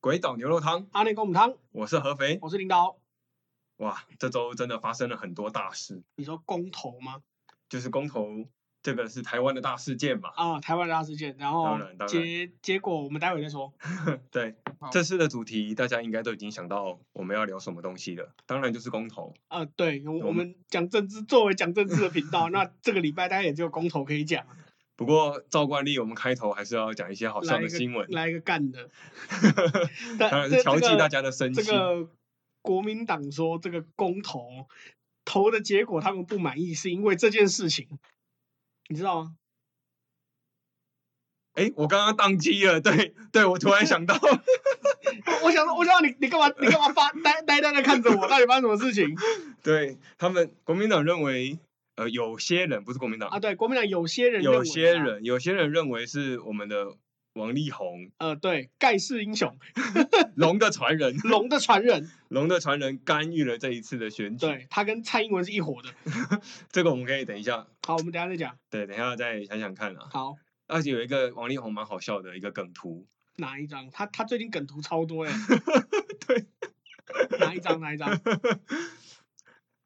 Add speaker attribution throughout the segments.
Speaker 1: 鬼岛牛肉汤，
Speaker 2: 阿内公母汤，
Speaker 1: 我是合肥。
Speaker 2: 我是领导。
Speaker 1: 哇，这周真的发生了很多大事，
Speaker 2: 你说公投吗？
Speaker 1: 就是公投，这个是台湾的大事件嘛。
Speaker 2: 啊，台湾的大事件，然后
Speaker 1: 当然当然
Speaker 2: 结结果我们待会再说。
Speaker 1: 对，这次的主题大家应该都已经想到我们要聊什么东西了，当然就是公投。
Speaker 2: 呃，对，我我
Speaker 1: 我们
Speaker 2: 们讲政治，作为讲政治的频 道，那这个礼拜大家也只有公投可以讲，
Speaker 1: 不过照惯例，我们开头还是要讲一些好笑
Speaker 2: 来一
Speaker 1: 的
Speaker 2: 个
Speaker 1: 新闻，
Speaker 2: 来一个干的，
Speaker 1: 当然是调剂大家的生
Speaker 2: 这
Speaker 1: 气。
Speaker 2: 个国民党说这个公投投的结果他们不满意，是因为这件事情，你知道吗？
Speaker 1: 哎，我刚刚宕机了，对对，我突然想 到，
Speaker 2: 我我想说，我想说你你干嘛你干嘛发呆呆呆的看着我，到底发生什么事情
Speaker 1: 对他们国民党认为，呃，有些人不是国民党
Speaker 2: 啊？，对，国民党有些人认为
Speaker 1: 有
Speaker 2: 啊
Speaker 1: 些人有些人认为是我们的王力宏
Speaker 2: 呃对盖世英雄
Speaker 1: 龙的传人，
Speaker 2: 龙的传人，
Speaker 1: 龙的传人干预了这一次的选举。
Speaker 2: 对他跟蔡英文是一伙的。
Speaker 1: 这个我们可以等一下，
Speaker 2: 好，我们等一下再讲。
Speaker 1: 对，等一下再想想看啊。
Speaker 2: 好，
Speaker 1: 而且有一个王力宏蛮好笑的一个梗图，
Speaker 2: 哪一张？他他最近梗图超多哎、
Speaker 1: 对，
Speaker 2: 哪一张？哪 一张？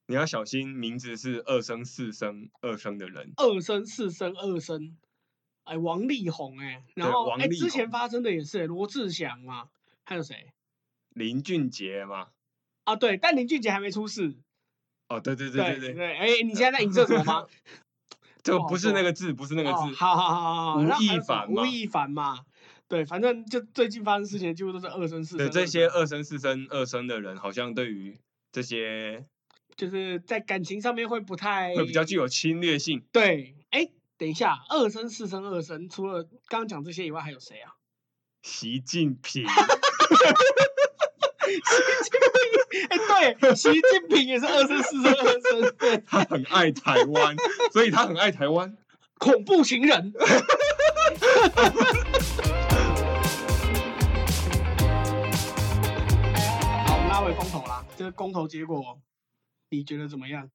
Speaker 1: 你要小心，名字是二声、四声、二声的人。
Speaker 2: 二声、四声、二声，哎，王力宏哎、然
Speaker 1: 对
Speaker 2: 后
Speaker 1: 王
Speaker 2: 哎，
Speaker 1: 力
Speaker 2: 之前
Speaker 1: 宏
Speaker 2: 发生的也是、哎罗志祥嘛，还有谁
Speaker 1: 林俊杰嘛？
Speaker 2: 啊？对，但林俊杰还没出事。
Speaker 1: 哦，对对对
Speaker 2: 对
Speaker 1: 对，
Speaker 2: 哎、你现在在影射什么 吗？
Speaker 1: 这个
Speaker 2: 不好
Speaker 1: 不是那
Speaker 2: 说
Speaker 1: 个字，不是那个
Speaker 2: 哦，
Speaker 1: 字。
Speaker 2: 好好好好好，
Speaker 1: 吴
Speaker 2: 然后还
Speaker 1: 亦
Speaker 2: 有什么
Speaker 1: 凡
Speaker 2: 吴
Speaker 1: 嘛
Speaker 2: 亦凡嘛，对，反正就最近发生事情几乎都是二声、四
Speaker 1: 对，
Speaker 2: 声。
Speaker 1: 这
Speaker 2: 二
Speaker 1: 些
Speaker 2: 声
Speaker 1: 二声、四声、二声的人，好像对于这些
Speaker 2: 就是在感情上面会不太
Speaker 1: 会比较具有侵略性。
Speaker 2: 对，哎、等一下，二声、四声、二声，除了刚刚讲这些以外，还有谁啊？
Speaker 1: 习近平，
Speaker 2: 哎、对，习近平也是二声、四声、二声，对，
Speaker 1: 他很爱台湾，所以他很爱台湾。
Speaker 2: 恐怖情人。 好，我们拉回公投啦，这个公投结果你觉得怎么样？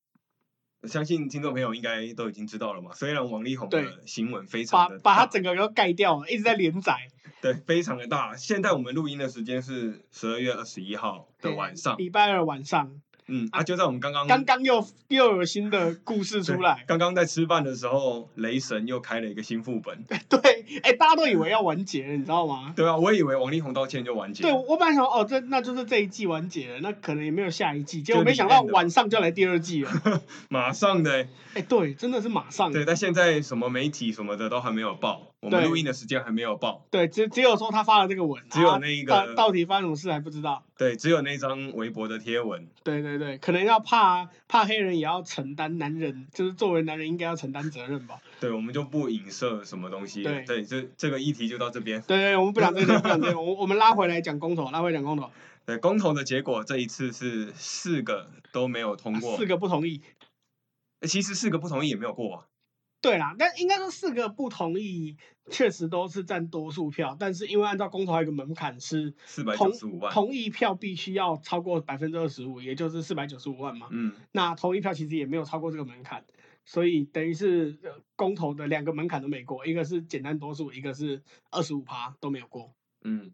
Speaker 1: 我相信听众朋友应该都已经知道了嘛。虽然王力宏
Speaker 2: 对
Speaker 1: 的新闻非
Speaker 2: 把
Speaker 1: 常的
Speaker 2: 把它整个都盖掉了，一直在连载。
Speaker 1: 对，非常的大。现在我们录音的时间是十二月二十一号的晚上，
Speaker 2: 礼拜二晚上，
Speaker 1: 嗯
Speaker 2: 啊
Speaker 1: 啊，就在我们刚刚
Speaker 2: 刚刚又又有新的故事
Speaker 1: 对
Speaker 2: 出来。
Speaker 1: 刚刚在吃饭的时候，雷神又开了一个新副本。
Speaker 2: 对，哎、大家都以为要完结了，你知道吗？
Speaker 1: 对啊，我以为王力宏道歉就完结
Speaker 2: 对，
Speaker 1: 了，
Speaker 2: 我本来想哦，这那就是这一季完结了，那可能也没有下一季，结果
Speaker 1: 就
Speaker 2: 没
Speaker 1: the
Speaker 2: 想到
Speaker 1: end 了
Speaker 2: 晚上就要来第二季了。
Speaker 1: 马上的、
Speaker 2: 哎、对，真的是马上。
Speaker 1: 对，但现在什么媒体什么的都还没有报，我们
Speaker 2: 嗯对
Speaker 1: 录音的时间还没有报。
Speaker 2: 对，只只有说他发了这个文，
Speaker 1: 只有
Speaker 2: 啊
Speaker 1: 那一
Speaker 2: 到
Speaker 1: 个
Speaker 2: 到底发生什么事还不知道。
Speaker 1: 对，只有那张微博的贴文。
Speaker 2: 对对对，可能要怕怕黑人也要承担男人，就是作为男人应该要承担责任吧。
Speaker 1: 对，我们就不影射什么东西了。
Speaker 2: 对
Speaker 1: 对，这这个议题就到这边。
Speaker 2: 对对，我们不讲这个，不讲这个，我我们拉回来讲公投，拉回来讲公投，啊
Speaker 1: 对，公投的结果这一次是四个都没有通过，
Speaker 2: 啊四个不同意。
Speaker 1: 诶其实四个不同意也没有过啊。
Speaker 2: 对啦，但应该说四个不同意，确实都是占多数票，但是因为按照公投还有一个门槛是
Speaker 1: 四百
Speaker 2: 同
Speaker 1: 九十五万。
Speaker 2: 同意票必须要超过百分之二十五，也就是四百九十五万嘛。
Speaker 1: 嗯，
Speaker 2: 那同意票其实也没有超过这个门槛，所以等于是呃公投的两个门槛都没过，一个是简单多数，一个是二十五趴都没有过，
Speaker 1: 嗯，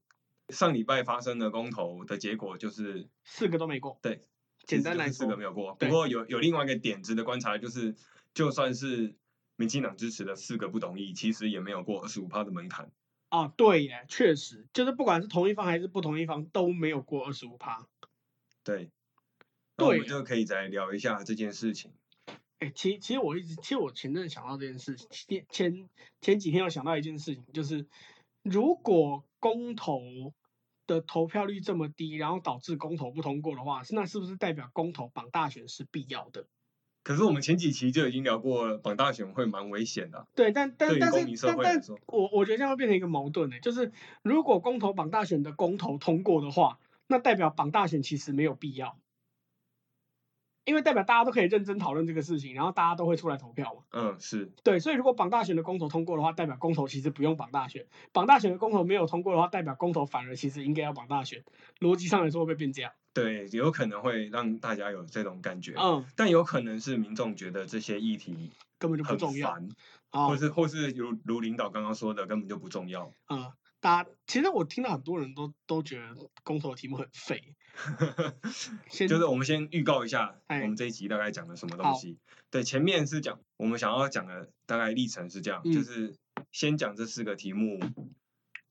Speaker 1: 上礼拜发生的公投的结果就是，
Speaker 2: 四个都没过。
Speaker 1: 对，
Speaker 2: 简
Speaker 1: 其实就是
Speaker 2: 单来
Speaker 1: 四个
Speaker 2: 说
Speaker 1: 没，有过。不
Speaker 2: 对
Speaker 1: 过有有另外一个点值得观察，就是就算是民进党支持的四个不同意，其实也没有过二十五趴的门槛。
Speaker 2: 哦，对耶，确实就是不管是同一方还是不同一方都没有过二十五趴。
Speaker 1: 对，那我
Speaker 2: 对
Speaker 1: 们就可以再聊一下这件事情。
Speaker 2: 哎、其其实我一直，其实我前阵子想到这件事情，前前前几天有想到一件事情，就是如果公投的投票率这么低，然后导致公投不通过的话，那是不是代表公投绑大选是必要的？
Speaker 1: 可是我们前几期就已经聊过了，绑大选会蛮危险的啊、
Speaker 2: 对，但但
Speaker 1: 对于
Speaker 2: 但
Speaker 1: 公民
Speaker 2: 是
Speaker 1: 社
Speaker 2: 但
Speaker 1: 会来
Speaker 2: 但
Speaker 1: 说
Speaker 2: 我我觉得这样会变成一个矛盾呢、就是如果公投绑大选的公投通过的话，那代表绑大选其实没有必要，因为代表大家都可以认真讨论这个事情，然后大家都会出来投票嘛。
Speaker 1: 嗯，是
Speaker 2: 对，所以如果绑大选的公投通过的话，代表公投其实不用绑大选；绑大选的公投没有通过的话，代表公投反而其实应该要绑大选。逻辑上来说会不会变这样？
Speaker 1: 对，有可能会让大家有这种感觉，
Speaker 2: 嗯，
Speaker 1: 但有可能是民众觉得这些议题
Speaker 2: 根本就不
Speaker 1: 很
Speaker 2: 重要啊
Speaker 1: 烦，
Speaker 2: 啊
Speaker 1: 或是或是如如领导刚刚说的，根本就不重要。
Speaker 2: 啊！大家其实我听到很多人都都觉得公投的题目很废，先
Speaker 1: 就是我们先预告一下，我
Speaker 2: 哎
Speaker 1: 们这一集大概讲了什么东
Speaker 2: 好
Speaker 1: 西。对，前面是讲我们想要讲的大概历程是这样，就
Speaker 2: 嗯
Speaker 1: 是先讲这四个题目。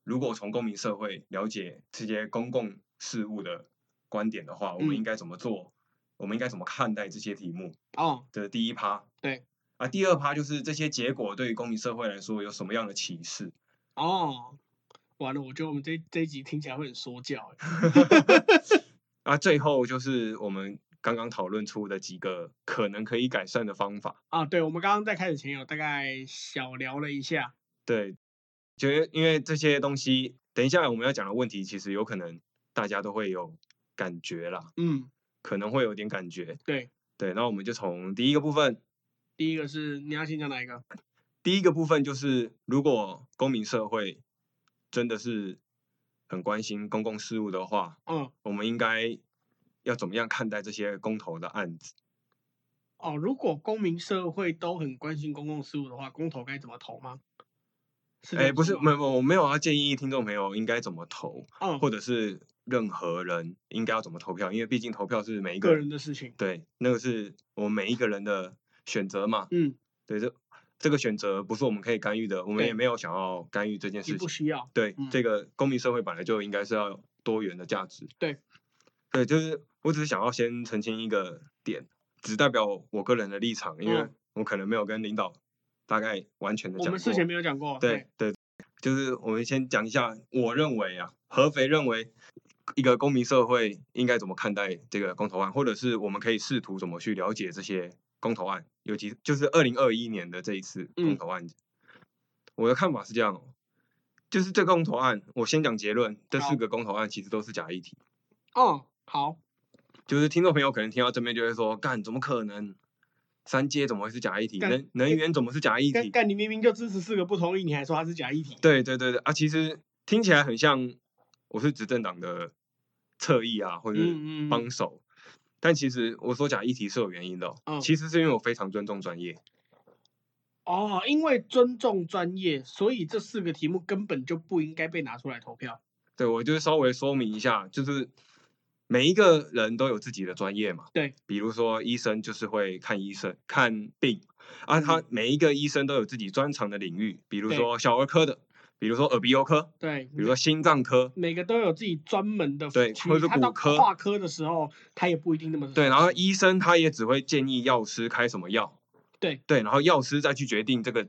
Speaker 1: 如果从公民社会了解这些公共事务的观点的话，我们
Speaker 2: 嗯
Speaker 1: 应该怎么做？我们应该怎么看待这些题目？
Speaker 2: 哦，
Speaker 1: 这是第一趴。
Speaker 2: 对。
Speaker 1: 啊，第二趴就是这些结果对于公民社会来说有什么样的启示？
Speaker 2: 哦，完了，我觉得我们这这一集听起来会很说教 欸。
Speaker 1: 啊，最后就是我们刚刚讨论出的几个可能可以改善的方法。
Speaker 2: 啊，对，我们刚刚在开始前有大概小聊了一下，
Speaker 1: 对，觉得因为这些东西，等一下我们要讲的问题，其实有可能大家都会有感觉啦，
Speaker 2: 嗯，
Speaker 1: 可能会有点感觉。
Speaker 2: 对，
Speaker 1: 对，那我们就从第一个部分，
Speaker 2: 第一个是你要先讲哪一个？
Speaker 1: 第一个部分就是，如果公民社会真的是很关心公共事务的话，
Speaker 2: 嗯，
Speaker 1: 我们应该要怎么样看待这些公投的案子？
Speaker 2: 哦，如果公民社会都很关心公共事务的话，公投该怎么投吗？啊是这
Speaker 1: 哎，
Speaker 2: 样
Speaker 1: 不是，
Speaker 2: 说吗
Speaker 1: 没有，没有我没有要建议听众朋友应该怎么投，
Speaker 2: 嗯，
Speaker 1: 或者是任何人应该要怎么投票，因为毕竟投票是每一个
Speaker 2: 个
Speaker 1: 人
Speaker 2: 人的事情，
Speaker 1: 对，那个是我们每一个人的选择嘛。
Speaker 2: 嗯，
Speaker 1: 对，这这个选择不是我们可以干预的，我们也
Speaker 2: 对
Speaker 1: 没有想要干预这件
Speaker 2: 你
Speaker 1: 事
Speaker 2: 不
Speaker 1: 情。
Speaker 2: 需要，
Speaker 1: 对，
Speaker 2: 嗯
Speaker 1: 这个公民社会本来就应该是要多元的价值。
Speaker 2: 对，
Speaker 1: 对，就是我只是想要先澄清一个点，只代表我个人的立场，因为
Speaker 2: 嗯
Speaker 1: 我可能没有跟领导大概完全的
Speaker 2: 我
Speaker 1: 讲
Speaker 2: 们
Speaker 1: 过
Speaker 2: 事。前没有讲过，
Speaker 1: 对对，就是我们先讲一下，我认为啊，合肥认为一个公民社会应该怎么看待这个公投案，或者是我们可以试图怎么去了解这些公投案，尤其就是二零二一年的这一次公
Speaker 2: 嗯
Speaker 1: 投案。我的看法是这样哦，就是这个公投案，我先讲结论，这
Speaker 2: 好
Speaker 1: 四个公投案其实都是假议题。
Speaker 2: 嗯，好，
Speaker 1: 就是听众朋友可能听到这边就会说，干怎么可能？三阶怎么会是假议题？
Speaker 2: 干
Speaker 1: 能能
Speaker 2: 干
Speaker 1: 源怎么是假议题
Speaker 2: 但？但你明明就支持四个不同意，你还说它是假议题，
Speaker 1: 对对对对啊，其实听起来很像我是执政党的侧翼啊，或者是
Speaker 2: 嗯嗯嗯
Speaker 1: 帮手，但其实我说假议题是有原因的、哦。
Speaker 2: 嗯
Speaker 1: 其实是因为我非常尊重专业，
Speaker 2: 哦，因为尊重专业，所以这四个题目根本就不应该被拿出来投票。
Speaker 1: 对我就是稍微说明一下，就是每一个人都有自己的专业嘛。
Speaker 2: 对，
Speaker 1: 比如说医生就是会看医生看病啊，他
Speaker 2: 嗯
Speaker 1: 每一个医生都有自己专长的领域，比如
Speaker 2: 对
Speaker 1: 说小儿科的，比如说耳鼻喉科，
Speaker 2: 对，
Speaker 1: 比如说心脏科，
Speaker 2: 每个都有自己专门的
Speaker 1: 对
Speaker 2: 区
Speaker 1: 或
Speaker 2: 域
Speaker 1: 者
Speaker 2: 他到
Speaker 1: 骨科
Speaker 2: 跨科的时候，他也不一定那么
Speaker 1: 对，然后
Speaker 2: 熟悉
Speaker 1: 医生他也只会建议药师开什么药，
Speaker 2: 对
Speaker 1: 对，然后药师再去决定这个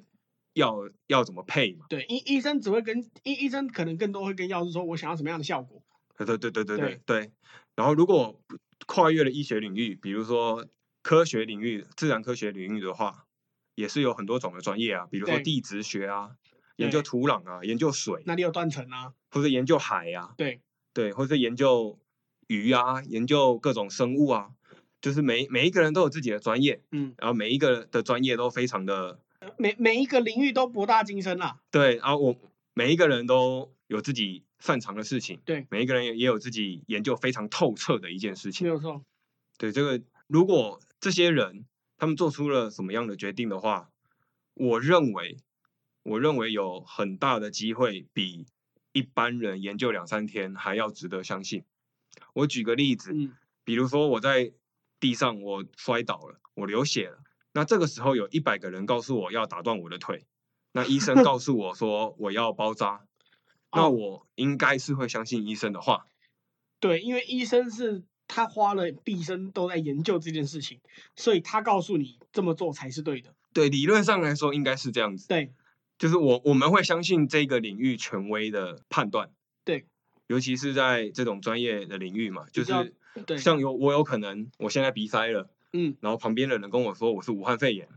Speaker 1: 药要怎么配嘛，
Speaker 2: 对医医生只会跟医医生可能更多会跟药师说，我想要什么样的效果。
Speaker 1: 对对对对对
Speaker 2: 对
Speaker 1: 对对。然后如果跨越了医学领域，比如说科学领域、自然科学领域的话，也是有很多种的专业啊，比如说
Speaker 2: 对
Speaker 1: 地质学啊，研究
Speaker 2: 对
Speaker 1: 土壤啊，研究水，
Speaker 2: 哪里有断层啊？
Speaker 1: 或者研究海啊，
Speaker 2: 对，
Speaker 1: 对，或者研究鱼啊，研究各种生物啊，就是每每一个人都有自己的专业，
Speaker 2: 嗯，
Speaker 1: 然后每一个的专业都非常的
Speaker 2: 每每一个领域都博大精深啦。
Speaker 1: 对啊，我每一个人都有自己擅长的事情，
Speaker 2: 对，
Speaker 1: 每一个人也也有自己研究非常透彻的一件事
Speaker 2: 没
Speaker 1: 情。
Speaker 2: 有错，
Speaker 1: 对，这个如果这些人他们做出了什么样的决定的话，我认为，我认为有很大的机会比一般人研究两三天还要值得相信。我举个例子，
Speaker 2: 嗯，
Speaker 1: 比如说我在地上我摔倒了，我流血了，那这个时候有一百个人告诉我要打断我的腿，那医生告诉我说我要包扎，那
Speaker 2: 哦
Speaker 1: 我应该是会相信医生的话。
Speaker 2: 对，因为医生是他花了毕生都在研究这件事情，所以他告诉你这么做才是对的。
Speaker 1: 对，理论上来说应该是这样子，
Speaker 2: 对，
Speaker 1: 就是我我们会相信这个领域权威的判断。
Speaker 2: 对，
Speaker 1: 尤其是在这种专业的领域嘛，就
Speaker 2: 比较
Speaker 1: 是
Speaker 2: 对，
Speaker 1: 像有我有可能我现在鼻塞了，
Speaker 2: 嗯，
Speaker 1: 然后旁边的人跟我说我是武汉肺炎，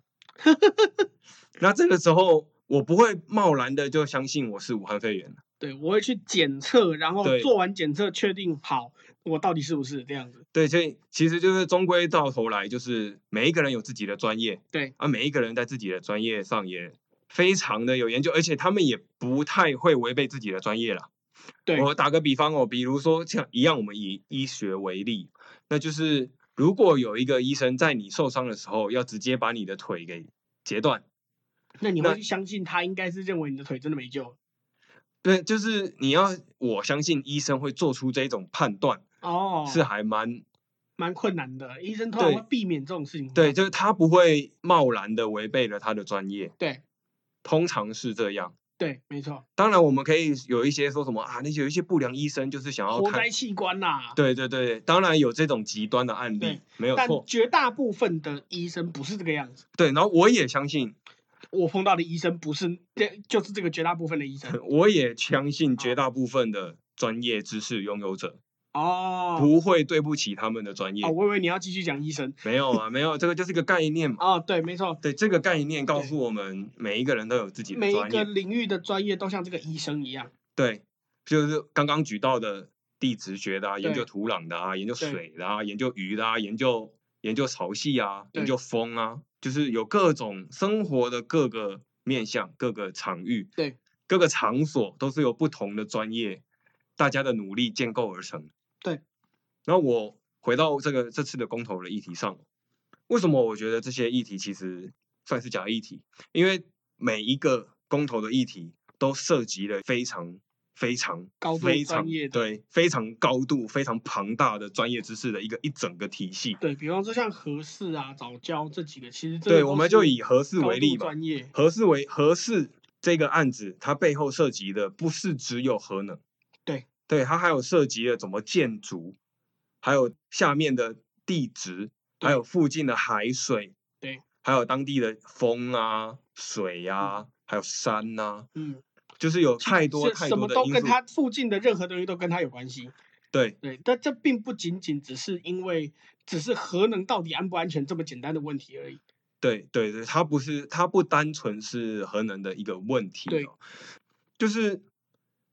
Speaker 1: 那这个时候我不会贸然的就相信我是武汉肺炎，
Speaker 2: 对，我会去检测，然后
Speaker 1: 对
Speaker 2: 做完检测确定好我到底是不是这样子。
Speaker 1: 对，所以其实就是终归到头来，就是每一个人有自己的专业，
Speaker 2: 对，
Speaker 1: 啊，每一个人在自己的专业上也非常的有研究，而且他们也不太会违背自己的专业啦。
Speaker 2: 对
Speaker 1: 我打个比方哦，比如说像一样，我们以医学为例，那就是如果有一个医生在你受伤的时候，要直接把你的腿给截断，
Speaker 2: 那你
Speaker 1: 那
Speaker 2: 会去相信他应该是认为你的腿真的没救了。
Speaker 1: 对，就是你要我相信医生会做出这种判断，
Speaker 2: 哦，
Speaker 1: 是还蛮
Speaker 2: 蛮困难的。医生通常
Speaker 1: 对
Speaker 2: 会避免这种事情发生。
Speaker 1: 对，就是他不会贸然的违背了他的专业，
Speaker 2: 对
Speaker 1: 通常是这样。
Speaker 2: 对，没错，
Speaker 1: 当然，我们可以有一些说什么啊，那些有一些不良医生就是想要
Speaker 2: 活
Speaker 1: 看
Speaker 2: 该，器官啦、
Speaker 1: 对对对，当然有这种极端的案例
Speaker 2: 对，
Speaker 1: 没有
Speaker 2: 但
Speaker 1: 错。
Speaker 2: 绝大部分的医生不是这个样子。
Speaker 1: 对，然后我也相信，
Speaker 2: 我碰到的医生不是，这就是这个绝大部分的医生
Speaker 1: 我也相信
Speaker 2: 哦
Speaker 1: 绝大部分的专业知识拥有者
Speaker 2: 哦。
Speaker 1: 不会对不起他们的专业
Speaker 2: 哦，。我以为你要继续讲医生。
Speaker 1: 没有啊，没有，这个就是一个概念嘛。
Speaker 2: 哦，对，没错，
Speaker 1: 对，这个概念告
Speaker 2: 对
Speaker 1: 诉我们，每一个人都有自己的
Speaker 2: 每一
Speaker 1: 专
Speaker 2: 个
Speaker 1: 业。
Speaker 2: 领域的专业都像这个医生一样。
Speaker 1: 对，就是刚刚举到的地质学的啊，研究
Speaker 2: 对
Speaker 1: 土壤的啊，研究
Speaker 2: 对
Speaker 1: 水的啊，研究鱼的啊，研究研究潮汐啊，研
Speaker 2: 对
Speaker 1: 究风啊，就是有各种生活的各个面向、各个场域、
Speaker 2: 对
Speaker 1: 各个场所，都是由不同的专业大家的努力建构而成。
Speaker 2: 对。
Speaker 1: 然后我回到这个这次的公投的议题上，为什么我觉得这些议题其实算是假议题？因为每一个公投的议题都涉及了非常非常
Speaker 2: 高度
Speaker 1: 非
Speaker 2: 专
Speaker 1: 常
Speaker 2: 业的
Speaker 1: 对非常高度非常庞大的专业知识的一个一整个体系。
Speaker 2: 对比方说像合适啊、早教这几个，其实真的
Speaker 1: 对，
Speaker 2: 都
Speaker 1: 我们就是以合适
Speaker 2: 高
Speaker 1: 为
Speaker 2: 度
Speaker 1: 例吧。
Speaker 2: 专业
Speaker 1: 合适为合适这个案子，它背后涉及的不是只有核能，
Speaker 2: 对，
Speaker 1: 对，它还有涉及了怎么建筑，还有下面的地质，还有附近的海水，
Speaker 2: 对，
Speaker 1: 还有当地的风啊、水啊，还有山呐、啊
Speaker 2: 嗯，
Speaker 1: 就是有太多
Speaker 2: 是
Speaker 1: 太
Speaker 2: 什
Speaker 1: 多
Speaker 2: 么
Speaker 1: 的
Speaker 2: 都
Speaker 1: 因
Speaker 2: 跟
Speaker 1: 素。
Speaker 2: 他附近的任何东西都跟他有关系。
Speaker 1: 对
Speaker 2: 对，但这并不仅仅只是因为只是核能到底安不安全这么简单的问题而已。
Speaker 1: 对对对，它不是它不单纯是核能的一个问题、哦，
Speaker 2: 对，
Speaker 1: 就是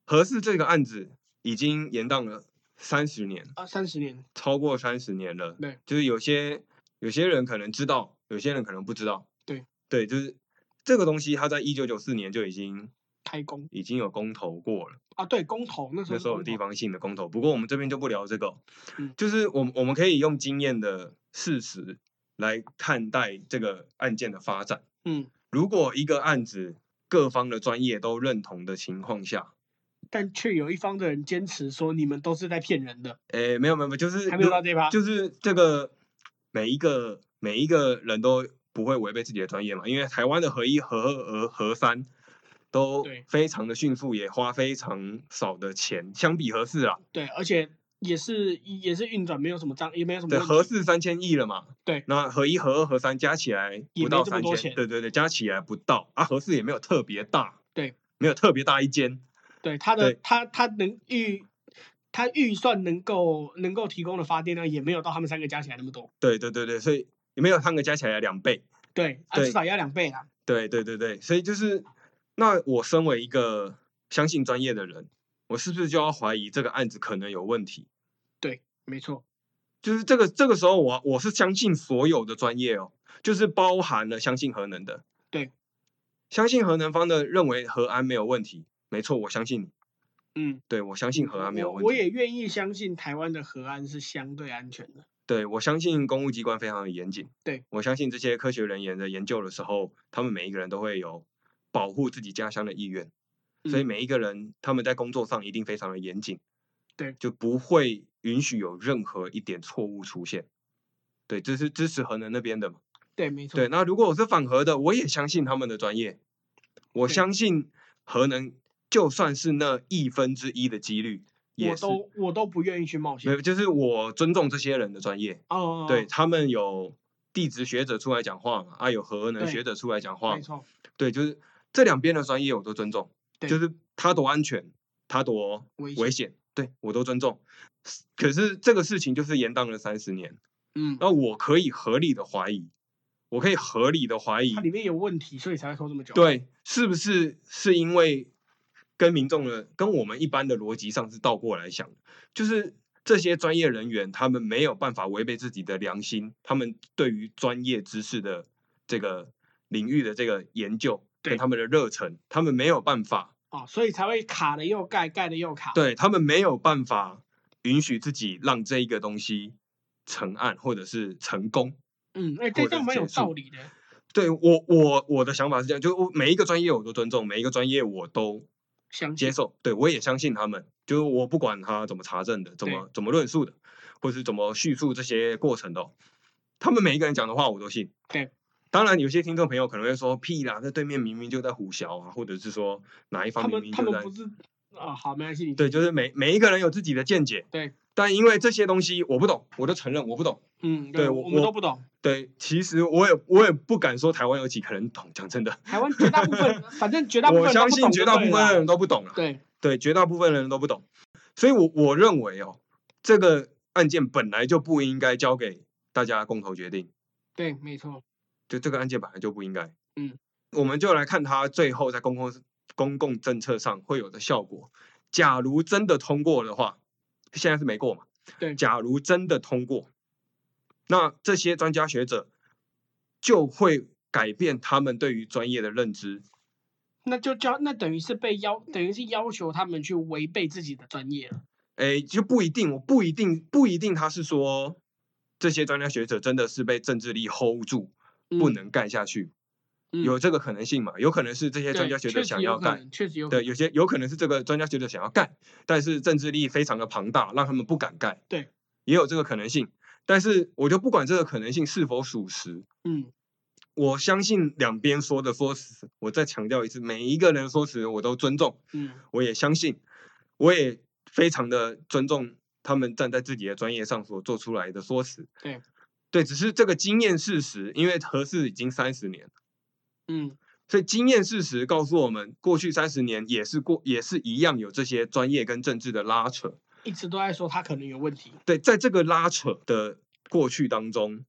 Speaker 1: 核适这个案子已经延宕了三十年。
Speaker 2: 啊，三十年，
Speaker 1: 超过三十年了，
Speaker 2: 对，
Speaker 1: 就是有些有些人可能知道，有些人可能不知道，
Speaker 2: 对，
Speaker 1: 对，就是这个东西，它在一九九四年就已经
Speaker 2: 开工
Speaker 1: 已经有公投过了，
Speaker 2: 啊，对，公投那时候
Speaker 1: 那
Speaker 2: 是
Speaker 1: 时候有
Speaker 2: 公
Speaker 1: 地
Speaker 2: 投
Speaker 1: 方性的公投，不过我们这边就不聊这个，
Speaker 2: 嗯
Speaker 1: 就是我们我们可以用经验的事实来看待这个案件的发展。
Speaker 2: 嗯，
Speaker 1: 如果一个案子各方的专业都认同的情况下，
Speaker 2: 但却有一方的人坚持说你们都是在骗人的，
Speaker 1: 诶，没有没有没有，就是
Speaker 2: 还没有
Speaker 1: 如
Speaker 2: 到这一趴。
Speaker 1: 就是这个每一个每一个人都不会违背自己的专业嘛，因为台湾的合一、合二、合合三都
Speaker 2: 对
Speaker 1: 非常的迅速，也花非常少的钱，相比合适啊，
Speaker 2: 对，而且也是也是运转没有什么障，也没有什么
Speaker 1: 对，
Speaker 2: 问
Speaker 1: 合
Speaker 2: 题
Speaker 1: 适三千亿了嘛，
Speaker 2: 对
Speaker 1: 那合一、合二、合三加起来
Speaker 2: 也
Speaker 1: 不
Speaker 2: 没
Speaker 1: 到
Speaker 2: 这么
Speaker 1: 三
Speaker 2: 多
Speaker 1: 千，
Speaker 2: 钱
Speaker 1: 对对对，加起来不到啊，合适也没有特别大，
Speaker 2: 对，
Speaker 1: 没有特别大一间，
Speaker 2: 对它的
Speaker 1: 对
Speaker 2: 它它能预它预算能够能够提供的发电量也没有到他们三个加起来那么多，
Speaker 1: 对对对对，所以也没有他们加起来两倍，
Speaker 2: 对，啊
Speaker 1: 对
Speaker 2: 至少也要两倍啊，
Speaker 1: 对对对对，所以就是，那我身为一个相信专业的人，我是不是就要怀疑这个案子可能有问题？
Speaker 2: 对，没错，
Speaker 1: 就是这个这个时候我，我是相信所有的专业哦，就是包含了相信核能的，
Speaker 2: 对，
Speaker 1: 相信核能方的认为核安没有问题，没错，我相信你，
Speaker 2: 嗯，
Speaker 1: 对我相信核啊安没有
Speaker 2: 我
Speaker 1: 问题，
Speaker 2: 我也愿意相信台湾的河岸是相对安全的，
Speaker 1: 对我相信公务机关非常的严谨，
Speaker 2: 对
Speaker 1: 我相信这些科学人员的研究的时候，他们每一个人都会有保护自己家乡的意愿，所以
Speaker 2: 嗯
Speaker 1: 每一个人他们在工作上一定非常的严谨，
Speaker 2: 对
Speaker 1: 就不会允许有任何一点错误出现。对，这是支持核能那边的嘛？
Speaker 2: 对，没错，
Speaker 1: 对，那如果我是反核的，我也相信他们的专业，我
Speaker 2: 对
Speaker 1: 相信核能就算是那一分之一的几率，也
Speaker 2: 我
Speaker 1: 是
Speaker 2: 都我都不愿意去冒
Speaker 1: 没
Speaker 2: 险
Speaker 1: 有，，就是我尊重这些人的专业，
Speaker 2: 哦，
Speaker 1: 对他们有地质学者出来讲话嘛，啊，有核能
Speaker 2: 对
Speaker 1: 学者出来讲话
Speaker 2: 没
Speaker 1: 嘛，
Speaker 2: 错，
Speaker 1: 对，就是这两边的专业我都尊重，
Speaker 2: 对
Speaker 1: 就是他多安全，他多
Speaker 2: 危
Speaker 1: 危
Speaker 2: 险
Speaker 1: 险，对我都尊重。可是这个事情就是延宕了三十年，
Speaker 2: 嗯，
Speaker 1: 那我可以合理的怀疑，我可以合理的怀疑
Speaker 2: 它，里面有问题，所以才会拖这么久，，
Speaker 1: 对，是不是是因为跟民众的跟我们一般的逻辑上是倒过来想的，就是这些专业人员他们没有办法违背自己的良心，他们对于专业知识的这个领域的这个研究跟
Speaker 2: 对
Speaker 1: 他们的热忱，他们没有办法，
Speaker 2: 哦，所以才会卡了又盖，盖了又卡，
Speaker 1: 对他们没有办法允许自己让这一个东西成案或者是成功。
Speaker 2: 嗯，哎，这
Speaker 1: 或者
Speaker 2: 这样蛮有
Speaker 1: 结束
Speaker 2: 道理的，
Speaker 1: 对我我我的想法是这样，就是我每一个专业我都尊重，每一个专业我都
Speaker 2: 相
Speaker 1: 接
Speaker 2: 信，
Speaker 1: 受，对我也相信他们，就是我不管他怎么查证的，怎么怎么论述的，或是怎么叙述这些过程的哦、他们每一个人讲的话我都信。
Speaker 2: 对，
Speaker 1: 当然有些听众朋友可能会说屁啦，这对面明明就在胡淆啊，或者是说哪一
Speaker 2: 他
Speaker 1: 方明
Speaker 2: 们
Speaker 1: 明就
Speaker 2: 他们
Speaker 1: 在
Speaker 2: 不是啊，好，没关系，你
Speaker 1: 对，就是每每一个人有自己的见解。
Speaker 2: 对，
Speaker 1: 但因为这些东西我不懂，我就承认我不懂。
Speaker 2: 嗯，
Speaker 1: 对我
Speaker 2: 我们
Speaker 1: 我
Speaker 2: 都不懂，
Speaker 1: 对，其实我也我也不敢说台湾有几个人懂，讲真的，
Speaker 2: 台湾绝大部分，反正绝大部
Speaker 1: 我
Speaker 2: 分人都
Speaker 1: 相
Speaker 2: 不
Speaker 1: 信
Speaker 2: 懂
Speaker 1: 绝
Speaker 2: 就
Speaker 1: 大部
Speaker 2: 对
Speaker 1: 分
Speaker 2: 了
Speaker 1: 的人都不懂了。
Speaker 2: 对
Speaker 1: 对，绝大部分人都不懂，所以我我认为哦，这个案件本来就不应该交给大家共同决定，
Speaker 2: 对，没错，
Speaker 1: 就这个案件本来就不应该。
Speaker 2: 嗯，
Speaker 1: 我们就来看它最后在公共公共政策上会有的效果。假如真的通过的话，现在是没过嘛？
Speaker 2: 对
Speaker 1: 假如真的通过，那这些专家学者就会改变他们对于专业的认知。
Speaker 2: 那就叫那等于是被要，等于是要求他们去违背自己的专业了，
Speaker 1: 哎，就不一定，我不一定，不一定，他是说这些专家学者真的是被政治力 hold 住，不
Speaker 2: 嗯
Speaker 1: 能盖下去，
Speaker 2: 嗯
Speaker 1: 有这个可能性嘛？有可能是这些专
Speaker 2: 对
Speaker 1: 家学者
Speaker 2: 确实
Speaker 1: 想
Speaker 2: 有
Speaker 1: 要
Speaker 2: 可
Speaker 1: 盖，
Speaker 2: 能，确实有可
Speaker 1: 对，
Speaker 2: 能，
Speaker 1: 有些有可能是这个专家学者想要盖，但是政治力非常的庞大，让他们不敢盖，
Speaker 2: 对，
Speaker 1: 也有这个可能性。但是我就不管这个可能性是否属实，
Speaker 2: 嗯，
Speaker 1: 我相信两边说的说辞，我再强调一次，每一个人说辞我都尊重，
Speaker 2: 嗯
Speaker 1: 我也相信，我也非常的尊重他们站在自己的专业上所做出来的说辞。
Speaker 2: 对，
Speaker 1: 对，只是这个经验事实，因为合适已经三十年了，
Speaker 2: 嗯，
Speaker 1: 所以经验事实告诉我们，过去三十年也是过也是一样有这些专业跟政治的拉扯。
Speaker 2: 一直都在说他可能有问题，
Speaker 1: 对，在这个拉扯的过去当中，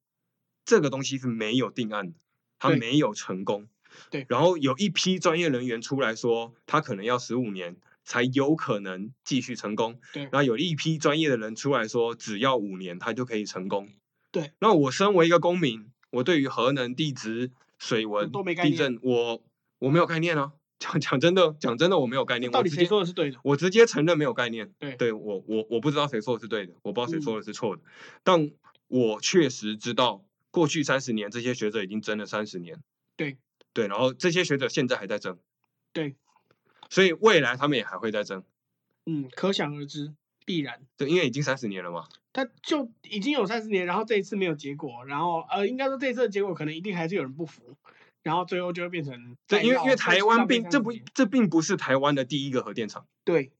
Speaker 1: 这个东西是没有定案的，它
Speaker 2: 对
Speaker 1: 没有成功。
Speaker 2: 对
Speaker 1: 然后有一批专业人员出来说，他可能要十五年才有可能继续成功。
Speaker 2: 对
Speaker 1: 然后有一批专业的人出来说，只要五年他就可以成功。
Speaker 2: 对，
Speaker 1: 那我身为一个公民，我对于核能、地质、水文、
Speaker 2: 都没概
Speaker 1: 地
Speaker 2: 念
Speaker 1: 震，我我没有概念啊。讲讲真的，讲真的，我没有概念。
Speaker 2: 到
Speaker 1: 我
Speaker 2: 底
Speaker 1: 直
Speaker 2: 谁
Speaker 1: 接
Speaker 2: 说的是对的？
Speaker 1: 我直接承认没有概念。
Speaker 2: 对
Speaker 1: 我我我不知道谁说的是对的，我不知道谁
Speaker 2: 嗯
Speaker 1: 说的是错的，但我确实知道过去三十年这些学者已经争了三十年。
Speaker 2: 对
Speaker 1: 对，然后这些学者现在还在争。
Speaker 2: 对，
Speaker 1: 所以未来他们也还会再争，
Speaker 2: 嗯，可想而知，必然。
Speaker 1: 对，因为已经三十年了嘛。
Speaker 2: 他就已经有三十年，然后这一次没有结果，然后呃，应该说这一次的结果可能一定还是有人不服，然后最后就会变成
Speaker 1: 对，
Speaker 2: 再
Speaker 1: 因为
Speaker 2: 绕
Speaker 1: 因为
Speaker 2: 再
Speaker 1: 台
Speaker 2: 次
Speaker 1: 湾
Speaker 2: 浪费
Speaker 1: 并这
Speaker 2: 30
Speaker 1: 不
Speaker 2: 年
Speaker 1: 这并不是台湾的第一个核电厂。
Speaker 2: 对，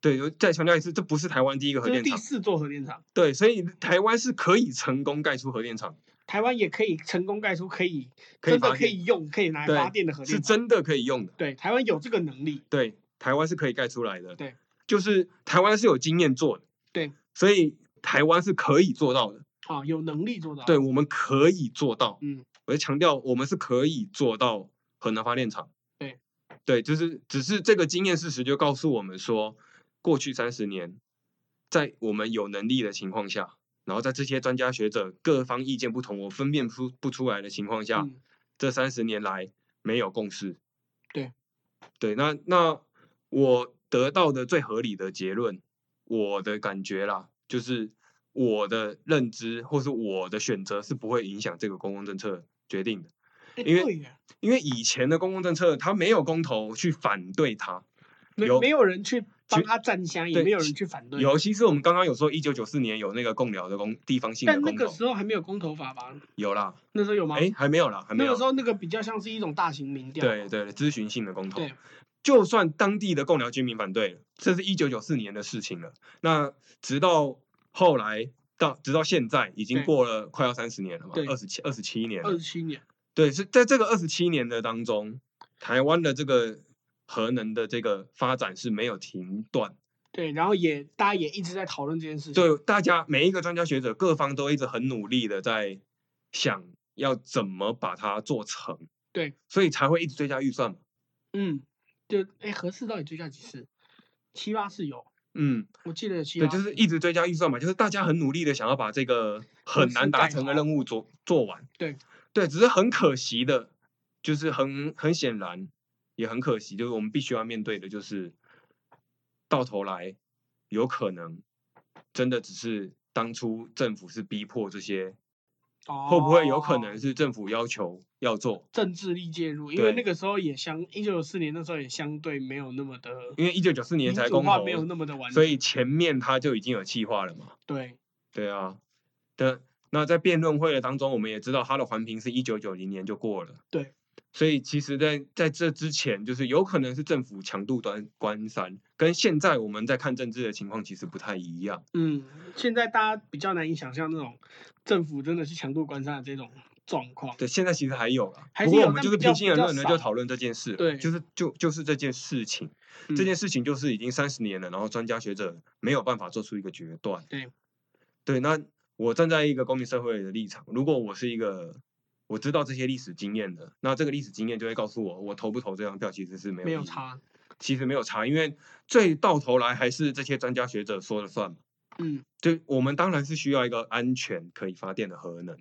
Speaker 1: 对，我再强调一次，这不是台湾第一个核
Speaker 2: 这是
Speaker 1: 电
Speaker 2: 第
Speaker 1: 厂。
Speaker 2: 四座核电厂，
Speaker 1: 对，所以台湾是可以成功盖出核电厂，
Speaker 2: 台湾也可以成功盖出可以
Speaker 1: 可以
Speaker 2: 真的
Speaker 1: 发
Speaker 2: 可
Speaker 1: 电，
Speaker 2: 以用、可以拿来
Speaker 1: 对
Speaker 2: 发电的核
Speaker 1: 是
Speaker 2: 电厂，
Speaker 1: 真的可以用的。
Speaker 2: 对，台湾有这个能力，
Speaker 1: 对，台湾是可以盖出来的。
Speaker 2: 对，
Speaker 1: 就是台湾是有经验做的。
Speaker 2: 对，
Speaker 1: 所以台湾是可以做到的。
Speaker 2: 啊，有能力做到，
Speaker 1: 对，，我们可以做到。
Speaker 2: 嗯，
Speaker 1: 我就强调，我们是可以做到核能发电厂。
Speaker 2: 对，
Speaker 1: 对，就是只是这个经验事实就告诉我们说，过去三十年，在我们有能力的情况下，然后在这些专家学者各方意见不同，我分辨出不出来的情况下，
Speaker 2: 嗯，
Speaker 1: 这三十年来没有共识。
Speaker 2: 对，
Speaker 1: 对，那那我得到的最合理的结论，我的感觉啦，就是我的认知或是我的选择是不会影响这个公共政策决定的，
Speaker 2: 诶
Speaker 1: 因为
Speaker 2: 对耶
Speaker 1: 因为以前的公共政策它没有公投去反对它，
Speaker 2: 没
Speaker 1: 有
Speaker 2: 没有人去帮
Speaker 1: 其
Speaker 2: 他站香，也
Speaker 1: 对
Speaker 2: 没有人
Speaker 1: 其
Speaker 2: 去反对，
Speaker 1: 尤其是我们刚刚有说一九九四年有那个共寮的公地方性的
Speaker 2: 但那
Speaker 1: 公
Speaker 2: 个
Speaker 1: 投
Speaker 2: 时，候还没有公投法吧？
Speaker 1: 有啦，
Speaker 2: 那时候有吗？
Speaker 1: 哎，还没有啦，还没
Speaker 2: 那
Speaker 1: 有
Speaker 2: 个时，候那个比较像是一种大型民调，
Speaker 1: 对对，咨询性的公投
Speaker 2: 对。
Speaker 1: 就算当地的共寮居民反对了，这是一九九四年的事情了。那直到后来到直到现在，已经
Speaker 2: 对
Speaker 1: 过了快要三十年了嘛
Speaker 2: 对，
Speaker 1: 二十七二十七年
Speaker 2: 二
Speaker 1: 了
Speaker 2: 十。七年，
Speaker 1: 对，是在这个二十七年的当中，台湾的这个核能的这个发展是没有停断。
Speaker 2: 对，然后也大家也一直在讨论这件事情，
Speaker 1: 对，大家每一个专家学者各方都一直很努力的在想要怎么把它做成。
Speaker 2: 对，
Speaker 1: 所以才会一直追加预算嘛。
Speaker 2: 嗯，就哎，合适到底追加几次？七八次有，
Speaker 1: 嗯，
Speaker 2: 我记得有七
Speaker 1: 对，
Speaker 2: 八
Speaker 1: 就是
Speaker 2: 次
Speaker 1: 一直追加预算嘛，就是大家很努力的想要把这个很
Speaker 2: 是
Speaker 1: 难达
Speaker 2: 盖
Speaker 1: 成的
Speaker 2: 好
Speaker 1: 任务做做完。
Speaker 2: 对，
Speaker 1: 对，只是很可惜的，就是很很显然，也很可惜，就是我们必须要面对的，就是到头来有可能真的只是当初政府是逼迫这些，会不会有可能
Speaker 2: 哦
Speaker 1: 是政府要求要做，
Speaker 2: 政治力介入，因为
Speaker 1: 对
Speaker 2: 那个时候也相一九九四年那时候也相对没有那么的
Speaker 1: 因为一九九四年
Speaker 2: 民
Speaker 1: 才
Speaker 2: 主
Speaker 1: 公
Speaker 2: 化，
Speaker 1: 投
Speaker 2: 没，有那么的完
Speaker 1: 所
Speaker 2: 整。
Speaker 1: 以前面他就已经有计划了嘛。
Speaker 2: 对
Speaker 1: 对啊，的那在辩论会的当中，我们也知道他的环评是一九九零年就过了。
Speaker 2: 对，
Speaker 1: 所以其实在，在这之前，就是有可能是政府强度端关山，跟现在我们在看政治的情况其实不太一样。
Speaker 2: 嗯，现在大家比较难以想象那种政府真的是强度关山的这种状况。
Speaker 1: 对，现在其实还有啦，
Speaker 2: 还
Speaker 1: 不
Speaker 2: 是
Speaker 1: 过
Speaker 2: 有
Speaker 1: 我们
Speaker 2: 但
Speaker 1: 就是
Speaker 2: 比较
Speaker 1: 平心而
Speaker 2: 比较
Speaker 1: 论的
Speaker 2: 少
Speaker 1: 就讨论这件事了，
Speaker 2: 对
Speaker 1: 就是就就是这件事情，
Speaker 2: 嗯
Speaker 1: 这件事情就是已经三十年了，然后专家学者没有办法做出一个决断。
Speaker 2: 对，
Speaker 1: 对，那我站在一个公民社会的立场，如果我是一个我知道这些历史经验的，那这个历史经验就会告诉我，我投不投这张票其实是没有
Speaker 2: 没有
Speaker 1: 意义，
Speaker 2: 差，
Speaker 1: 其实没有差，因为最到头来还是这些专家学者说了算嘛。
Speaker 2: 嗯
Speaker 1: 就我们当然是需要一个安全可以发电的核能。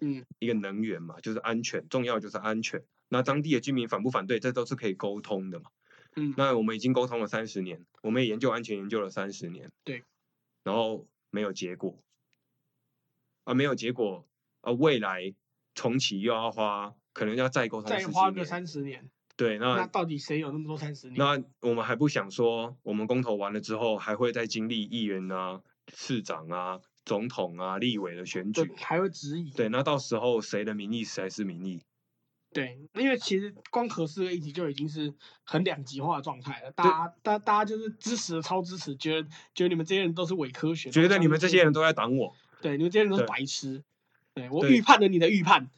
Speaker 2: 嗯，
Speaker 1: 一个能源嘛，就是安全，重要就是安全。那当地的居民反不反对，这都是可以沟通的嘛。
Speaker 2: 嗯，
Speaker 1: 那我们已经沟通了三十年，我们也研究安全研究了三十年，
Speaker 2: 对，
Speaker 1: 然后没有结果，啊，没有结果，啊，未来重启又要花，可能要再沟通
Speaker 2: 再
Speaker 1: 十
Speaker 2: 花
Speaker 1: 几
Speaker 2: 个
Speaker 1: 年，
Speaker 2: 三十年，
Speaker 1: 对，
Speaker 2: 那
Speaker 1: 那
Speaker 2: 到底谁有那么多三十年？
Speaker 1: 那我们还不想说，我们公投完了之后，还会再经历议员啊、市长啊、总统啊、立委的选
Speaker 2: 就
Speaker 1: 举，
Speaker 2: 还会质疑。
Speaker 1: 对，那到时候谁的民意才是民意？
Speaker 2: 对，因为其实光核四个议题就已经是很两极化的状态了，大
Speaker 1: 对
Speaker 2: 家大大家就是支持超支持，觉得觉得你们这些人都是伪科学，
Speaker 1: 觉
Speaker 2: 都
Speaker 1: 得
Speaker 2: 相
Speaker 1: 你们这
Speaker 2: 信
Speaker 1: 些人都在挡我，
Speaker 2: 对你们这些人都是
Speaker 1: 对
Speaker 2: 白痴。对我
Speaker 1: 对
Speaker 2: 预判了你的预判，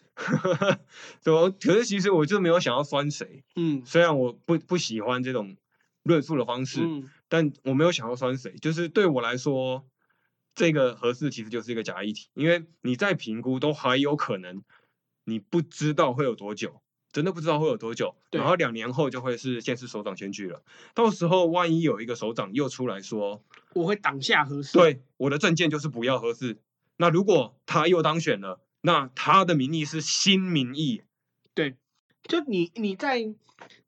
Speaker 1: 怎么？可是其实我就没有想要酸谁，
Speaker 2: 嗯
Speaker 1: 虽然我不不喜欢这种论述的方式，
Speaker 2: 嗯
Speaker 1: 但我没有想要酸谁。就是对我来说，这个合适其实就是一个假议题，因为你在评估都还有可能，你不知道会有多久。真的不知道会有多久，
Speaker 2: 对
Speaker 1: 然后两年后就会是县市首长选举了。到时候万一有一个首长又出来说，
Speaker 2: 我会挡下合适。
Speaker 1: 对，我的证件就是不要合适。那如果他又当选了，那他的民意是新民意，
Speaker 2: 对，就你你在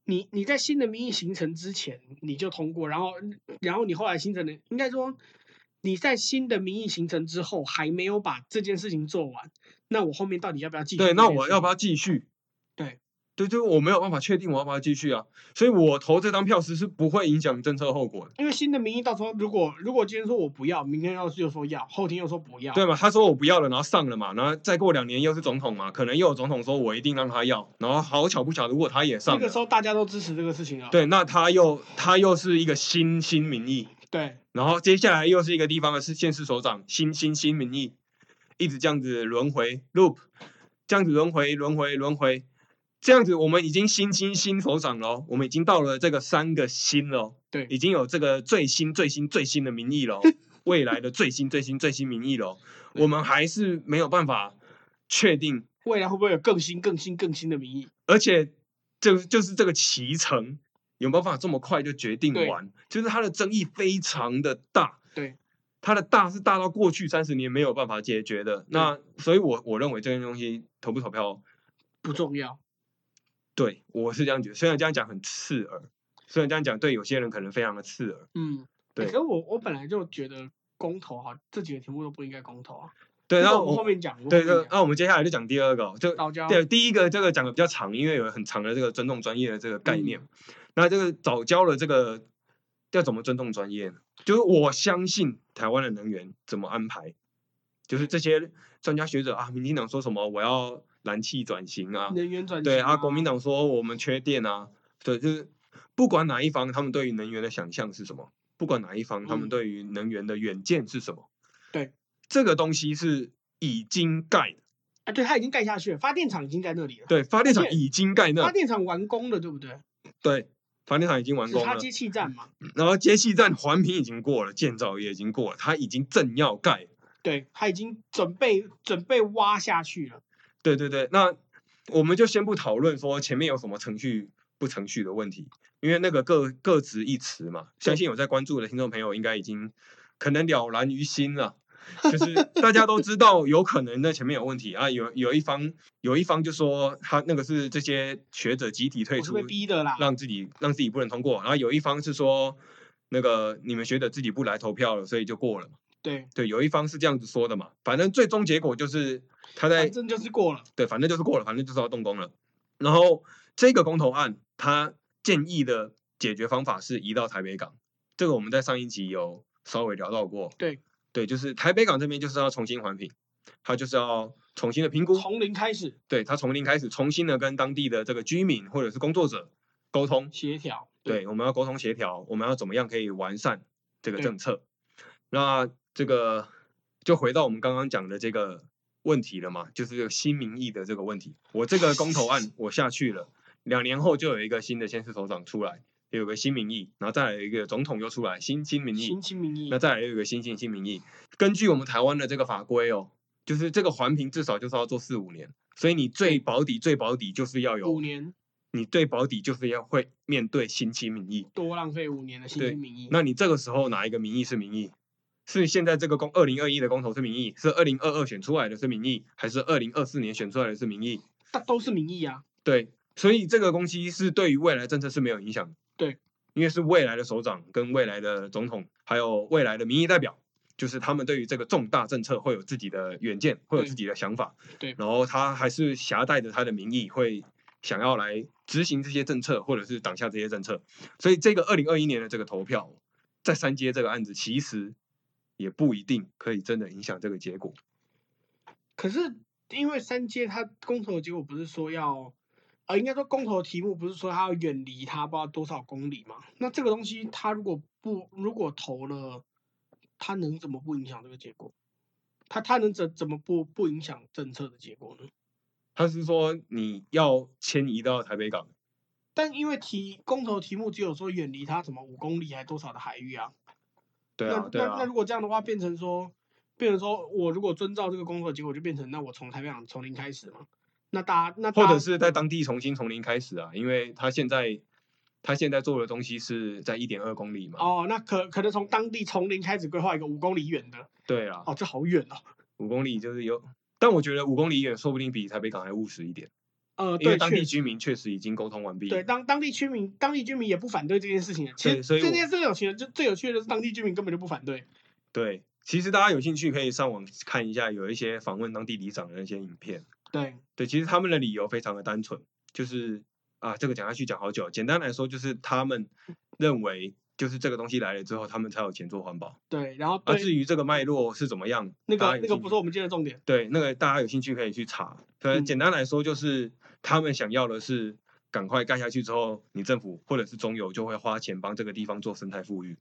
Speaker 2: 你你在新的民意形成之前你就通过，然后然后你后来形成的，应该说你在新的民意形成之后还没有把这件事情做完，那我后面到底要不要继续？
Speaker 1: 对，那我要不？要继续？
Speaker 2: 对，
Speaker 1: 对，就是我没有办法确定我要不要继续啊，所以我投这张票时是不会影响政策后果的，
Speaker 2: 因为新的民意到时候如果如果今天说我不要，明天要是又说要，后天又说不要，
Speaker 1: 对嘛？他说我不要了，然后上了嘛，然后再过两年又是总统嘛，可能又有总统说我一定让他要，然后好巧不巧，如果他也
Speaker 2: 那
Speaker 1: 上
Speaker 2: 个
Speaker 1: 了
Speaker 2: 时，候大家都支持这个事情啊。
Speaker 1: 对，那他又他又是一个新新民意，
Speaker 2: 对
Speaker 1: 然后接下来又是一个地方的是县市首长，新新新民意，一直这样子轮回 loop，这样子轮回轮回轮回，这样子我们已经新新新首长了哦，我们已经到了这个三个新了哦，
Speaker 2: 对
Speaker 1: 已经有这个最新最新最新的民意了哦，未来的最新最新最新民意了哦，我们还是没有办法确定，
Speaker 2: 未来会不会有更新、更新、更新的民意？
Speaker 1: 而且就就是这个骑程有没有办法这么快就决定
Speaker 2: 对
Speaker 1: 完，就是它的争议非常的大。
Speaker 2: 对，
Speaker 1: 它的大是大到过去三十年没有办法解决的。那所以我，我认为这件东西投不投票，
Speaker 2: 不重要。
Speaker 1: 对我是这样觉得。虽然这样讲很刺耳，虽然这样讲对有些人可能非常的刺耳。
Speaker 2: 嗯，
Speaker 1: 对
Speaker 2: 可是我我本来就觉得公投哈，这几个题目都不应该公投啊。
Speaker 1: 对，
Speaker 2: 这
Speaker 1: 然
Speaker 2: 个啊
Speaker 1: 后
Speaker 2: 我们后
Speaker 1: 我
Speaker 2: 面讲，我们
Speaker 1: 对
Speaker 2: 后面
Speaker 1: 对，
Speaker 2: 讲
Speaker 1: 那呃我们接下来就讲第二个哦，就
Speaker 2: 早教
Speaker 1: 对第一个这个讲的比较长，因为有很长的这个尊重专业的这个概念。
Speaker 2: 嗯
Speaker 1: 那这个早教的这个要怎么尊重专业呢？就是我相信台湾的能源怎么安排，就是这些专家学者啊，民进党说什么我要燃气转型啊，
Speaker 2: 能源转型、
Speaker 1: 对啊，
Speaker 2: 啊，
Speaker 1: 国民党说我们缺电啊，对，就是不管哪一方，他们对于能源的想象是什么，不管哪一方，他
Speaker 2: 嗯
Speaker 1: 们对于能源的远见是什么，
Speaker 2: 对，
Speaker 1: 这个东西是已经盖的，
Speaker 2: 啊，对，它已经盖下去了，发电厂已经在那里了，
Speaker 1: 对，发电厂
Speaker 2: 而且
Speaker 1: 已经盖
Speaker 2: 发
Speaker 1: 那，
Speaker 2: 电厂完工了，对不对？
Speaker 1: 对，发电厂已经完
Speaker 2: 是
Speaker 1: 工
Speaker 2: 它
Speaker 1: 了，嗯
Speaker 2: 接气站嘛？
Speaker 1: 然后接气站环评已经过了，建造也已经过了，它已经正要盖，
Speaker 2: 对，它已经准备准备挖下去了。
Speaker 1: 对对对，那我们就先不讨论说前面有什么程序不程序的问题，因为那个各各执一词嘛，相
Speaker 2: 对
Speaker 1: 信有在关注的听众朋友应该已经可能了然于心了。就是大家都知道，有可能那前面有问题啊，有有一方有一方就说他那个是这些学者集体退
Speaker 2: 我是
Speaker 1: 出
Speaker 2: 被，逼的啦。
Speaker 1: 让自己让自己不能通过，然后有一方是说那个你们学者自己不来投票了，所以就过了嘛。
Speaker 2: 对，
Speaker 1: 对，有一方是这样子说的嘛，反正最终结果就是他在
Speaker 2: 反正就是过了。
Speaker 1: 对，反正就是过了，反正就是要动工了。然后这个公投案，他建议的解决方法是移到台北港，这个我们在上一集有稍微聊到过。
Speaker 2: 对，
Speaker 1: 对，就是台北港这边就是要重新环评，他就是要重新的评估，
Speaker 2: 从零开始
Speaker 1: 对他从零开始，重新的跟当地的这个居民或者是工作者沟通，
Speaker 2: 协调，
Speaker 1: 对，我们要沟通协调，我们要怎么样可以完善这个
Speaker 2: 对
Speaker 1: 政策？那这个就回到我们刚刚讲的这个问题了嘛，就是这个新民意的这个问题。我这个公投案我下去了，两年后就有一个新的县市首长出来，有个新民意，然后再来一个总统又出来，新新民意
Speaker 2: 新，清民意
Speaker 1: 那，再来又有一个新新新民意。根据我们台湾的这个法规哦，就是这个环评至少就是要做四五年，所以你最保底最保底就是要有
Speaker 2: 五，年
Speaker 1: 你最保底就是要会面对新新民意。
Speaker 2: 多浪费五年的新
Speaker 1: 对
Speaker 2: 清民意。
Speaker 1: 那你这个时候哪一个民意是民意？是现在这个公二零二一的公投是民意，是二零二二选出来的是民意，还是二零二四年选出来的是民意？
Speaker 2: 那都是民意啊，
Speaker 1: 对，所以这个东西是对于未来政策是没有影响的。
Speaker 2: 对，
Speaker 1: 因为是未来的首长跟未来的总统，还有未来的民意代表，就是他们对于这个重大政策会有自己的远见，会有
Speaker 2: 对
Speaker 1: 自己的想法。
Speaker 2: 对
Speaker 1: 然后他还是挟带着他的民意，会想要来执行这些政策，或者是挡下这些政策。所以这个二零二一年的这个投票，在三阶这个案子，其实也不一定可以真的影响这个结果。
Speaker 2: 可是因为三阶它公投的结果不是说要，呃，应该说公投的题目不是说它要远离它不知道多少公里嘛？那这个东西它如果不如果投了，它能怎么不影响这个结果？它它能怎怎么不不影响政策的结果呢？
Speaker 1: 他是说你要迁移到台北港，
Speaker 2: 但因为题公投题目只有说远离它什么五公里还多少的海域啊，
Speaker 1: 对啊，对
Speaker 2: 那那那
Speaker 1: 啊
Speaker 2: 如，果这样的话，变成说，变成说我如果遵照这个工作结果，就变成那我从台北港从零开始嘛？那大家那大
Speaker 1: 或
Speaker 2: 家
Speaker 1: 者是在当地重新从零开始啊，因为他现在他现在做的东西是在一点二公里嘛，
Speaker 2: 哦，那可可能从当地从零开始规划一个五公里远的，
Speaker 1: 对啊，
Speaker 2: 哦，这好远哦。
Speaker 1: 五公里就是有，但我觉得五公里也说不定比台北港还务实一点，
Speaker 2: 呃，
Speaker 1: 因为
Speaker 2: 对，
Speaker 1: 当
Speaker 2: 确
Speaker 1: 地
Speaker 2: 实
Speaker 1: 居民确实已经沟通完毕了，
Speaker 2: 对当当地居民，当地居民也不反对这件事情啊。其实
Speaker 1: 对所以
Speaker 2: 这
Speaker 1: 我
Speaker 2: 件最有趣的，就最有趣的就是当地居民根本就不反对。
Speaker 1: 对，其实大家有兴趣可以上网看一下，有一些访问当地里长的那些影片。
Speaker 2: 对，
Speaker 1: 对，其实他们的理由非常的单纯，就是啊，这个讲下去讲好久。简单来说，就是他们认为，就是这个东西来了之后，他们才有钱做环保。
Speaker 2: 对，然后
Speaker 1: 啊，
Speaker 2: 对、
Speaker 1: 至于这个脉络是怎么样，
Speaker 2: 那
Speaker 1: 大
Speaker 2: 个
Speaker 1: 家有
Speaker 2: 那个
Speaker 1: 兴
Speaker 2: 不
Speaker 1: 趣
Speaker 2: 是我们今天的重点。
Speaker 1: 对，那个大家有兴趣可以去查。呃，
Speaker 2: 嗯
Speaker 1: 简单来说就是他们想要的是赶快盖下去之后，你政府或者是中油就会花钱帮这个地方做生态富裕。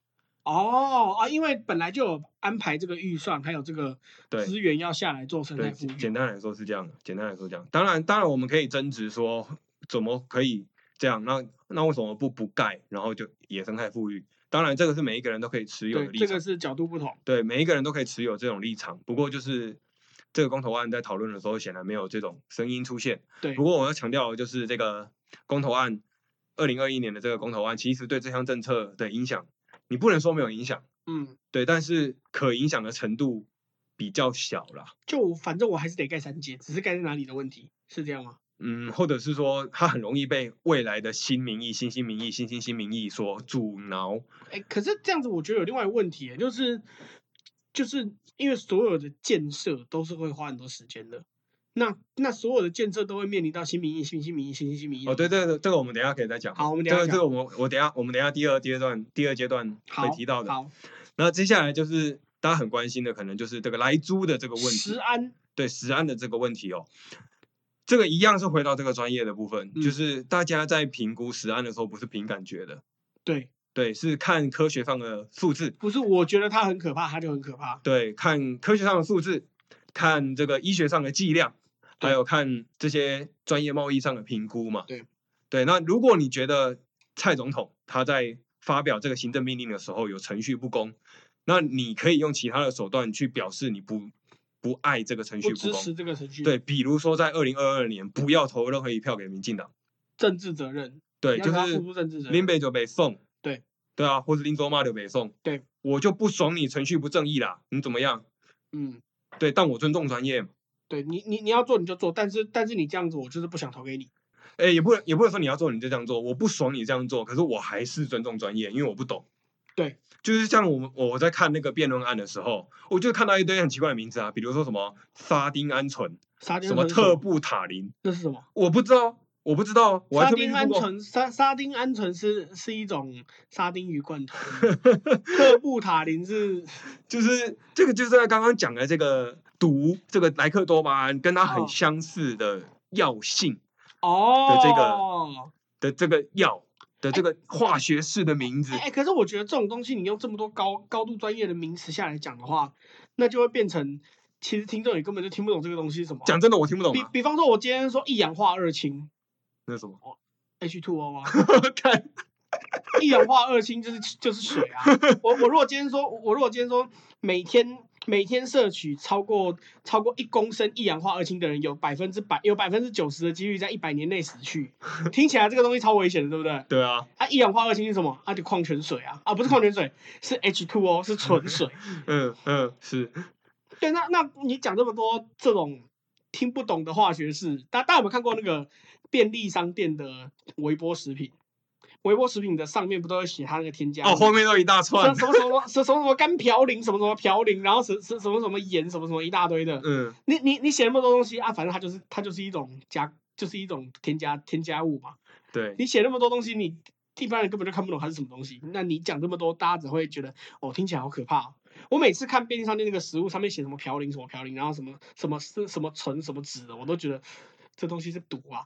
Speaker 2: 哦啊，因为本来就有安排这个预算，还有这个
Speaker 1: 对
Speaker 2: 资源要下来做生态
Speaker 1: 对，
Speaker 2: 富
Speaker 1: 简
Speaker 2: 裕。
Speaker 1: 简单来说是这样的，简单来说这样。当然，当然我们可以争执说怎么可以这样，那那为什么不不盖，然后就野生态富裕？当然，这个是每一个人都可以持有
Speaker 2: 对
Speaker 1: 的，立
Speaker 2: 这
Speaker 1: 场，
Speaker 2: 个是角度不同。
Speaker 1: 对每一个人都可以持有这种立场。不过就是这个公投案在讨论的时候，显然没有这种声音出现。
Speaker 2: 对
Speaker 1: 不，过我要强调的就是这个公投案，二零二一年的这个公投案，其实对这项政策的影响，你不能说没有影响，
Speaker 2: 嗯，
Speaker 1: 对，但是可影响的程度比较小啦。
Speaker 2: 就反正我还是得盖三阶，只是盖在哪里的问题，是这样吗？
Speaker 1: 嗯，或者是说它很容易被未来的新民意、新新民意、新新新民意所阻挠。
Speaker 2: 哎、可是这样子，我觉得有另外一个问题耶，就是就是因为所有的建设都是会花很多时间的，那那所有的建设都会面临到新民意、新新民意、新新民意。
Speaker 1: 哦，对，对对，这个我们等一下可以再讲。
Speaker 2: 好我们等
Speaker 1: 这
Speaker 2: 一
Speaker 1: 个
Speaker 2: 下
Speaker 1: 这个我们我等一下我们等一下第二阶段第二阶段
Speaker 2: 好
Speaker 1: 会提到的。
Speaker 2: 好，
Speaker 1: 那接下来就是大家很关心的，可能就是这个莱猪的这个问题
Speaker 2: 石，安
Speaker 1: 对食安的这个问题哦。这个一样是回到这个专业的部分，
Speaker 2: 嗯
Speaker 1: 就是大家在评估食安的时候，不是凭感觉的，
Speaker 2: 对，
Speaker 1: 对，是看科学上的数字，
Speaker 2: 不是我觉得它很可怕，它就很可怕。
Speaker 1: 对，看科学上的数字，看这个医学上的剂量，还
Speaker 2: 对
Speaker 1: 有看这些专业贸易上的评估嘛。
Speaker 2: 对，
Speaker 1: 对。那如果你觉得蔡总统他在发表这个行政命令的时候有程序不公，那你可以用其他的手段去表示你不不爱这个程序
Speaker 2: 不
Speaker 1: 不
Speaker 2: 支持
Speaker 1: 公。
Speaker 2: 这个程序，
Speaker 1: 对，，比如说在二零二二年，不要投任何一票给民进党。
Speaker 2: 政治责任，
Speaker 1: 对，
Speaker 2: 要
Speaker 1: 就
Speaker 2: 让他
Speaker 1: 是
Speaker 2: 付出政治责
Speaker 1: 林
Speaker 2: 任
Speaker 1: 北就被送，
Speaker 2: 对
Speaker 1: 对啊，或是林卓骂就被送，
Speaker 2: 对
Speaker 1: 我就不爽你程序不正义啦，你怎么样？
Speaker 2: 嗯，
Speaker 1: 对，但我尊重专业嘛。
Speaker 2: 对你你你要做你就做，但是但是你这样子，我就是不想投给你。
Speaker 1: 哎、也不能也不能说你要做你就这样做，我不爽你这样做，可是我还是尊重专业，因为我不懂。
Speaker 2: 对，
Speaker 1: 就是像我们我我在看那个辩论案的时候，我就看到一堆很奇怪的名字啊，比如说什么沙丁鹌鹑、
Speaker 2: 沙丁
Speaker 1: 什
Speaker 2: 鹌
Speaker 1: 么
Speaker 2: 鹑是
Speaker 1: 特布塔林，
Speaker 2: 这是什么？
Speaker 1: 我不知道，我不知道，我还
Speaker 2: 沙
Speaker 1: 特别
Speaker 2: 丁
Speaker 1: 去
Speaker 2: 鹌
Speaker 1: Google
Speaker 2: 鹑沙沙丁鹌鹑是是一种沙丁鱼罐头， 特布塔林是
Speaker 1: 就是这个就是在刚刚讲的这个毒，这个莱克多巴胺跟它很
Speaker 2: 哦
Speaker 1: 相似的药性
Speaker 2: 哦
Speaker 1: 这个的这个药的这个化学式的名字
Speaker 2: 哎、，可是我觉得这种东西，你用这么多高高度专业的名词下来讲的话，那就会变成，其实听众也根本就听不懂这个东西是什么啊。
Speaker 1: 讲真的我听不懂
Speaker 2: 比
Speaker 1: 啊，
Speaker 2: 比方说，我今天说一氧化二氢
Speaker 1: 那什么，
Speaker 2: H2O 啊，
Speaker 1: 看
Speaker 2: 一氧化二氢就是就是水啊。我我如果今天说，我如果今天说每天每天摄取超过超过一公升一氧化二氢的人，有百分之百有百分之九十的几率在一百年内死去。听起来这个东西超危险的，对不对？
Speaker 1: 对啊，
Speaker 2: 啊，一氧化二氢是什么？啊，就矿泉水啊，啊，不是矿泉水，是 H2O，是纯水。
Speaker 1: 嗯嗯是，
Speaker 2: 对，那那你讲这么多这种听不懂的化学式，大大家有没有看过那个便利商店的微波食品？微波食品的上面不都会写它那个添加物？
Speaker 1: 哦后面都一大
Speaker 2: 什
Speaker 1: 串，
Speaker 2: 什么什么什么什么什么甘嘌呤，什么什么嘌呤，然后什什什么什么盐，什么什么一大堆的。
Speaker 1: 嗯
Speaker 2: 你你你写那么多东西啊，反正它就是它就是一种加，就是一种添加添加物嘛。
Speaker 1: 对，
Speaker 2: 你写那么多东西，你一般人根本就看不懂它是什么东西。那你讲这么多，大家只会觉得哦，听起来好可怕哦、我每次看便利商店那个食物上面写什么嘌呤、什么嘌呤，然后什么什么是什么醇、什么酯的，我都觉得这东西是毒啊，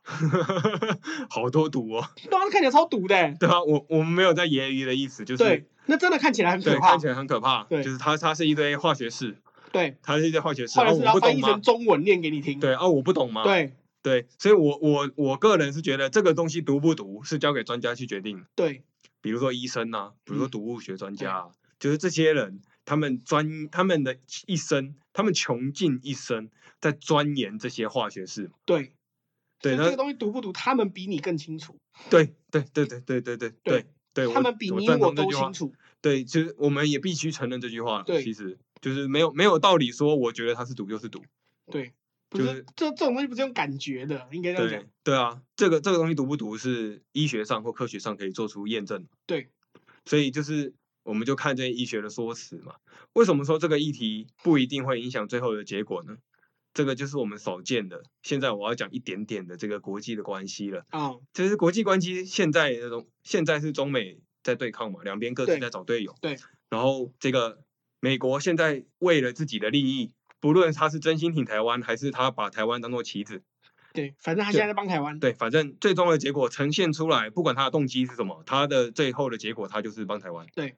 Speaker 1: 好多毒哦，
Speaker 2: 当然看起来超毒的欸、
Speaker 1: 对啊，我我们没有在揶揄的意思，就是
Speaker 2: 对，那真的看起来很可
Speaker 1: 对，
Speaker 2: 怕
Speaker 1: 看。起来很可怕，
Speaker 2: 对
Speaker 1: 就是它它是一堆化学式，
Speaker 2: 对，
Speaker 1: 它是一堆化学式，
Speaker 2: 或
Speaker 1: 啊
Speaker 2: 者是
Speaker 1: 我
Speaker 2: 要
Speaker 1: 不
Speaker 2: 翻
Speaker 1: 懂
Speaker 2: 译
Speaker 1: 吗
Speaker 2: 成？中文念给你听。
Speaker 1: 对啊，我不懂吗？
Speaker 2: 对
Speaker 1: 对，所以我我我个人是觉得这个东西毒不毒是交给专家去决定的，
Speaker 2: 对
Speaker 1: 比如说医生呐、比如说
Speaker 2: 嗯
Speaker 1: 毒物学专家、啊，就是这些人，他们专他们的一生，他们穷尽一生在钻研这些化学式嘛。
Speaker 2: 对，
Speaker 1: 对，
Speaker 2: 所以这个
Speaker 1: 那
Speaker 2: 东西毒不毒，他们比你更清楚，
Speaker 1: 对对对对对对对对对，
Speaker 2: 他们比你
Speaker 1: 赞
Speaker 2: 我
Speaker 1: 同这
Speaker 2: 都
Speaker 1: 句话
Speaker 2: 清楚。
Speaker 1: 对，就是我们也必须承认这句话。
Speaker 2: 对
Speaker 1: 其实就是没有没有道理说，我觉得它是毒就是毒。
Speaker 2: 对，不
Speaker 1: 就是
Speaker 2: 这这种东西不是用感觉的，应该这样讲
Speaker 1: 对。对啊，这个这个东西毒不毒是医学上或科学上可以做出验证。
Speaker 2: 对，
Speaker 1: 所以就是我们就看这些医学的说辞嘛。为什么说这个议题不一定会影响最后的结果呢？这个就是我们少见的。现在我要讲一点点的这个国际的关系了。
Speaker 2: 啊、
Speaker 1: 就是国际关系现在的中，现在是中美在对抗嘛，两边各自
Speaker 2: 对
Speaker 1: 在找队友。
Speaker 2: 对
Speaker 1: 然后这个美国现在为了自己的利益，不论他是真心挺台湾，还是他把台湾当做棋子，
Speaker 2: 对，反正他
Speaker 1: 对
Speaker 2: 现在在帮台湾。
Speaker 1: 对，反正最终的结果呈现出来，不管他的动机是什么，他的最后的结果他就是帮台湾。
Speaker 2: 对。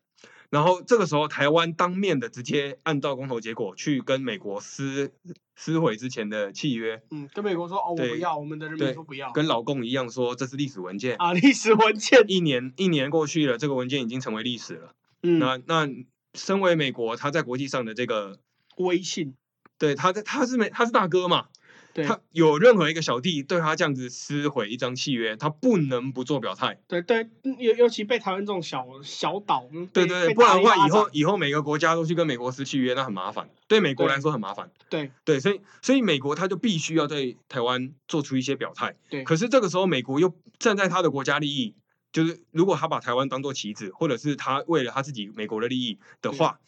Speaker 1: 然后这个时候，台湾当面的直接按照公投结果去跟美国撕撕毁之前的契约，
Speaker 2: 嗯，跟美国说哦，我不
Speaker 1: 对
Speaker 2: 要，我们的人民
Speaker 1: 对
Speaker 2: 说不要。
Speaker 1: 跟老共一样说这是历史文件。
Speaker 2: 啊，历史文 件。
Speaker 1: 一年一年过去了，这个文件已经成为历史了。
Speaker 2: 嗯，
Speaker 1: 那那身为美国，他在国际上的这个，
Speaker 2: 微信。
Speaker 1: 对他在他是美他是大哥嘛，
Speaker 2: 对
Speaker 1: 他有任何一个小弟对他这样子撕毁一张契约，他不能不做表态。
Speaker 2: 对对，嗯尤尤其被台湾这种小小岛，嗯
Speaker 1: 对
Speaker 2: 被
Speaker 1: 对，
Speaker 2: 被
Speaker 1: 不然
Speaker 2: 打
Speaker 1: 的
Speaker 2: 一
Speaker 1: 话，
Speaker 2: 巴
Speaker 1: 以后
Speaker 2: 掌
Speaker 1: 以后每个国家都去跟美国撕契约，那很麻烦，对美国
Speaker 2: 对
Speaker 1: 来说很麻烦。
Speaker 2: 对
Speaker 1: 对，所以所以美国他就必须要对台湾做出一些表态。
Speaker 2: 对
Speaker 1: 可是这个时候美国又站在他的国家利益，就是如果他把台湾当做棋子，或者是他为了他自己美国的利益的
Speaker 2: 对
Speaker 1: 话，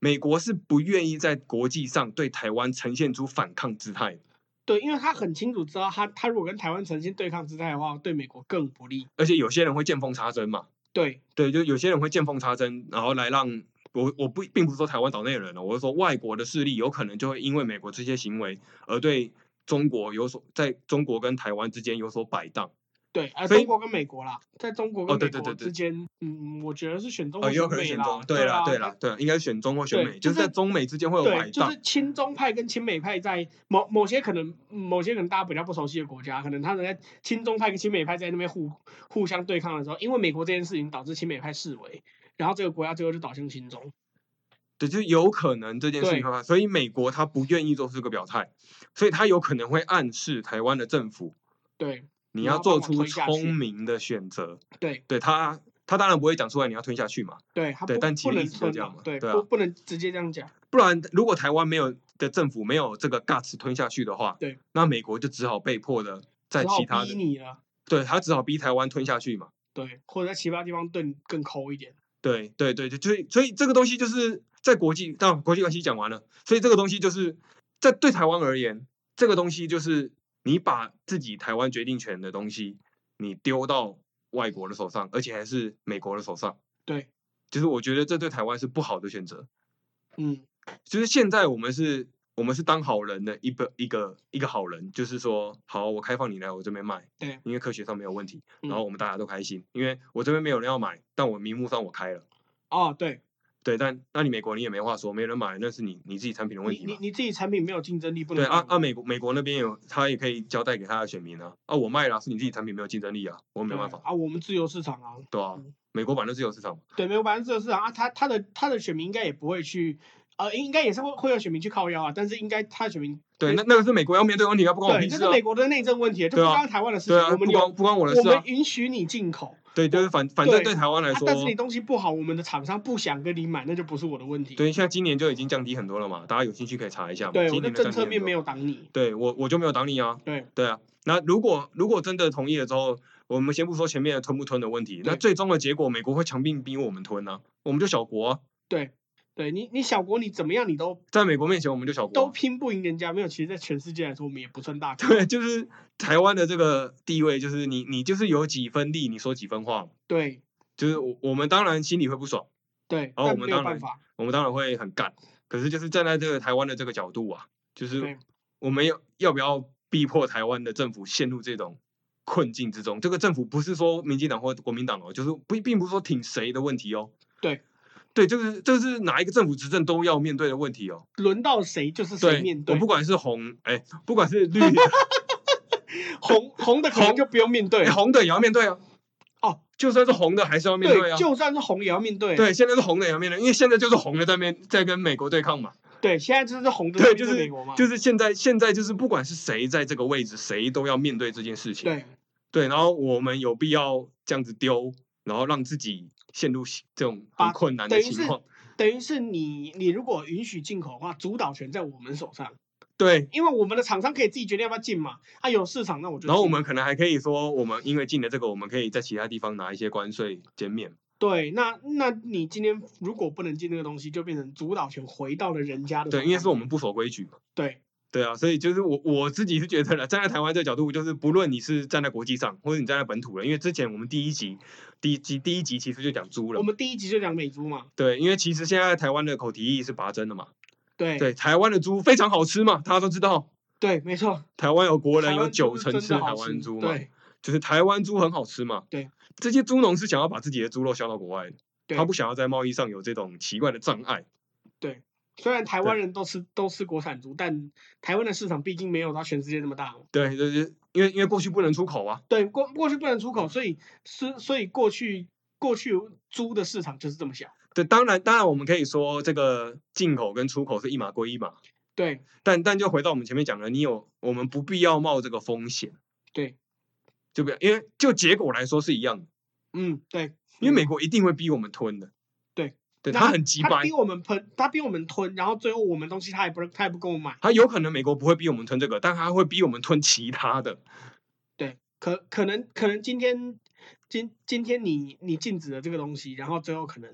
Speaker 1: 美国是不愿意在国际上对台湾呈现出反抗姿态的，
Speaker 2: 对，因为他很清楚知道他，他如果跟台湾呈现对抗姿态的话，对美国更不利。
Speaker 1: 而且有些人会见缝插针嘛。
Speaker 2: 对
Speaker 1: 对，就有些人会见缝插针，然后来让我我不并不是说台湾岛内的人哦了，我是说外国的势力有可能就会因为美国这些行为而对中国有所在中国跟台湾之间有所摆荡，
Speaker 2: 对，啊，
Speaker 1: 所以
Speaker 2: 中国跟美国啦，在中国
Speaker 1: 哦
Speaker 2: 跟
Speaker 1: 对
Speaker 2: 美
Speaker 1: 对
Speaker 2: 国
Speaker 1: 对对
Speaker 2: 之间，嗯，我觉得是选中
Speaker 1: 呃，
Speaker 2: 或
Speaker 1: 也有
Speaker 2: 选
Speaker 1: 可能
Speaker 2: 美
Speaker 1: 选
Speaker 2: 啦
Speaker 1: 中，，对啦
Speaker 2: 啦，
Speaker 1: 对
Speaker 2: 啦
Speaker 1: 啦，，对啦，应该选中或选
Speaker 2: 对
Speaker 1: 美，就
Speaker 2: 就
Speaker 1: 是在
Speaker 2: 是
Speaker 1: 中美之间会有摆
Speaker 2: 对，就
Speaker 1: 荡
Speaker 2: 是，亲中派跟亲美派在某某些可能某些可能大家比较不熟悉的国家，可能他们在亲中派跟亲美派在那边互互相对抗的时候，因为美国这件事情导致亲美派示威，然后这个国家最后就倒向亲中。
Speaker 1: 对，就是有可能这件事情
Speaker 2: 对
Speaker 1: 会发，所以美国他不愿意做出这个表态，所以他有可能会暗示台湾的政府，
Speaker 2: 对
Speaker 1: 你
Speaker 2: 你
Speaker 1: 要
Speaker 2: 要
Speaker 1: 做
Speaker 2: 帮我
Speaker 1: 出
Speaker 2: 推下去
Speaker 1: 聪明的选择，
Speaker 2: 对
Speaker 1: 对他。他当然不会讲出来，你要吞下去嘛？
Speaker 2: 对，他
Speaker 1: 对
Speaker 2: 不
Speaker 1: 但其
Speaker 2: 不
Speaker 1: 实
Speaker 2: 能
Speaker 1: 一直都
Speaker 2: 吞
Speaker 1: 这样
Speaker 2: 啊
Speaker 1: 嘛
Speaker 2: 对
Speaker 1: 对
Speaker 2: 不
Speaker 1: 啊
Speaker 2: 不能直接这样讲。
Speaker 1: 不然，如果台湾没有的政府没有这个 guts 吞下去的话，
Speaker 2: 对，
Speaker 1: 那美国就只好被迫的在
Speaker 2: 只好
Speaker 1: 其他
Speaker 2: 逼
Speaker 1: 的，
Speaker 2: 你了，
Speaker 1: 对他只好逼台湾吞下去嘛。
Speaker 2: 对，或者在其他地方对你更抠一点。
Speaker 1: 对对对对，所以所以这个东西就是在国际，当然国际关系讲完了，所以这个东西就是在对台湾而言，这个东西就是你把自己台湾决定权的东西，你丢到外国的手上，而且还是美国的手上，
Speaker 2: 对，
Speaker 1: 就是我觉得这对台湾是不好的选择。
Speaker 2: 嗯，
Speaker 1: 就是现在我们是，我们是当好人的一个一个一个好人，就是说，好，我开放你来我这边卖，
Speaker 2: 对，
Speaker 1: 因为科学上没有问题，然
Speaker 2: 嗯
Speaker 1: 后我们大家都开心，因为我这边没有人要买，但我名目上我开了，
Speaker 2: 哦，对，
Speaker 1: 对，但那你美国你也没话说，没人买，那是你你自己产品的问
Speaker 2: 你
Speaker 1: 题
Speaker 2: 你
Speaker 1: 嘛。
Speaker 2: 你自己产品没有竞争力，不能
Speaker 1: 对啊
Speaker 2: 用
Speaker 1: 啊，美国美国那边有他也可以交代给他的选民啊，啊我卖了啊，是你自己产品没有竞争力啊，我没
Speaker 2: 对
Speaker 1: 办法，
Speaker 2: 啊，我们自由市场啊，
Speaker 1: 对啊
Speaker 2: 嗯，
Speaker 1: 美国版的自由市场嘛，
Speaker 2: 对，没有百分之二市场啊，他他的他的选民应该也不会去，呃，应应该也是会会有选民去靠腰啊，但是应该他的选民
Speaker 1: 对，
Speaker 2: 对
Speaker 1: 那那个是美国要面对的问题啊，不关我屁
Speaker 2: 对，那
Speaker 1: 事
Speaker 2: 是
Speaker 1: 啊
Speaker 2: 美，国的内政问题，这不
Speaker 1: 对啊
Speaker 2: 关台湾的事情，
Speaker 1: 对啊，
Speaker 2: 我们
Speaker 1: 不
Speaker 2: 有
Speaker 1: 关不关我的
Speaker 2: 我
Speaker 1: 事
Speaker 2: 们
Speaker 1: 啊，
Speaker 2: 允许你进口，
Speaker 1: 对，就是反反正
Speaker 2: 对
Speaker 1: 对台湾来
Speaker 2: 啊
Speaker 1: 说，
Speaker 2: 但是你东西不好，我们的厂商不想跟你买，那就不是我的问题。
Speaker 1: 对，现在今年就已经降低很多了嘛，大家有兴趣可以查一下嘛。
Speaker 2: 对，
Speaker 1: 今
Speaker 2: 我的
Speaker 1: 年的降
Speaker 2: 政
Speaker 1: 低
Speaker 2: 策
Speaker 1: 很
Speaker 2: 面
Speaker 1: 多
Speaker 2: 没有挡你。
Speaker 1: 对我我就没有挡你啊。
Speaker 2: 对，
Speaker 1: 对啊，那如果如果真的同意了之后，我们先不说前面的吞不吞的问题，那
Speaker 2: 对
Speaker 1: 最终的结果，美国会强硬逼我们吞啊，我们就小国、啊，
Speaker 2: 对，对你你小国你怎么样你都
Speaker 1: 在美国面前我们就小国
Speaker 2: 都
Speaker 1: 啊、
Speaker 2: 拼不赢人家，没有，其实在全世界来说我们也不算大国。
Speaker 1: 对，就是台湾的这个地位，就是你你就是有几分力，你说几分话嘛，
Speaker 2: 对
Speaker 1: 就是我我们当然心里会不爽，
Speaker 2: 对，
Speaker 1: 哦我
Speaker 2: 但
Speaker 1: 们
Speaker 2: 没有
Speaker 1: 当
Speaker 2: 办
Speaker 1: 然
Speaker 2: 法。
Speaker 1: 我们当然会很干，可是就是站在这个台湾的这个角度啊，就是
Speaker 2: 对
Speaker 1: 我们要要不要逼迫台湾的政府陷入这种困境之中？这个政府不是说民进党或国民党哦，就是不并不是说挺谁的问题哦。
Speaker 2: 对，
Speaker 1: 对，这个这是哪一个政府执政都要面对的问题哦。
Speaker 2: 轮到谁就是谁
Speaker 1: 对
Speaker 2: 面，
Speaker 1: 我
Speaker 2: 对
Speaker 1: 不，管是红哎，不管是 绿
Speaker 2: 红红的可能
Speaker 1: 红
Speaker 2: 就不用面对
Speaker 1: 哎，红的也要面对啊。
Speaker 2: 哦，
Speaker 1: 就算是红的还是要面
Speaker 2: 对，
Speaker 1: 啊。
Speaker 2: 就算是红也要面对。
Speaker 1: 对，现在是红的也要面对，因为现在就是红的在面在跟美国对抗嘛。
Speaker 2: 对，现在就是红的
Speaker 1: 对，
Speaker 2: 在
Speaker 1: 就
Speaker 2: 面
Speaker 1: 是
Speaker 2: 美国嘛，
Speaker 1: 就是是现在现在就是不管是谁在这个位置，谁都要面对这件事情。
Speaker 2: 对
Speaker 1: 对然后我们有必要这样子丢，然后让自己陷入西这种
Speaker 2: 把
Speaker 1: 很困难
Speaker 2: 等
Speaker 1: 的
Speaker 2: 于是
Speaker 1: 情况。
Speaker 2: 等于是你你如果允许进口的话，主导权在我们手上，
Speaker 1: 对，
Speaker 2: 因为我们的厂商可以自己决定要不要进嘛，啊有市场那我就进。
Speaker 1: 然后我们可能还可以说，我们因为进了这个，我们可以在其他地方拿一些关税减免。
Speaker 2: 对，那那你今天如果不能进那个东西，就变成主导权回到了人家的手上。
Speaker 1: 对，因为是我们不守规矩嘛。
Speaker 2: 对
Speaker 1: 对啊，所以就是我我自己是觉得了，站在台湾这个角度，就是不论你是站在国际上，或者你站在本土了，因为之前我们第一集、第一集、第一集其实就讲猪了
Speaker 2: 我，们第一集就讲美猪嘛，
Speaker 1: 对，因为其实现在台湾的口蹄疫是拔针的嘛，
Speaker 2: 对
Speaker 1: 对，台湾的猪非常好吃嘛，大家都知道，
Speaker 2: 对没错，
Speaker 1: 台湾有国人
Speaker 2: 台
Speaker 1: 有
Speaker 2: 湾
Speaker 1: 九
Speaker 2: 猪是
Speaker 1: 成
Speaker 2: 真
Speaker 1: 吃
Speaker 2: 的
Speaker 1: 台
Speaker 2: 好
Speaker 1: 湾
Speaker 2: 吃
Speaker 1: 猪嘛，
Speaker 2: 对
Speaker 1: 就是台湾猪很好吃嘛。
Speaker 2: 对，
Speaker 1: 这些猪农是想要把自己的猪肉销到国外的，
Speaker 2: 对
Speaker 1: 他不想要在贸易上有这种奇怪的障碍。
Speaker 2: 对，虽然台
Speaker 1: 对
Speaker 2: 湾人都吃都吃国产猪，但台湾的市场毕竟没有到全世界那么大嘛。
Speaker 1: 对，就是因为因为过去不能出口啊，
Speaker 2: 对，过过去不能出口，所以是所以过去过去猪的市场就是这么小。
Speaker 1: 对，当然当然我们可以说这个进口跟出口是一码归一码，
Speaker 2: 对
Speaker 1: 但但就回到我们前面讲的，你有我们不必要冒这个风险，
Speaker 2: 对，
Speaker 1: 就不要，因为就结果来说是一样的，
Speaker 2: 嗯对，
Speaker 1: 因为
Speaker 2: 嗯
Speaker 1: 美国一定会逼我们吞的。
Speaker 2: 对，
Speaker 1: 对
Speaker 2: 那
Speaker 1: 他很急
Speaker 2: 他
Speaker 1: 掰
Speaker 2: 逼，我们喷，他逼我们吞，然后最后我们东西他也不他也不跟我买。
Speaker 1: 他有可能美国不会逼我们吞这个，但他会逼我们吞其他的。
Speaker 2: 对，可可能可能今天今今天你你禁止了这个东西，然后最后可能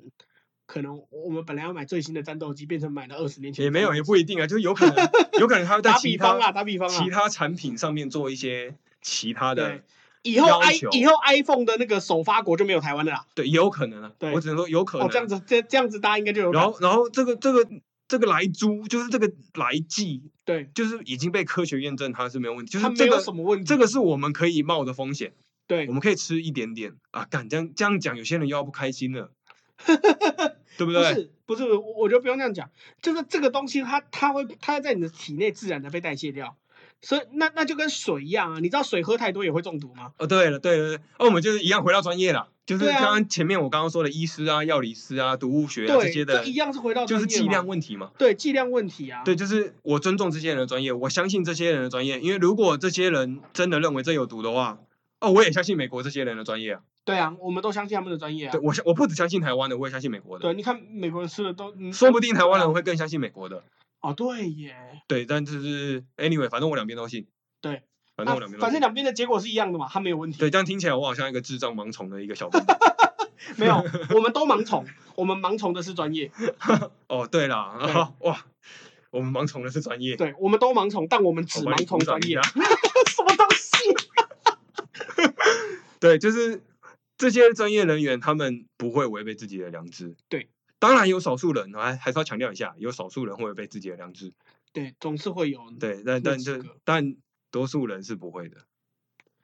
Speaker 2: 可能我们本来要买最新的战斗机，变成买了二十年前
Speaker 1: 也
Speaker 2: 的
Speaker 1: 没有，
Speaker 2: 战斗
Speaker 1: 也
Speaker 2: 机
Speaker 1: 不一定啊，就是有可能，有可能他会在
Speaker 2: 打
Speaker 1: 其
Speaker 2: 比方啦，
Speaker 1: 他
Speaker 2: 啊打比方
Speaker 1: 其
Speaker 2: 啦，
Speaker 1: 他产品上面做一些其他的
Speaker 2: 对，以后
Speaker 1: 要
Speaker 2: i
Speaker 1: 求
Speaker 2: 以后 iPhone 的那个首发国就没有台湾的啦。
Speaker 1: 对，也有可能啊。
Speaker 2: 对
Speaker 1: 我只能说有可能。
Speaker 2: 哦，这样。子这这样子大家应该就有
Speaker 1: 然
Speaker 2: 感
Speaker 1: 后，然后这个这个这个来猪，就是这个来剂，
Speaker 2: 对，
Speaker 1: 就是已经被科学验证它是没有问题，就是
Speaker 2: 它没
Speaker 1: 这
Speaker 2: 有
Speaker 1: 个
Speaker 2: 什么问题。
Speaker 1: 这个是我们可以冒的风险，
Speaker 2: 对
Speaker 1: 我们可以吃一点点啊。敢这样这样讲，有些人又要不开心 了，对不
Speaker 2: 不
Speaker 1: 对？
Speaker 2: 是不是，我我就不用这样讲，就是这个东西它它会它在你的体内自然的被代谢掉，所以那那就跟水一样啊，你知道水喝太多也会中毒吗？
Speaker 1: 哦，对了，对了对了，哦，我们就是一样回到专业了，就是
Speaker 2: 对啊
Speaker 1: 刚刚前面我刚刚说的医师啊、药理师啊、毒物学啊这
Speaker 2: 对，
Speaker 1: 些
Speaker 2: 这
Speaker 1: 的，
Speaker 2: 一样是回到
Speaker 1: 就是
Speaker 2: 专业
Speaker 1: 剂
Speaker 2: 嘛
Speaker 1: 量问题嘛。
Speaker 2: 对剂量问题啊，
Speaker 1: 对，就是我尊重这些人的专业，我相信这些人的专业，因为如果这些人真的认为这有毒的话，哦，我也相信美国这些人的专业啊。
Speaker 2: 对啊，我们都相信他们的专业啊
Speaker 1: 对，我相我不只相信台湾的，我也相信美国的
Speaker 2: 对，。你看美国人吃的都，嗯
Speaker 1: 说不定台湾人
Speaker 2: 对啊
Speaker 1: 会更相信美国的。
Speaker 2: 哦，对耶，
Speaker 1: 对，但就是 anyway，反正我两边都信。
Speaker 2: 对，
Speaker 1: 反
Speaker 2: 那
Speaker 1: 正我两边都
Speaker 2: 啊反正
Speaker 1: 信。
Speaker 2: 两边的结果是一样的嘛，他没有问题，
Speaker 1: 对，这样听起来我好像一个智障盲从的一个小笨蛋。
Speaker 2: 没有，我们都盲从，我们盲从的是专业，
Speaker 1: 哦，对啦，
Speaker 2: 对
Speaker 1: 哇，我们盲从的是专业，
Speaker 2: 对，我们都盲从，但我们只
Speaker 1: 我帮
Speaker 2: 盲
Speaker 1: 你
Speaker 2: 从
Speaker 1: 鼓掌
Speaker 2: 专
Speaker 1: 一
Speaker 2: 业
Speaker 1: 下，
Speaker 2: 什么东西？
Speaker 1: 对，就是这些专业人员，他们不会违背自己的良知。
Speaker 2: 对，
Speaker 1: 当然有少数人，还还是要强调一下，有少数人会违背自己的良知。
Speaker 2: 对，总是会有。
Speaker 1: 对，但
Speaker 2: 那
Speaker 1: 但
Speaker 2: 几
Speaker 1: 这
Speaker 2: 个
Speaker 1: 但多数人是不会的。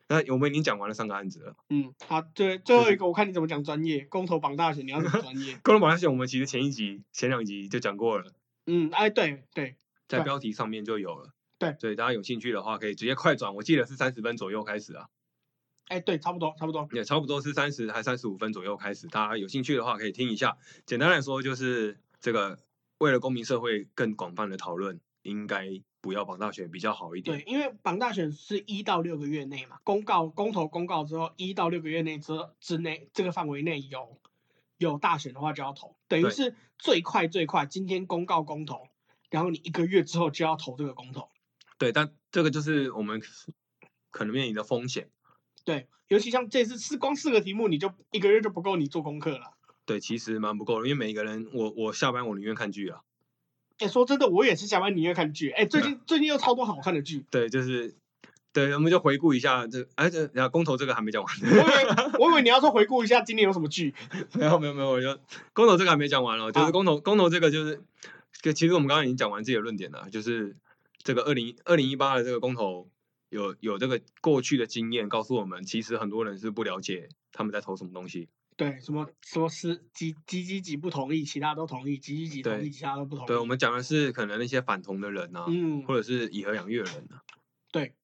Speaker 1: 那我们已经讲完了三个案子了。
Speaker 2: 嗯，好，最最后
Speaker 1: 是？
Speaker 2: 一个，我看你怎么讲专业，公投绑大选，你要怎么专业
Speaker 1: 哥伦马大选，我们其实前一集、前两集就讲过了，
Speaker 2: 嗯，哎，对对，
Speaker 1: 在
Speaker 2: 对
Speaker 1: 标题上面就有了。
Speaker 2: 对
Speaker 1: 所以大家有兴趣的话，可以直接快转。我记得是三十分左右开始啊，
Speaker 2: 哎对，差不多差不多。
Speaker 1: 也差不多是三十还三十五分左右开始。大家有兴趣的话，可以听一下。简单来说，就是这个为了公民社会更广泛的讨论，应该不要绑大选比较好一
Speaker 2: 对
Speaker 1: 点。，
Speaker 2: 因为绑大选是一到六个月内嘛，公告公投公告之后，一到六个月内之之内这个范围内有有大选的话就要投，等于
Speaker 1: 对
Speaker 2: 是最快最快，今天公告公投，然后你一个月之后就要投这个公投。
Speaker 1: 对，但这个就是我们可能面临的风险。
Speaker 2: 对，尤其像这次是光四个题目，你就一个月就不够你做功课了。
Speaker 1: 对，其实蛮不够的，因为每个人，我我下班我宁愿看剧啊。
Speaker 2: 哎，说真的，我也是下班宁愿看剧。哎，最
Speaker 1: 对
Speaker 2: 近最近又超多好看的剧，
Speaker 1: 对，就是，对，我们就回顾一下这，哎，这然后公投这个还没讲完，
Speaker 2: 我以为我以为你要说回顾一下今年有什么剧。
Speaker 1: 没有没有没有，我就公投这个还没讲完哦，就
Speaker 2: 啊
Speaker 1: 是公投、公投这个就是，就其实我们刚刚已经讲完自己的论点了，就是这个二零二零一八的这个公投有有这个过去的经验告诉我们，其实很多人是不了解他们在投什么东西。
Speaker 2: 对，什么什么是几几几几不同意，其他都同意，几几几同
Speaker 1: 对
Speaker 2: 意，其他都不同意。
Speaker 1: 对，我们讲的是可能那些反同的人啊，
Speaker 2: 嗯，
Speaker 1: 或者是以和养乐人啊。
Speaker 2: 对，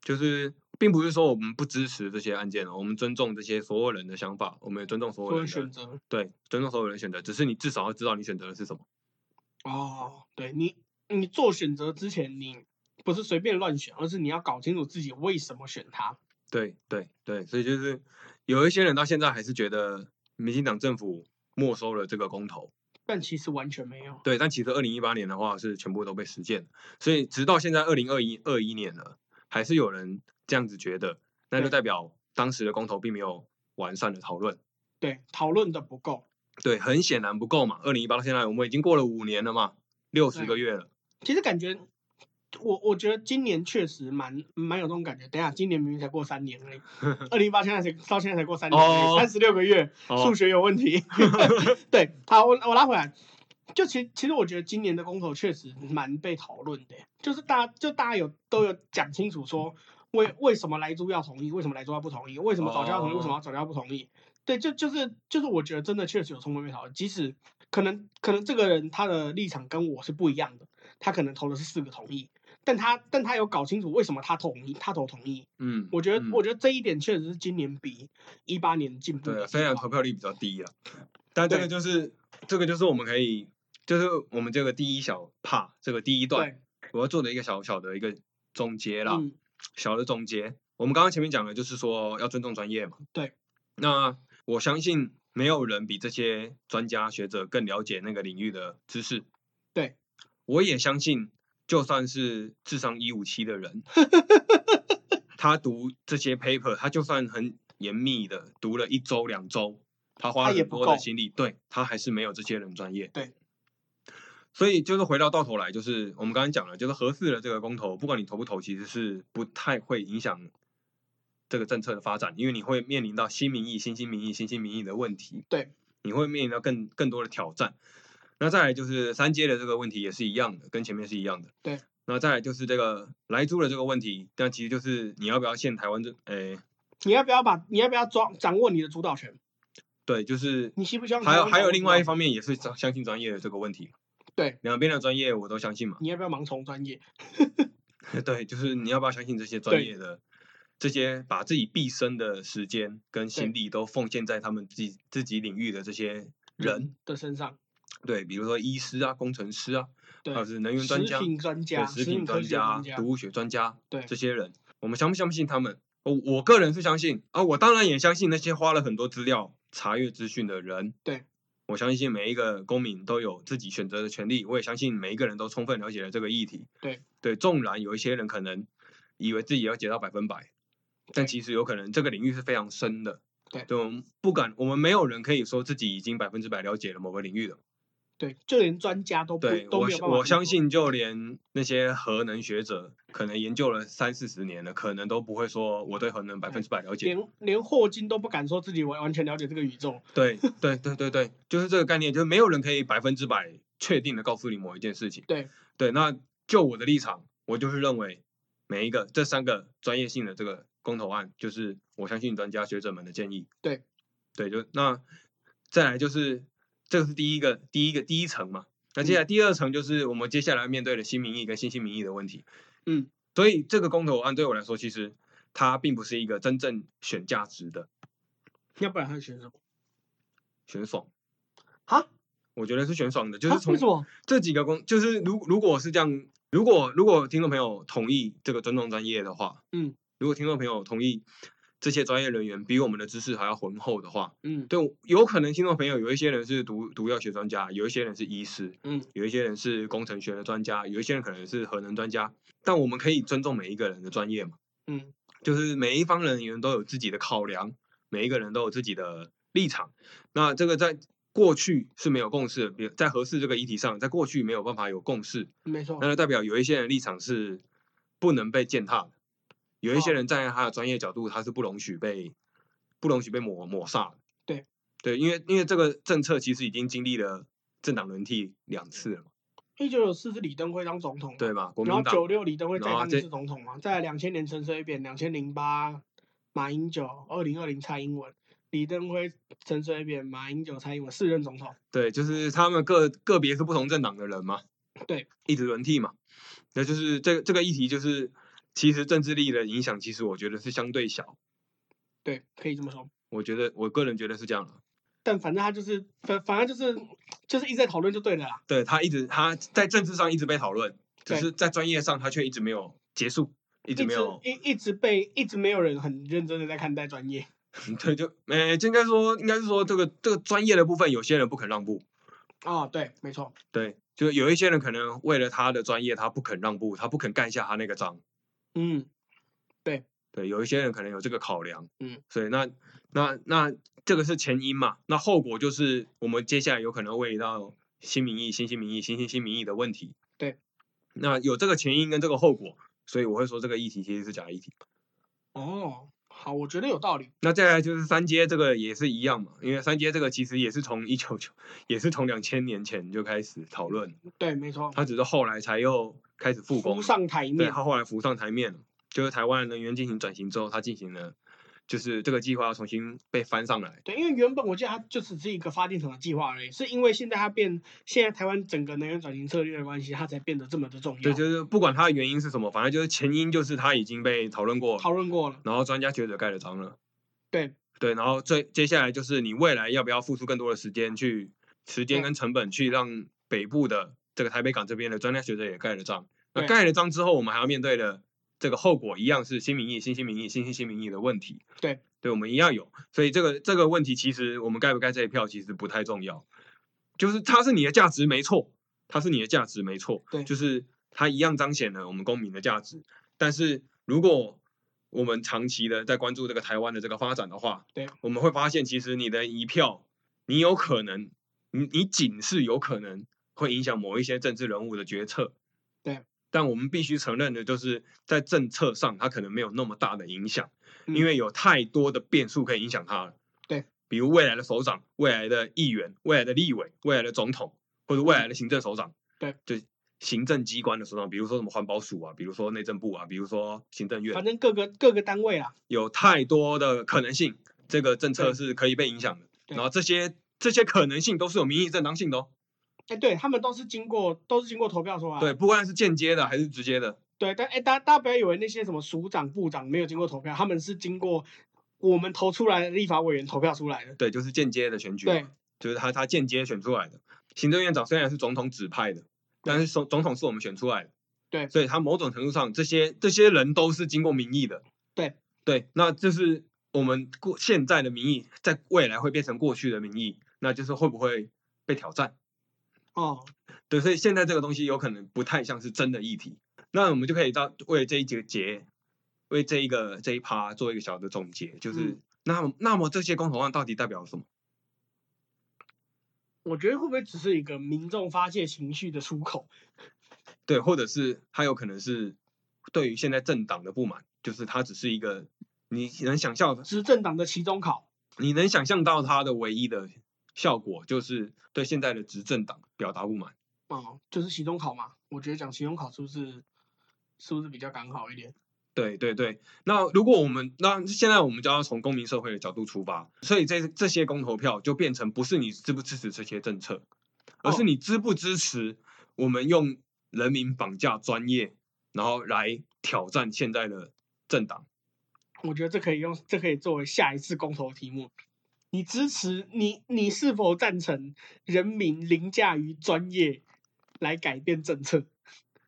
Speaker 1: 就是并不是说我们不支持这些案件哦，我们尊重这些所有人的想法，我们也尊重所
Speaker 2: 所
Speaker 1: 有
Speaker 2: 有
Speaker 1: 人
Speaker 2: 选
Speaker 1: 的
Speaker 2: 择。
Speaker 1: 对，尊重所有人的选择。只是你至少要知道你选择的是什么。
Speaker 2: 哦，对你你做选择之前，你不是随便乱选，而是你要搞清楚自己为什么选它。
Speaker 1: 对对对，所以就是有一些人到现在还是觉得民进党政府没收了这个公投，
Speaker 2: 但其实完全没有。
Speaker 1: 对，但其实二零一八年的话是全部都被实践了，所以直到现在二零二一二一年了，还是有人这样子觉得，那就
Speaker 2: 对
Speaker 1: 代表当时的公投并没有完善的讨论。
Speaker 2: 对，讨论的不够。
Speaker 1: 对，很显然不够嘛。二零一八到现在，我们已经过了五年了嘛，六十
Speaker 2: 对
Speaker 1: 个月了。
Speaker 2: 其实感觉，我我觉得今年确实蛮蛮有这种感觉。等一下，今年明明才过三年而已，二零一八现在才到现在才过三年，
Speaker 1: 哦
Speaker 2: 三十六个月，数
Speaker 1: 哦，
Speaker 2: 学有问 题。对，好，我我拉回来。就其实其实我觉得今年的公投确实蛮被讨论的，就是大家就大家有都有讲清楚说为为什么莱猪要同意，为什么莱猪要不同意，为什么早教要同意，为什
Speaker 1: 哦
Speaker 2: 么要早教不同意。对，就就是就是我觉得真的确实有充分被讨论，即使可能可能这个人他的立场跟我是不一样的，他可能投的是四个同意，但他但他有搞清楚为什么他同意，他投同意。
Speaker 1: 嗯，
Speaker 2: 我觉得、
Speaker 1: 嗯
Speaker 2: 我觉得这一点确实是今年比一八年进步的地
Speaker 1: 对啊，
Speaker 2: 方。
Speaker 1: 虽然投票率比较低啊，但这个
Speaker 2: 嗯对
Speaker 1: 就是这个就是我们可以，就是我们这个第一小帕这个第一
Speaker 2: 对
Speaker 1: 段，我要做的一个小小的一个总结啦，
Speaker 2: 嗯
Speaker 1: 小的总结。我们刚刚前面讲的就是说要尊重专业嘛。
Speaker 2: 对。
Speaker 1: 那我相信没有人比这些专家学者更了解那个领域的知识。
Speaker 2: 对。
Speaker 1: 我也相信，就算是智商一五七的 人，他读这些 paper，他就算很严密的读了一周两周，他花
Speaker 2: 他
Speaker 1: 了
Speaker 2: 也
Speaker 1: 很
Speaker 2: 不
Speaker 1: 多的
Speaker 2: 够
Speaker 1: 心力，对他还是没有这些人专业。
Speaker 2: 对。
Speaker 1: 所以就是回到到头来，就是我们刚刚讲了，就是合适的这个公投，不管你投不投，其实是不太会影响这个政策的发展，因为你会面临到新民意、新兴民意、新兴民意的问题。
Speaker 2: 对，
Speaker 1: 你会面临到更更多的挑战。那再来就是三阶的这个问题也是一样的，跟前面是一样的。
Speaker 2: 对。
Speaker 1: 那再来就是这个莱猪的这个问题，那其实就是你要不要限台湾这，诶、
Speaker 2: 你要不要把你要不要抓掌握你的主导权？
Speaker 1: 对，就是
Speaker 2: 你希不希望
Speaker 1: 还
Speaker 2: 台
Speaker 1: 有
Speaker 2: 湾
Speaker 1: 还
Speaker 2: 掌
Speaker 1: 有
Speaker 2: 握
Speaker 1: 另
Speaker 2: 主
Speaker 1: 外
Speaker 2: 导
Speaker 1: 一
Speaker 2: 权
Speaker 1: 方面也是相相信专业的这个问题。
Speaker 2: 对，
Speaker 1: 两边的专业我都相信嘛。
Speaker 2: 你要不要盲从专业？
Speaker 1: 对，就是你要不要相信这些专
Speaker 2: 对
Speaker 1: 业的，这些把自己毕生的时间跟心力都奉献在他们自己自己领域的这些人，
Speaker 2: 的身上，
Speaker 1: 对，比如说医师啊、工程师啊，
Speaker 2: 对
Speaker 1: 还，有是能源专
Speaker 2: 食
Speaker 1: 家、
Speaker 2: 品专
Speaker 1: 对
Speaker 2: 家、
Speaker 1: 食
Speaker 2: 食
Speaker 1: 品
Speaker 2: 品科
Speaker 1: 专
Speaker 2: 学专
Speaker 1: 家、
Speaker 2: 家，
Speaker 1: 毒物学专家，
Speaker 2: 对
Speaker 1: 这些人，我们相不相信他们？我我个人是相信啊，我当然也相信那些花了很多资料查阅资讯的人。
Speaker 2: 对，
Speaker 1: 我相信每一个公民都有自己选择的权利，我也相信每一个人都充分了解了这个议题。
Speaker 2: 对
Speaker 1: 对，纵然有一些人可能以为自己了解到百分百，但
Speaker 2: 对
Speaker 1: 其实有可能这个领域是非常深的，
Speaker 2: 对
Speaker 1: 就不敢，我们没有人可以说自己已经百分之百了解了某个领域了。
Speaker 2: 对，就连专家都不
Speaker 1: 对
Speaker 2: 都
Speaker 1: 我
Speaker 2: 没有
Speaker 1: 相，
Speaker 2: 办法
Speaker 1: 我
Speaker 2: 去
Speaker 1: 相
Speaker 2: 做
Speaker 1: 信就连那些核能学者，可能研究了三四十年了，可能都不会说我对核能百分之百了解。
Speaker 2: 连连霍金都不敢说自己完完全了解这个宇宙。
Speaker 1: 对对对对对，就是这个概念，就是没有人可以百分之百确定的告诉你某一件事情。
Speaker 2: 对
Speaker 1: 对，那就我的立场，我就是认为每一个这三个专业性的这个公投案，就是我相信专家学者们的建议。
Speaker 2: 对
Speaker 1: 对，就那再来就是这个是第一个第一个第一层嘛，那接下
Speaker 2: 嗯
Speaker 1: 来第二层就是我们接下来面对的新民意跟新兴民意的问题。
Speaker 2: 嗯，
Speaker 1: 所以这个公投案对我来说，其实它并不是一个真正选价值的
Speaker 2: 要不然他选什么？
Speaker 1: 选爽，
Speaker 2: 啊？
Speaker 1: 我觉得是选爽的，就
Speaker 2: 啊
Speaker 1: 是从
Speaker 2: 为什么？
Speaker 1: 这几个公，就是如如果是这样，如果如果听众朋友同意这个尊重专业的话，
Speaker 2: 嗯，
Speaker 1: 如果听众朋友同意这些专业人员比我们的知识还要浑厚的话，
Speaker 2: 嗯，
Speaker 1: 对，有可能听众朋友有一些人是毒毒药学专家，有一些人是医师，
Speaker 2: 嗯，
Speaker 1: 有一些人是工程学的专家，有一些人可能是核能专家，但我们可以尊重每一个人的专业嘛，
Speaker 2: 嗯，
Speaker 1: 就是每一方人员都有自己的考量，每一个人都有自己的立场，那这个在。过去是没有共识的，比如在合适这个议题上，在过去没有办法有共识，
Speaker 2: 没错
Speaker 1: 那，就代表有一些人立场是不能被践踏的，有一些
Speaker 2: 哦
Speaker 1: 人站在他的专业角度，他是不容许被不容许被抹抹煞的。
Speaker 2: 对
Speaker 1: 对，因为因为这个政策其实已经经历了政党轮替两次了嘛，
Speaker 2: 一九九四是李登辉当总统嘛，
Speaker 1: 对吧？国
Speaker 2: 然后
Speaker 1: 民
Speaker 2: 九
Speaker 1: 党
Speaker 2: 六李登辉再
Speaker 1: 然后
Speaker 2: 当一
Speaker 1: 这
Speaker 2: 次总统嘛，在两千年陈水扁，两千零八马英九，二零二零蔡英文，李登辉、陈水扁、马英九、蔡英文四任总统。
Speaker 1: 对，就是他们个个别是不同政党的人嘛，
Speaker 2: 对，
Speaker 1: 一直轮替嘛，那就是这个这个议题就是其实政治力的影响，其实我觉得是相对小，
Speaker 2: 对，可以这么说。
Speaker 1: 我觉得我个人觉得是这样的。
Speaker 2: 但反正他就是反反正就是就是一直在讨论就对了啦。
Speaker 1: 对他一直他在政治上一直被讨论，只
Speaker 2: 对
Speaker 1: 是在专业上他却一直没有结束，一
Speaker 2: 一
Speaker 1: 直没有
Speaker 2: 一一直被一直没有人很认真的在看待专业，
Speaker 1: 对就呃，就应该说应该是说这个这个专业的部分，有些人不肯让步，
Speaker 2: 哦，对，没错，
Speaker 1: 对，就有一些人可能为了他的专业，他不肯让步，他不肯盖下他那个章，
Speaker 2: 嗯，
Speaker 1: 对，有一些人可能有这个考量，
Speaker 2: 嗯，
Speaker 1: 所以那那那这个是前因嘛，那后果就是我们接下来有可能会到新民意、新新民意、新新新民意的问题，
Speaker 2: 对，
Speaker 1: 那有这个前因跟这个后果，所以我会说这个议题其实是假议题。
Speaker 2: 哦，好，我觉得有道理，
Speaker 1: 那再来就是三阶这个也是一样嘛，因为三阶这个其实也是从一九九，也是从两千年前就开始讨论，
Speaker 2: 对，没错，
Speaker 1: 它只是后来才又开始复工
Speaker 2: 浮
Speaker 1: 了，
Speaker 2: 上台
Speaker 1: 对，
Speaker 2: 面，
Speaker 1: 它后来浮上台面了，就是台湾能源进行转型之后，它进行了，就是这个计划要重新被翻上来，
Speaker 2: 对，因为原本我记得它就只是一个发电厂的计划而已，是因为现在它变，现在台湾整个能源转型策略的关系，它才变得这么的重要。
Speaker 1: 对，就是不管它的原因是什么，反正就是前因就是它已经被讨论过了，
Speaker 2: 讨论过了，
Speaker 1: 然后专家学者盖了章了，
Speaker 2: 对
Speaker 1: 对，然后最接下来就是你未来要不要付出更多的时间去时间
Speaker 2: 对
Speaker 1: 跟成本去让北部的这个台北港这边的专家学者也盖了章。那
Speaker 2: 对
Speaker 1: 盖了章之后，我们还要面对的这个后果一样是新民意、新新民意、新新新民意的问题。
Speaker 2: 对，
Speaker 1: 对我们一样有，所以这个这个问题其实我们盖不盖这一票其实不太重要，就是它是你的价值没错，它是你的价值没错，
Speaker 2: 对
Speaker 1: 就是它一样彰显了我们公民的价值。但是如果我们长期的在关注这个台湾的这个发展的话，
Speaker 2: 对，
Speaker 1: 我们会发现其实你的一票，你有可能，你你仅是有可能会影响某一些政治人物的决策，
Speaker 2: 对。
Speaker 1: 但我们必须承认的就是，在政策上它可能没有那么大的影响，
Speaker 2: 嗯
Speaker 1: 因为有太多的变数可以影响它了。
Speaker 2: 对，
Speaker 1: 比如未来的首长、未来的议员、未来的立委、未来的总统，或者未来的行政首长，
Speaker 2: 嗯对，
Speaker 1: 就行政机关的首长，比如说什么环保署啊，比如说内政部啊，比如说行政院，
Speaker 2: 反正各个各个单位啦，
Speaker 1: 有太多的可能性，这个政策
Speaker 2: 对
Speaker 1: 是可以被影响的。
Speaker 2: 对
Speaker 1: 然后这些这些可能性都是有民意正当性的哦。
Speaker 2: 哎，对他们都是经过都是经过投票出来
Speaker 1: 对，
Speaker 2: 的，
Speaker 1: 不管是间接的还是直接的，
Speaker 2: 对，但哎，大家大家不要以为那些什么署长、部长没有经过投票，他们是经过我们投出来的立法委员投票出来的，
Speaker 1: 对，就是间接的选举嘛，
Speaker 2: 对
Speaker 1: 就是他他间接选出来的。行政院长虽然是总统指派的，但是总总统是我们选出来的，
Speaker 2: 对
Speaker 1: 所以他某种程度上这些这些人都是经过民意的，
Speaker 2: 对
Speaker 1: 对，那就是我们过现在的民意，在未来会变成过去的民意，那就是会不会被挑战？
Speaker 2: 哦，
Speaker 1: 对，所以现在这个东西有可能不太像是真的议题。那我们就可以到为这一节节，为这一个这一趴做一个小的总结，就是
Speaker 2: 嗯
Speaker 1: 那么那么这些公投案到底代表什么？
Speaker 2: 我觉得会不会只是一个民众发泄情绪的出口？
Speaker 1: 对，或者是他有可能是对于现在政党的不满，就是他只是一个你能想象
Speaker 2: 执政党的期中考，
Speaker 1: 你能想象到他的唯一的效果，就是对现在的执政党表达不满。
Speaker 2: 嗯，就是期中考嘛。我觉得讲期中考是不是是不是比较刚好一点？
Speaker 1: 对对对，那如果我们那现在我们就要从公民社会的角度出发，所以这这些公投票就变成不是你支不支持这些政策，而是
Speaker 2: 哦
Speaker 1: 你支不支持我们用人民绑架专业，然后来挑战现在的政党。
Speaker 2: 我觉得这可以用，这可以作为下一次公投题目。你支持你你是否赞成人民凌驾于专业来改变政策？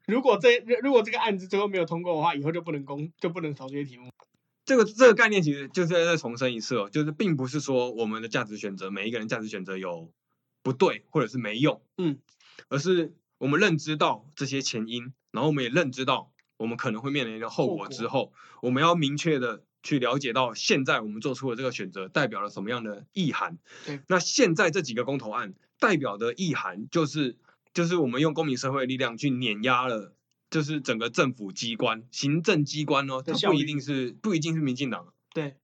Speaker 2: 如果这如果这个案子最后没有通过的话，以后就不能公就不能投这些题目。
Speaker 1: 这个这个概念其实就是再重申一次哦，就是并不是说我们的价值选择每一个人价值选择有不对或者是没用，
Speaker 2: 嗯，
Speaker 1: 而是我们认知到这些前因，然后我们也认知到我们可能会面临的后
Speaker 2: 后
Speaker 1: 果之
Speaker 2: 果
Speaker 1: 后，我们要明确的去了解到现在我们做出的这个选择代表了什么样的意涵
Speaker 2: 对。
Speaker 1: 那现在这几个公投案代表的意涵就是就是我们用公民社会力量去碾压了。就是整个政府机关、行政机关哦，
Speaker 2: 的
Speaker 1: 它
Speaker 2: 效
Speaker 1: 不一
Speaker 2: 率
Speaker 1: 定是不一定是民进党，啊
Speaker 2: 对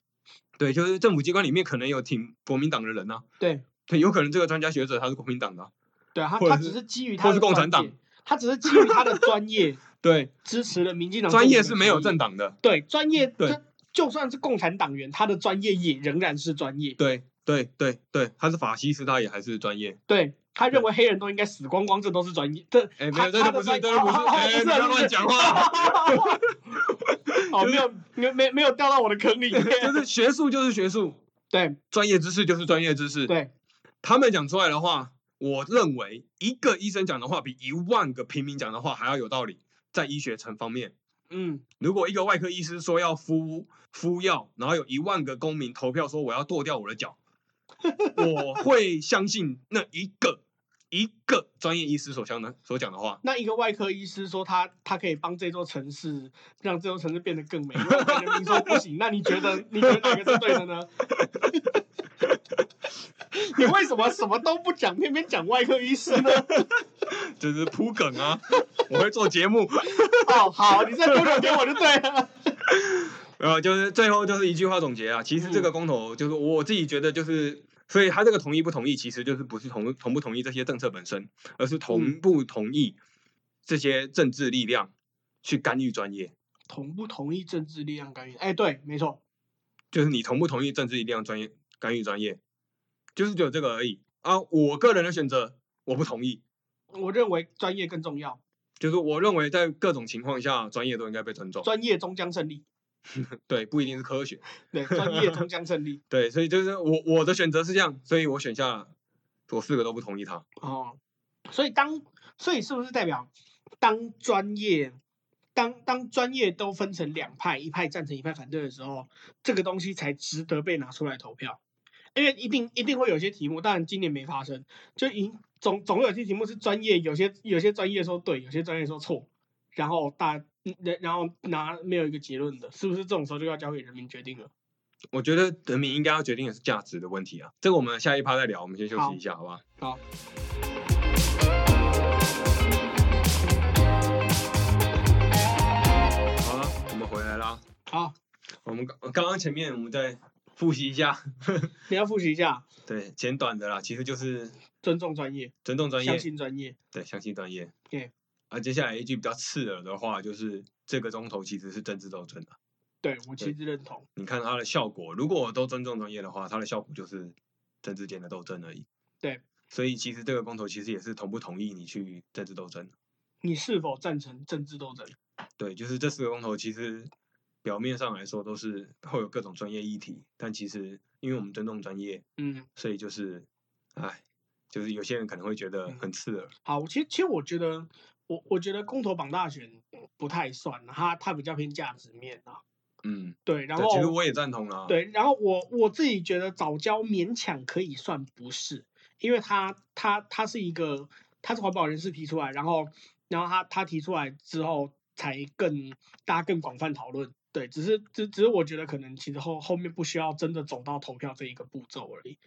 Speaker 1: 对，就是政府机关里面可能有挺国民党的人啊，
Speaker 2: 对
Speaker 1: 对，有可能这个专家学者他是国民党的啊、
Speaker 2: 对啊，他
Speaker 1: 或者
Speaker 2: 他只
Speaker 1: 是
Speaker 2: 是基于
Speaker 1: 或者
Speaker 2: 他的
Speaker 1: 是共产
Speaker 2: 专业，他只是基于他的专业
Speaker 1: 对，
Speaker 2: 支持了民进党政
Speaker 1: 专
Speaker 2: 府
Speaker 1: 业
Speaker 2: 的
Speaker 1: 是没有
Speaker 2: 权益
Speaker 1: 政党的，
Speaker 2: 对专业
Speaker 1: 对
Speaker 2: 这就算是共产党员，他的专业也仍然是专业。
Speaker 1: 对，对，对，对，他是法西斯，他也还是专业。
Speaker 2: 对他认为黑人都应该死光光，这都是专业。 这
Speaker 1: 哎，没
Speaker 2: 他
Speaker 1: 有，这
Speaker 2: 他
Speaker 1: 个不
Speaker 2: 的
Speaker 1: 是，
Speaker 2: 专
Speaker 1: 这个不是，哎，不要乱讲话。
Speaker 2: 哦，
Speaker 1: 就
Speaker 2: 没
Speaker 1: 是
Speaker 2: 有，没没没有掉到我的坑里面。
Speaker 1: 就是学术就是学术，
Speaker 2: 对
Speaker 1: 专业知识就是专业知识。
Speaker 2: 对，
Speaker 1: 他们讲出来的话，我认为一个医生讲的话比一万个平民讲的话还要有道理，在医学层方面。
Speaker 2: 嗯，
Speaker 1: 如果一个外科医师说要敷敷药，然后有一万个公民投票说我要剁掉我的脚，我会相信那一个一个专业医师所讲的所讲的话。
Speaker 2: 那一个外科医师说他他可以帮这座城市让这座城市变得更美，然后人民说不行，那你觉得你觉得哪个是对的呢？ 你为什么什么都不讲，偏偏讲外科医师呢？
Speaker 1: 这是铺梗啊！我会做节目，
Speaker 2: 哦，好，你再多留给我就对了。
Speaker 1: 呃，就是最后就是一句话总结啊。其实这个公投就是我自己觉得就是，所以他这个同意不同意，其实就是不是同同不同意这些政策本身，而是同不同意这些政治力量去干预专业。
Speaker 2: 同不同意政治力量干预？哎，对，没错，
Speaker 1: 就是你同不同意政治力量专业干预专业，就是只有这个而已啊。我个人的选择，我不同意，
Speaker 2: 我认为专业更重要，
Speaker 1: 就是我认为在各种情况下，专业都应该被尊重。
Speaker 2: 专业终将胜利。
Speaker 1: 对，不一定是科学。
Speaker 2: 对，专业终将 胜利。
Speaker 1: 对，所以就是我我的选择是这样，所以我选下我四个都不同意他。
Speaker 2: 哦，所以当所以是不是代表当专业当当专业都分成两派，一派赞成，一派反对的时候，这个东西才值得被拿出来投票？因为一定一定会有些题目，当然今年没发生，就一总总会有些题目是专业，有些有些专业说对，有些专业说错，然后大嗯然然后拿没有一个结论的，是不是这种时候就要交给人民决定了？
Speaker 1: 我觉得人民应该要决定的是价值的问题啊，这个我们下一趴再聊，我们先休
Speaker 2: 好
Speaker 1: 息一下，好吧？
Speaker 2: 好，
Speaker 1: 好了，我们回来啦。
Speaker 2: 好，
Speaker 1: 我们刚刚刚前面我们再复习一下，
Speaker 2: 你要复习一下，
Speaker 1: 对，简短的啦，其实就是
Speaker 2: 尊重专业，
Speaker 1: 尊重专业
Speaker 2: 相，信专业，
Speaker 1: 对，相信专业。
Speaker 2: 对。
Speaker 1: 啊，接下来一句比较刺耳的话，就是这个钟头其实是政治斗争的。
Speaker 2: 对我其
Speaker 1: 对
Speaker 2: 实认同。
Speaker 1: 你看它的效果，如果我都尊重专业的话，它的效果就是政治间的斗争而已。
Speaker 2: 对。
Speaker 1: 所以其实这个公投其实也是同不同意你去政治斗争。
Speaker 2: 你是否赞成政治斗争？
Speaker 1: 对，就是这四个公投其实表面上来说都是会有各种专业议题，但其实因为我们尊重专业，
Speaker 2: 嗯，
Speaker 1: 所以就是，哎，就是有些人可能会觉得
Speaker 2: 嗯
Speaker 1: 很刺耳。
Speaker 2: 好，其实其实我觉得，我我觉得公投榜大选不太算，它它比较偏价值面啊。
Speaker 1: 嗯，
Speaker 2: 对，然
Speaker 1: 对，其实
Speaker 2: 后
Speaker 1: 我也赞同啦。，
Speaker 2: 对，然后我我自己觉得早教勉强可以算不是，因为它它它是一个它是环保人士提出来，然后然后他他提出来之后才更大家更广泛讨论，对，只是只只是我觉得可能其实后后面不需要真的走到投票这一个步骤而已。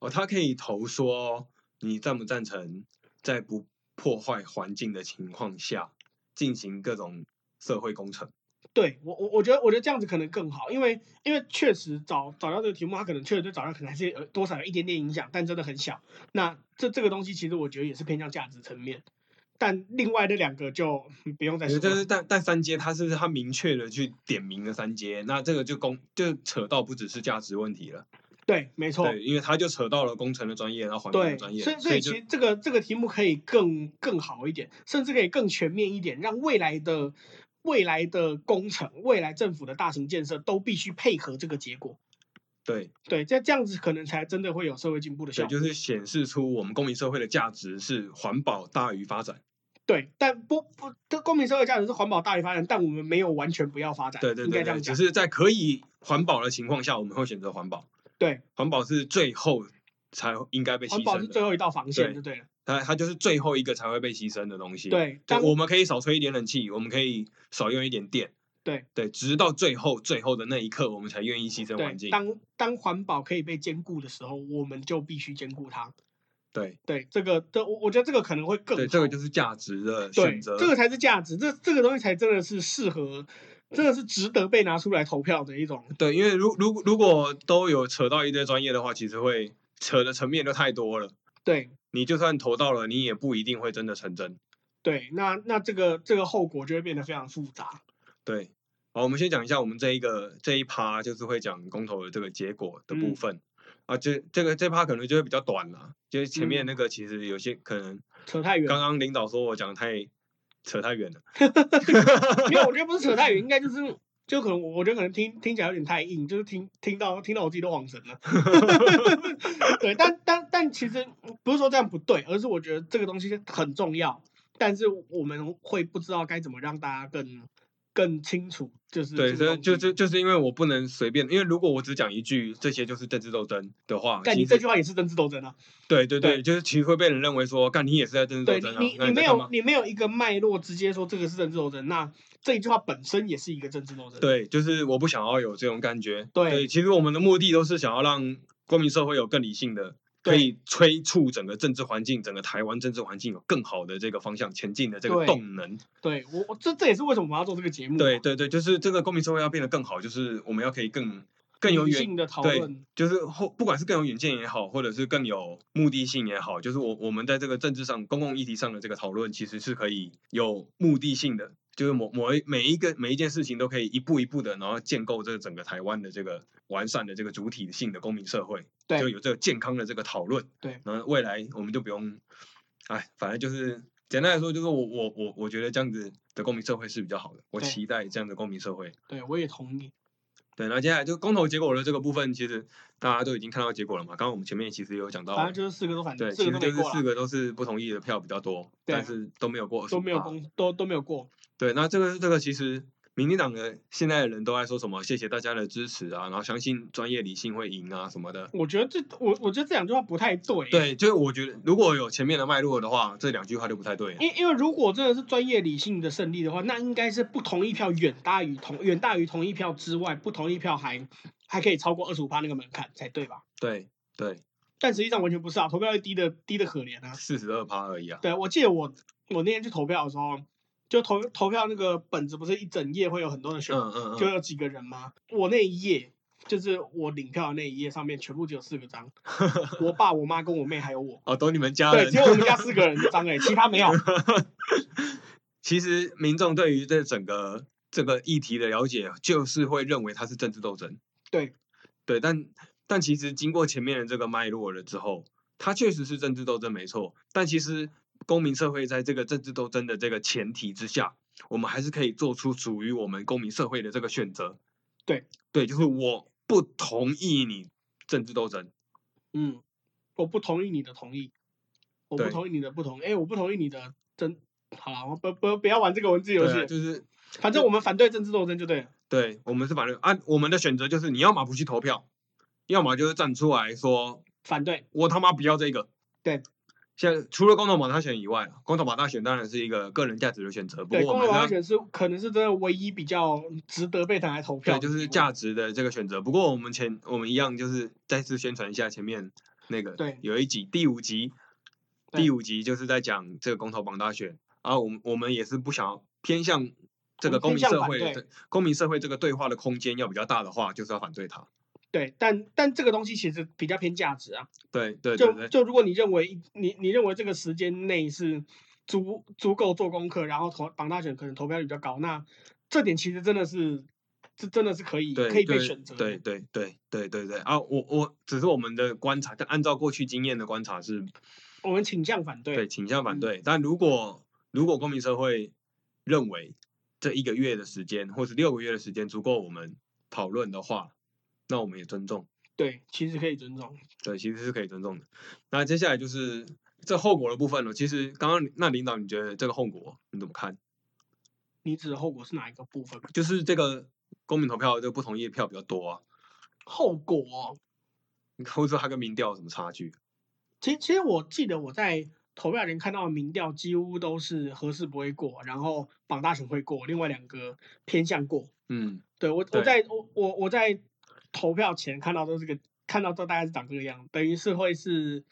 Speaker 1: 哦，他可以投说你赞不赞成在不破坏环境的情况下进行各种社会工程。
Speaker 2: 对我我我觉得我觉得这样子可能更好，因为因为确实找找到这个题目，它可能确实对早教可能还是有多少有一点点影响，但真的很小。那这这个东西其实我觉得也是偏向价值层面，但另外的两个就嗯不用再说
Speaker 1: 但
Speaker 2: 了
Speaker 1: 是。但但三阶他是他明确的去点名了三阶，那这个就公就扯到不只是价值问题了，
Speaker 2: 对，没错，
Speaker 1: 对，因为他就扯到了工程的专业，然后环保的
Speaker 2: 对，
Speaker 1: 专业，
Speaker 2: 所以
Speaker 1: 所
Speaker 2: 所以
Speaker 1: 以
Speaker 2: 其
Speaker 1: 就
Speaker 2: 实这个这个题目可以更更好一点，甚至可以更全面一点，让未来的未来的工程、未来政府的大型建设都必须配合这个结果。
Speaker 1: 对
Speaker 2: 对，这这样子可能才真的会有社会进步的效
Speaker 1: 对，
Speaker 2: 果。
Speaker 1: 就是显示出我们公民社会的价值是环保大于发展。
Speaker 2: 对，但不不，这公民社会价值是环保大于发展，但我们没有完全不要发展，
Speaker 1: 对对
Speaker 2: 应该
Speaker 1: 对
Speaker 2: 这样
Speaker 1: 对，
Speaker 2: 讲
Speaker 1: 只。是在可以环保的情况下，我们会选择环保。
Speaker 2: 对，
Speaker 1: 环保是最后才应该被牺
Speaker 2: 环保是
Speaker 1: 牲
Speaker 2: 最
Speaker 1: 的，
Speaker 2: 后一道防线，
Speaker 1: 对
Speaker 2: 就对了。
Speaker 1: 它它就是最后一个才会被牺牲的东西。，
Speaker 2: 对，
Speaker 1: 就
Speaker 2: 当
Speaker 1: 我们可以少吹一点冷气，我们可以少用一点电。
Speaker 2: 对
Speaker 1: 对，直到最后最后的那一刻，我们才愿意牺牲环
Speaker 2: 对
Speaker 1: 境。
Speaker 2: 当当环保可以被兼顾的时候，我们就必须兼顾它。
Speaker 1: 对
Speaker 2: 对，这个这我我觉得这个可能会更
Speaker 1: 对，这个
Speaker 2: 好
Speaker 1: 就是价值的
Speaker 2: 对，
Speaker 1: 选择。
Speaker 2: 这个才是价值，这这个东西才真的是适合，真的是值得被拿出来投票的一种。
Speaker 1: 对，因为如如如果都有扯到一堆专业的话，其实会扯的层面就太多了。
Speaker 2: 对
Speaker 1: 你就算投到了，你也不一定会真的成真。
Speaker 2: 对，那那这个这个后果就会变得非常复杂。
Speaker 1: 对，好，我们先讲一下我们这一个这一趴，就是会讲公投的这个结果的部
Speaker 2: 嗯
Speaker 1: 分、啊，这这个这趴可能就会比较短了，就是前面
Speaker 2: 嗯
Speaker 1: 那个其实有些可能
Speaker 2: 扯太远了
Speaker 1: 刚刚领导说我讲得太扯太远了，
Speaker 2: 没有，我觉得不是扯太远，应该就是就可能我我觉得可能听听起来有点太硬，就是听听到听到我自己都恍神 了。对，但但但其实不是说这样不对，而是我觉得这个东西很重要，但是我们会不知道该怎么让大家更更清楚，嗯就是
Speaker 1: 对，
Speaker 2: 这
Speaker 1: 所
Speaker 2: 个
Speaker 1: 以就
Speaker 2: 东西
Speaker 1: 就就是因为我不能随便，因为如果我只讲一句这些就是政治斗争的话，
Speaker 2: 但
Speaker 1: 其
Speaker 2: 你这
Speaker 1: 实
Speaker 2: 句话也是政治斗争啊。
Speaker 1: 对对
Speaker 2: 对
Speaker 1: 对，就是其实会被人认为说，干你也是在政治斗
Speaker 2: 对
Speaker 1: 争啊，
Speaker 2: 你
Speaker 1: 那
Speaker 2: 你没
Speaker 1: 在干
Speaker 2: 有
Speaker 1: 嘛？
Speaker 2: 你没有一个脉络直接说这个是政治斗争，那这一句话本身也是一个政治斗争。
Speaker 1: 对，就是我不想要有这种感觉。
Speaker 2: 对
Speaker 1: 其实我们的目的都是想要让公民社会有更理性的，可
Speaker 2: 对
Speaker 1: 以催促整个政治环境，整个台湾政治环境有更好的这个方向前进的这个
Speaker 2: 对
Speaker 1: 动能。
Speaker 2: 对我我这这也是为什么我们要做这个节目嘛。啊
Speaker 1: 对对对，就是这个公民社会要变得更好，就是我们要可以更更有
Speaker 2: 理
Speaker 1: 远
Speaker 2: 性的讨
Speaker 1: 对
Speaker 2: 论。
Speaker 1: 就是后不管是更有远见也好，或者是更有目的性也好，就是我我们在这个政治上、公共议题上的这个讨论，其实是可以有目的性的，就是某某一每一个每一件事情都可以一步一步的，然后建构这个整个台湾的这个完善的这个主体性的公民社会，
Speaker 2: 对
Speaker 1: 就有这个健康的这个讨论，
Speaker 2: 对，
Speaker 1: 然后未来我们就不用，哎，反正就是简单来说，就是我我我我觉得这样子的公民社会是比较好的，我
Speaker 2: 对
Speaker 1: 期待这样的公民社会。
Speaker 2: 对，我也同意。
Speaker 1: 对，那接下来就公投结果的这个部分，其实大家都已经看到结果了嘛。刚刚我们前面其实有讲到，
Speaker 2: 反正就是四个都反
Speaker 1: 哦对，
Speaker 2: 对，四
Speaker 1: 其
Speaker 2: 个
Speaker 1: 实
Speaker 2: 都
Speaker 1: 就
Speaker 2: 没
Speaker 1: 是
Speaker 2: 过
Speaker 1: 四
Speaker 2: 啦，
Speaker 1: 个都是不同意的票比较多，
Speaker 2: 对啊
Speaker 1: 但是都没有过，
Speaker 2: 都没有。公都都没有过。
Speaker 1: 对，那这个这个其实民进党的现在的人都在说什么？谢谢大家的支持啊，然后相信专业理性会赢啊什么的。
Speaker 2: 我觉得这我我觉得这两句话不太对。，
Speaker 1: 对，就是我觉得如果有前面的脉络的话，这两句话就不太对了。
Speaker 2: 因因为如果真的是专业理性的胜利的话，那应该是不同意票远大于同远大于同意票之外，不同意票还还可以超过二十五趴那个门槛才对吧？
Speaker 1: 对对，
Speaker 2: 但实际上完全不是啊，投票率低的低的可怜啊。
Speaker 1: 四十二趴而已啊。
Speaker 2: 对，我记得我我那天去投票的时候，就投投票那个本子不是一整页会有很多的选
Speaker 1: 嗯嗯
Speaker 2: 就
Speaker 1: 嗯，
Speaker 2: 有几个人吗？我那一页就是我领票的那一页上面全部只有四 个章，我爸、我妈跟我妹还有我。
Speaker 1: 哦，懂你们家人。
Speaker 2: 对，只有我们家四个人的章哎、其 他没有。
Speaker 1: 其实民众对于这整个这个议题的了解，就是会认为它是政治斗争。
Speaker 2: 对，
Speaker 1: 对，但但其实经过前面的这个脉络了之后，它确实是政治斗争没错。但其实公民社会在这个政治斗争的这个前提之下，我们还是可以做出属于我们公民社会的这个选择。
Speaker 2: 对，
Speaker 1: 对，就是我不同意你政治斗争。
Speaker 2: 嗯，我不同意你的同意，我不
Speaker 1: 对
Speaker 2: 同意你的不同意，哎、我不同意你的真。好了，我不不不要玩这个文字游
Speaker 1: 对
Speaker 2: 戏
Speaker 1: 啊，
Speaker 2: 了，
Speaker 1: 就是
Speaker 2: 反正我们反对政治斗争就对了。
Speaker 1: 对，我们是反正啊，我们的选择就是你要么不去投票，要么就是站出来说
Speaker 2: 反对，
Speaker 1: 我他妈不要这个。
Speaker 2: 对
Speaker 1: 现在除了公投马大选以外，公投马大选当然是一个个人价值的选择，不
Speaker 2: 对，
Speaker 1: 过
Speaker 2: 公
Speaker 1: 我
Speaker 2: 投
Speaker 1: 们
Speaker 2: 大
Speaker 1: 呢，
Speaker 2: 选是可能是真的唯一比较值得被拿来投票嗯
Speaker 1: 对，
Speaker 2: 的
Speaker 1: 就
Speaker 2: 地方，
Speaker 1: 是价值的这个选择。不过我们前我们一样就是再次宣传一下前面那个，
Speaker 2: 对
Speaker 1: 有一集第五集，
Speaker 2: 对
Speaker 1: 第五集就是在讲这个公投榜大选啊，我们我们也是不想偏向这
Speaker 2: 我们
Speaker 1: 个公民
Speaker 2: 偏向
Speaker 1: 社
Speaker 2: 反
Speaker 1: 会
Speaker 2: 对
Speaker 1: 的公民社会这个对话的空间要比较大的话，就是要反对他。
Speaker 2: 对，但但这个东西其实比较偏价值啊。
Speaker 1: 对对对
Speaker 2: 就
Speaker 1: 对，
Speaker 2: 就如果你认为你你认为这个时间内是足足够做功课，然后投榜大选可能投票率比较高，那这点其实真的是这真的是可以
Speaker 1: 对
Speaker 2: 可以被
Speaker 1: 对
Speaker 2: 选择的。
Speaker 1: 对对对对对对啊！我我只是我们的观察，但按照过去经验的观察是，
Speaker 2: 我们倾向反对。
Speaker 1: 对倾向反
Speaker 2: 嗯
Speaker 1: 对。但如果如果公民社会认为这一个月的时间或是六个月的时间足够我们讨论的话，那我们也尊重，
Speaker 2: 对其实可以尊重。
Speaker 1: 对，其实是可以尊重的。那接下来就是这后果的部分了。其实刚刚那领导，你觉得这个后果你怎么看？
Speaker 2: 你指的后果是哪一个部分？
Speaker 1: 就是这个公民投票这个不同意的票比较多啊，
Speaker 2: 后果哦、
Speaker 1: 你看不出它跟民调有什么差距？
Speaker 2: 其实其实我记得我在投票人看到的民调几乎都是合适不会过，然后榜大选会过，另外两个偏向过。
Speaker 1: 嗯，
Speaker 2: 对我，我
Speaker 1: 对
Speaker 2: 在我我我在投票前看到都是个看到都大概是长这个样子，等于是会是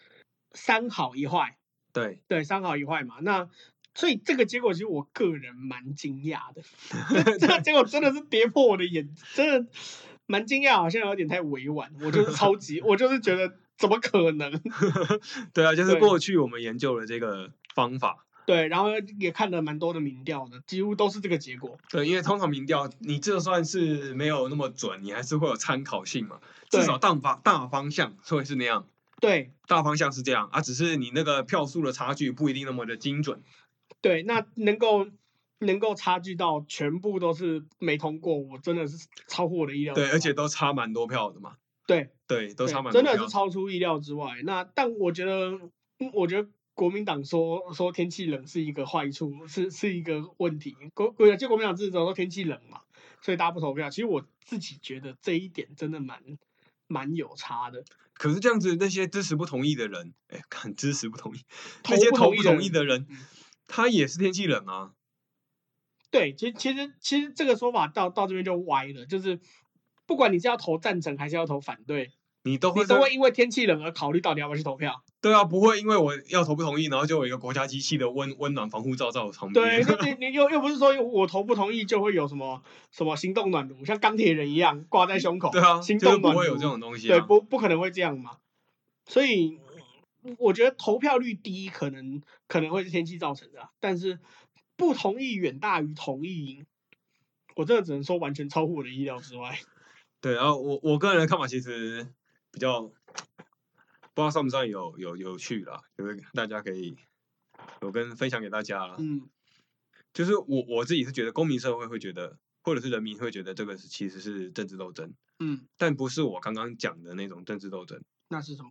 Speaker 2: 三好一坏，
Speaker 1: 对。
Speaker 2: 对，三好一坏嘛。那所以这个结果其实我个人蛮惊讶的， 这个结果真的是跌破我的眼，真的蛮惊讶，好像有点太委婉。我就是超级，我就是觉得怎么可能？
Speaker 1: 对啊，就是
Speaker 2: 对
Speaker 1: 过去我们研究了这个方法。
Speaker 2: 对，然后也看了蛮多的民调的，几乎都是这个结果。
Speaker 1: 对，因为通常民调，你就算是没有那么准，你还是会有参考性嘛。至
Speaker 2: 对
Speaker 1: 少大方大方向会是那样，
Speaker 2: 对，
Speaker 1: 大方向是这样啊，只是你那个票数的差距不一定那么的精准。
Speaker 2: 对，那能够能够差距到全部都是没通过，我真的是超乎我的意料之外。
Speaker 1: 对，而且都差蛮多票的嘛。
Speaker 2: 对，
Speaker 1: 对，都
Speaker 2: 对
Speaker 1: 差蛮多
Speaker 2: 真
Speaker 1: 票。
Speaker 2: 的是超出意料之外。那但我觉得，嗯我觉得国民党说说天气冷是一个坏处，是是一个问题。国国就国民党自己说天气冷嘛，所以大家不投票。其实我自己觉得这一点真的蛮蛮有差的。
Speaker 1: 可是这样子，那些支持不同意的人，哎，看支持不同意，
Speaker 2: 投
Speaker 1: 那些
Speaker 2: 不
Speaker 1: 投
Speaker 2: 同意
Speaker 1: 不
Speaker 2: 的
Speaker 1: 同意
Speaker 2: 人
Speaker 1: 的人
Speaker 2: 嗯，
Speaker 1: 他也是天气冷啊。
Speaker 2: 对，其实其实其实这个说法到到这边就歪了，就是不管你是要投赞成还是要投反对，
Speaker 1: 你都会
Speaker 2: 你都
Speaker 1: 在
Speaker 2: 会因为天气冷而考虑到底要不要去投票。
Speaker 1: 对啊，不会因为我要同不同意，然后就有一个国家机器的温温暖防护罩在我旁边。
Speaker 2: 对，你你你又又不是说我投不同意就会有什么什么行动暖炉，像钢铁人一样挂在胸口。
Speaker 1: 对啊，
Speaker 2: 行
Speaker 1: 就是
Speaker 2: 动
Speaker 1: 不
Speaker 2: 暖炉
Speaker 1: 会有这种东西、啊。
Speaker 2: 对，不不可能会这样嘛。所以我觉得投票率低可能可能会是天气造成的啊、但是不同意远大于同意，我这个只能说完全超乎我的意料之外。
Speaker 1: 对，然后我我个人的看法其实比较不知道算不算有有有趣啦，就是大家可以有跟分享给大家啦。
Speaker 2: 嗯，
Speaker 1: 就是我我自己是觉得公民社会会觉得，或者是人民会觉得这个是其实是政治斗争，
Speaker 2: 嗯，
Speaker 1: 但不是我刚刚讲的那种政治斗争，
Speaker 2: 那是什么？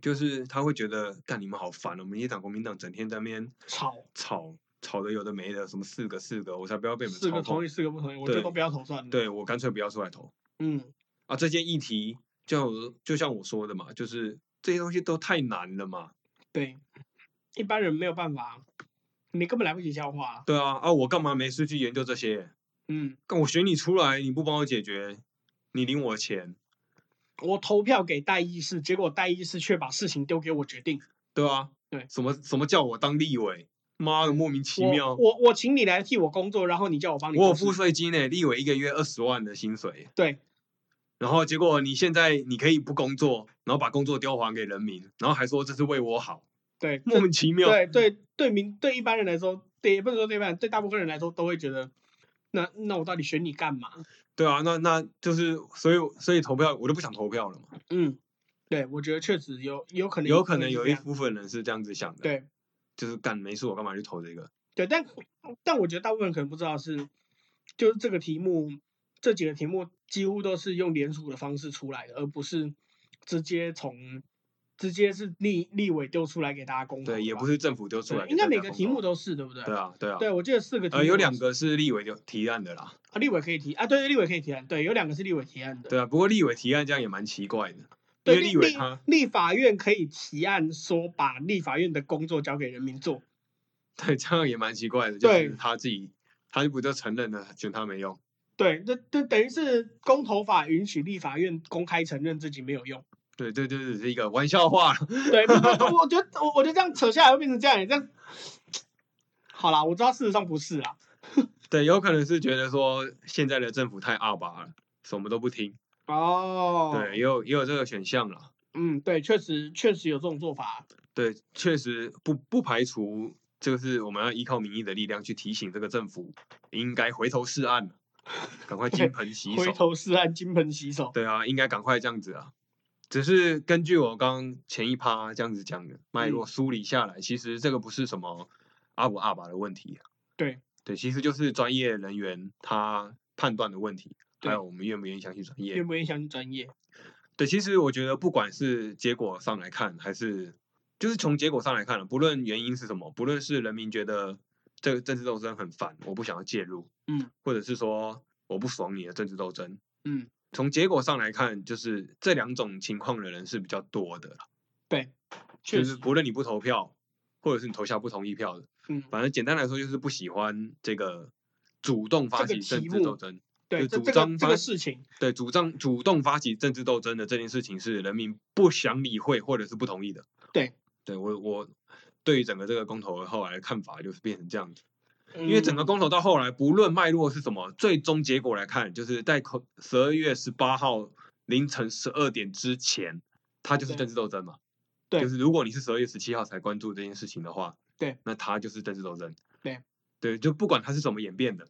Speaker 1: 就是他会觉得干你们好烦哦，民进党、国民党整天在那边
Speaker 2: 吵。
Speaker 1: 吵吵的有的没的，什么四个四个，我才不要被你们
Speaker 2: 四
Speaker 1: 操
Speaker 2: 个同
Speaker 1: 控
Speaker 2: 意，，四个不同意，我觉得
Speaker 1: 对
Speaker 2: 都不要投算了。，
Speaker 1: 对我干脆不要出来投。
Speaker 2: 嗯，
Speaker 1: 啊，这些议题就就像我说的嘛，就是这些东西都太难了嘛。
Speaker 2: 对，一般人没有办法，你根本来不及消化。
Speaker 1: 对啊，啊，我干嘛没事去研究这些？
Speaker 2: 嗯，
Speaker 1: 干我选你出来，你不帮我解决，你领我钱，
Speaker 2: 我投票给戴医师，结果戴医师却把事情丢给我决定。
Speaker 1: 对啊？
Speaker 2: 对
Speaker 1: 什么什么叫我当立委？妈的，莫名其
Speaker 2: 我
Speaker 1: 妙！我
Speaker 2: 我我请你来替我工作，然后你叫我帮你
Speaker 1: 有
Speaker 2: 做事。
Speaker 1: 付税金呢、立委一个月二十万的薪水，
Speaker 2: 对
Speaker 1: 然后结果你现在你可以不工作，然后把工作丢还给人民，然后还说这是为我 好，
Speaker 2: 对
Speaker 1: 莫名其妙。
Speaker 2: 对对对民对一般人来说，对也不能说对一般人，对大部分人来说都会觉得，那那我到底选你干嘛？
Speaker 1: 对啊，那那就是所以所以投票我就不想投票了嘛。
Speaker 2: 嗯，对，我觉得确实有有可能
Speaker 1: 有可能
Speaker 2: 是
Speaker 1: 有
Speaker 2: 这
Speaker 1: 一
Speaker 2: 样
Speaker 1: 部分人是这样子想的，，
Speaker 2: 对
Speaker 1: 就是干没事，我干嘛去投这个？
Speaker 2: 对，但但我觉得大部分人可能不知道是，就是这个题目，这几个题目几乎都是用联署的方式出来的，而不是直接从直接是立立委丢出来给大家公投的吧。
Speaker 1: 对，也不
Speaker 2: 是
Speaker 1: 是政府丢出来给
Speaker 2: 应该
Speaker 1: 大家
Speaker 2: 每个
Speaker 1: 公
Speaker 2: 题
Speaker 1: 投
Speaker 2: 目都是对不对？
Speaker 1: 对啊，对啊，
Speaker 2: 对，我记得四个题目
Speaker 1: 呃，
Speaker 2: 好像是，
Speaker 1: 有两个是立委就提案的啦，
Speaker 2: 啊立委可以提啊，对，立委可以提案，对，有两个是立委提案的。
Speaker 1: 对啊，不过立委提案这样也蛮奇怪的，因
Speaker 2: 对
Speaker 1: 为
Speaker 2: 立
Speaker 1: 立委
Speaker 2: 立
Speaker 1: 他，
Speaker 2: 立法院可以提案说把立法院的工作交给人民做，
Speaker 1: 对，这样也蛮奇怪的，就
Speaker 2: 对
Speaker 1: 是他自己，他就不就承认了，选他没用。
Speaker 2: 对，这这等于是公投法允许立法院公开承认自己没有用。
Speaker 1: 对对对对，是一个玩笑话。
Speaker 2: 对，不不不我觉得我我觉得这样扯下来会变成这样，这样。好啦，我知道事实上不是啦，
Speaker 1: 对，有可能是觉得说现在的政府太二八了，什么都不听。
Speaker 2: 哦，
Speaker 1: 对，也，有也有这个选项啦。
Speaker 2: 嗯，对，确实确实有这种做法，
Speaker 1: 对，确实不不排除就是我们要依靠民意的力量去提醒这个政府应该回头是岸，赶快
Speaker 2: 对
Speaker 1: 金 盆洗
Speaker 2: 回
Speaker 1: 手。
Speaker 2: 头是岸，金盆洗手。
Speaker 1: 对啊，应该赶快这样子啊。只是根据我刚前一趴这样子讲的脉
Speaker 2: 嗯
Speaker 1: 络梳理下来，其实这个不是什么阿不阿巴的问题、啊
Speaker 2: 对
Speaker 1: 对，其实就是专业人员他判断的问题，还
Speaker 2: 对
Speaker 1: 有我们愿不愿意相信专业。
Speaker 2: 愿不愿意相信专业？
Speaker 1: 对，其实我觉得不管是结果上来看，还是就是从结果上来看了，不论原因是什么，不论是人民觉得这个政治斗争很烦，我不想要介入，
Speaker 2: 嗯，
Speaker 1: 或者是说我不爽你的政治斗争，
Speaker 2: 嗯，
Speaker 1: 从结果上来看，就是这两种情况的人是比较多的啦，
Speaker 2: 对，确
Speaker 1: 就是
Speaker 2: 实，
Speaker 1: 不论你不投票，或者是你投下不同意票的，
Speaker 2: 嗯，
Speaker 1: 反正简单来说就是不喜欢这个主动发
Speaker 2: 这个
Speaker 1: 起政
Speaker 2: 题
Speaker 1: 治斗
Speaker 2: 目
Speaker 1: 争，
Speaker 2: 对，
Speaker 1: 就
Speaker 2: 这
Speaker 1: 主
Speaker 2: 这个
Speaker 1: 张
Speaker 2: 这
Speaker 1: 发
Speaker 2: 个事情，
Speaker 1: 对，主张主动发起政治斗争的这件事情是人民不想理会或者是不同意的。
Speaker 2: 对，
Speaker 1: 对我我对于整个这个公投后来的看法就是变成这样子，因为整个
Speaker 2: 嗯
Speaker 1: 公投到后来不论脉络是什么，最终结果来看，就是在十二月十八号凌晨十二点之前，它就是
Speaker 2: 对
Speaker 1: 政治斗争嘛。
Speaker 2: 对
Speaker 1: 就是如果你是十二月十七号才关注这件事情的话，
Speaker 2: 对，
Speaker 1: 那它就是政治斗争。
Speaker 2: 对，
Speaker 1: 对，就不管它是怎么演变的，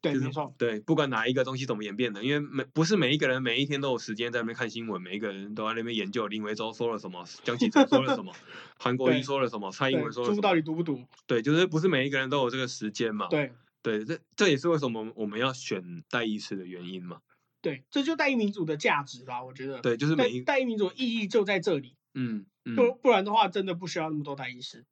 Speaker 2: 对，
Speaker 1: 就是
Speaker 2: 没错，
Speaker 1: 对，不管哪一个东西怎么演变的，因为每不是每一个人每一天都有时间在那边看新闻，每一个人都在那边研究林维洲说了什么，江启臣说了 什么，韩国
Speaker 2: 对
Speaker 1: 瑜说了什么，蔡英
Speaker 2: 对
Speaker 1: 文，说了
Speaker 2: 猪
Speaker 1: 什
Speaker 2: 到底
Speaker 1: 么，
Speaker 2: 读不读？
Speaker 1: 对，就是不是每一个人都有这个时间嘛。
Speaker 2: 对
Speaker 1: 对，这这也是为什么我们要选代议士的原因嘛。
Speaker 2: 对，这就代议民主的价值啦，我觉得。
Speaker 1: 对，就是每
Speaker 2: 代
Speaker 1: 一
Speaker 2: 代议民主的意义就在这里，
Speaker 1: 嗯嗯，
Speaker 2: 不不然的话，真的不需要那么多代议士。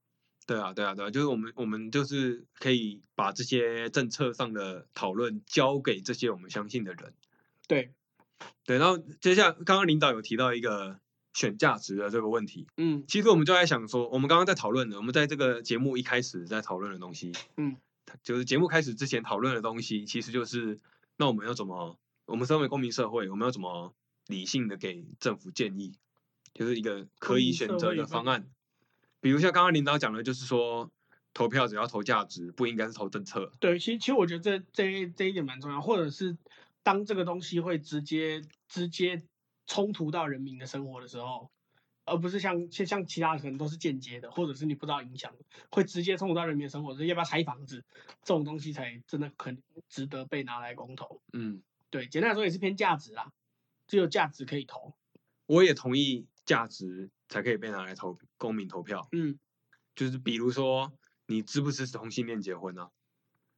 Speaker 1: 对啊对啊对啊，就是我们我们就是可以把这些政策上的讨论交给这些我们相信的人。
Speaker 2: 对，
Speaker 1: 对，然后接下来刚刚领导有提到一个选价值的这个问题。
Speaker 2: 嗯
Speaker 1: 其实我们就在想说，我们刚刚在讨论的，我们在这个节目一开始在讨论的东西，
Speaker 2: 嗯，
Speaker 1: 它就是节目开始之前讨论的东西，其实就是那我们要怎么，我们身为公民社会，我们要怎么理性的给政府建议，就是一个可
Speaker 2: 公
Speaker 1: 以
Speaker 2: 民
Speaker 1: 选
Speaker 2: 社
Speaker 1: 择
Speaker 2: 会有
Speaker 1: 的
Speaker 2: 关
Speaker 1: 方案。比如像刚刚领导讲的，就是说投票只要投价值，不应该是投政策。
Speaker 2: 对，其实其实我觉得这这这一点蛮重要，或者是当这个东西会直接直接冲突到人民的生活的时候，而不是像像像其他可能都是间接的，或者是你不知道影响，会直接冲突到人民的生活，就是要不要拆房子这种东西才真的可能值得被拿来公投。
Speaker 1: 嗯，
Speaker 2: 对，简单来说也是偏价值啦，只有价值可以投。
Speaker 1: 我也同意价值才可以被拿来投公民投票，
Speaker 2: 嗯
Speaker 1: 就是比如说你支不支持同性恋结婚啊？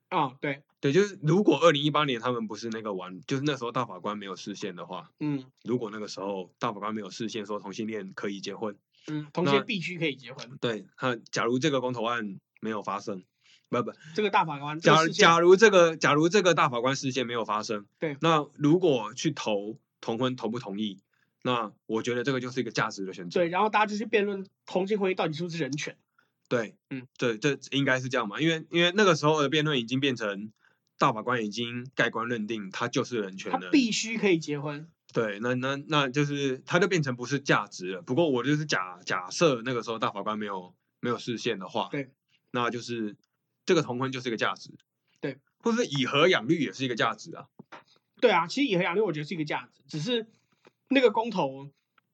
Speaker 2: 啊、对，
Speaker 1: 对，就是如果二零一八年他们不是那个玩，就是那时候大法官没有视线的话，
Speaker 2: 嗯
Speaker 1: 如果那个时候大法官没有视线说同性恋可以结婚，
Speaker 2: 嗯，同
Speaker 1: 那
Speaker 2: 性必须可以结婚，
Speaker 1: 对，那假如这个公投案没有发生，不不，
Speaker 2: 这个大法官这
Speaker 1: 假
Speaker 2: 个
Speaker 1: 如
Speaker 2: 事件
Speaker 1: 假如这个假如这个大法官视线没有发生，
Speaker 2: 对
Speaker 1: 那如果去投同婚同不同意，那我觉得这个就是一个价值的选择，
Speaker 2: 对，然后大家就去辩论同性婚姻到底是不是人权。
Speaker 1: 对，
Speaker 2: 嗯，
Speaker 1: 对，这应该是这样嘛，因为因为那个时候的辩论已经变成大法官已经盖棺认定他就是人权
Speaker 2: 他
Speaker 1: 了。
Speaker 2: 必须可以结婚。
Speaker 1: 对，那那那就是它就变成不是价值了。不过我就是假假设那个时候大法官没有没有视线的话，
Speaker 2: 对，
Speaker 1: 那就是这个同婚就是一个价值，
Speaker 2: 对，
Speaker 1: 或是以和养绿也是一个价值啊。
Speaker 2: 对啊，其实以和养绿我觉得是一个价值，只是那个公投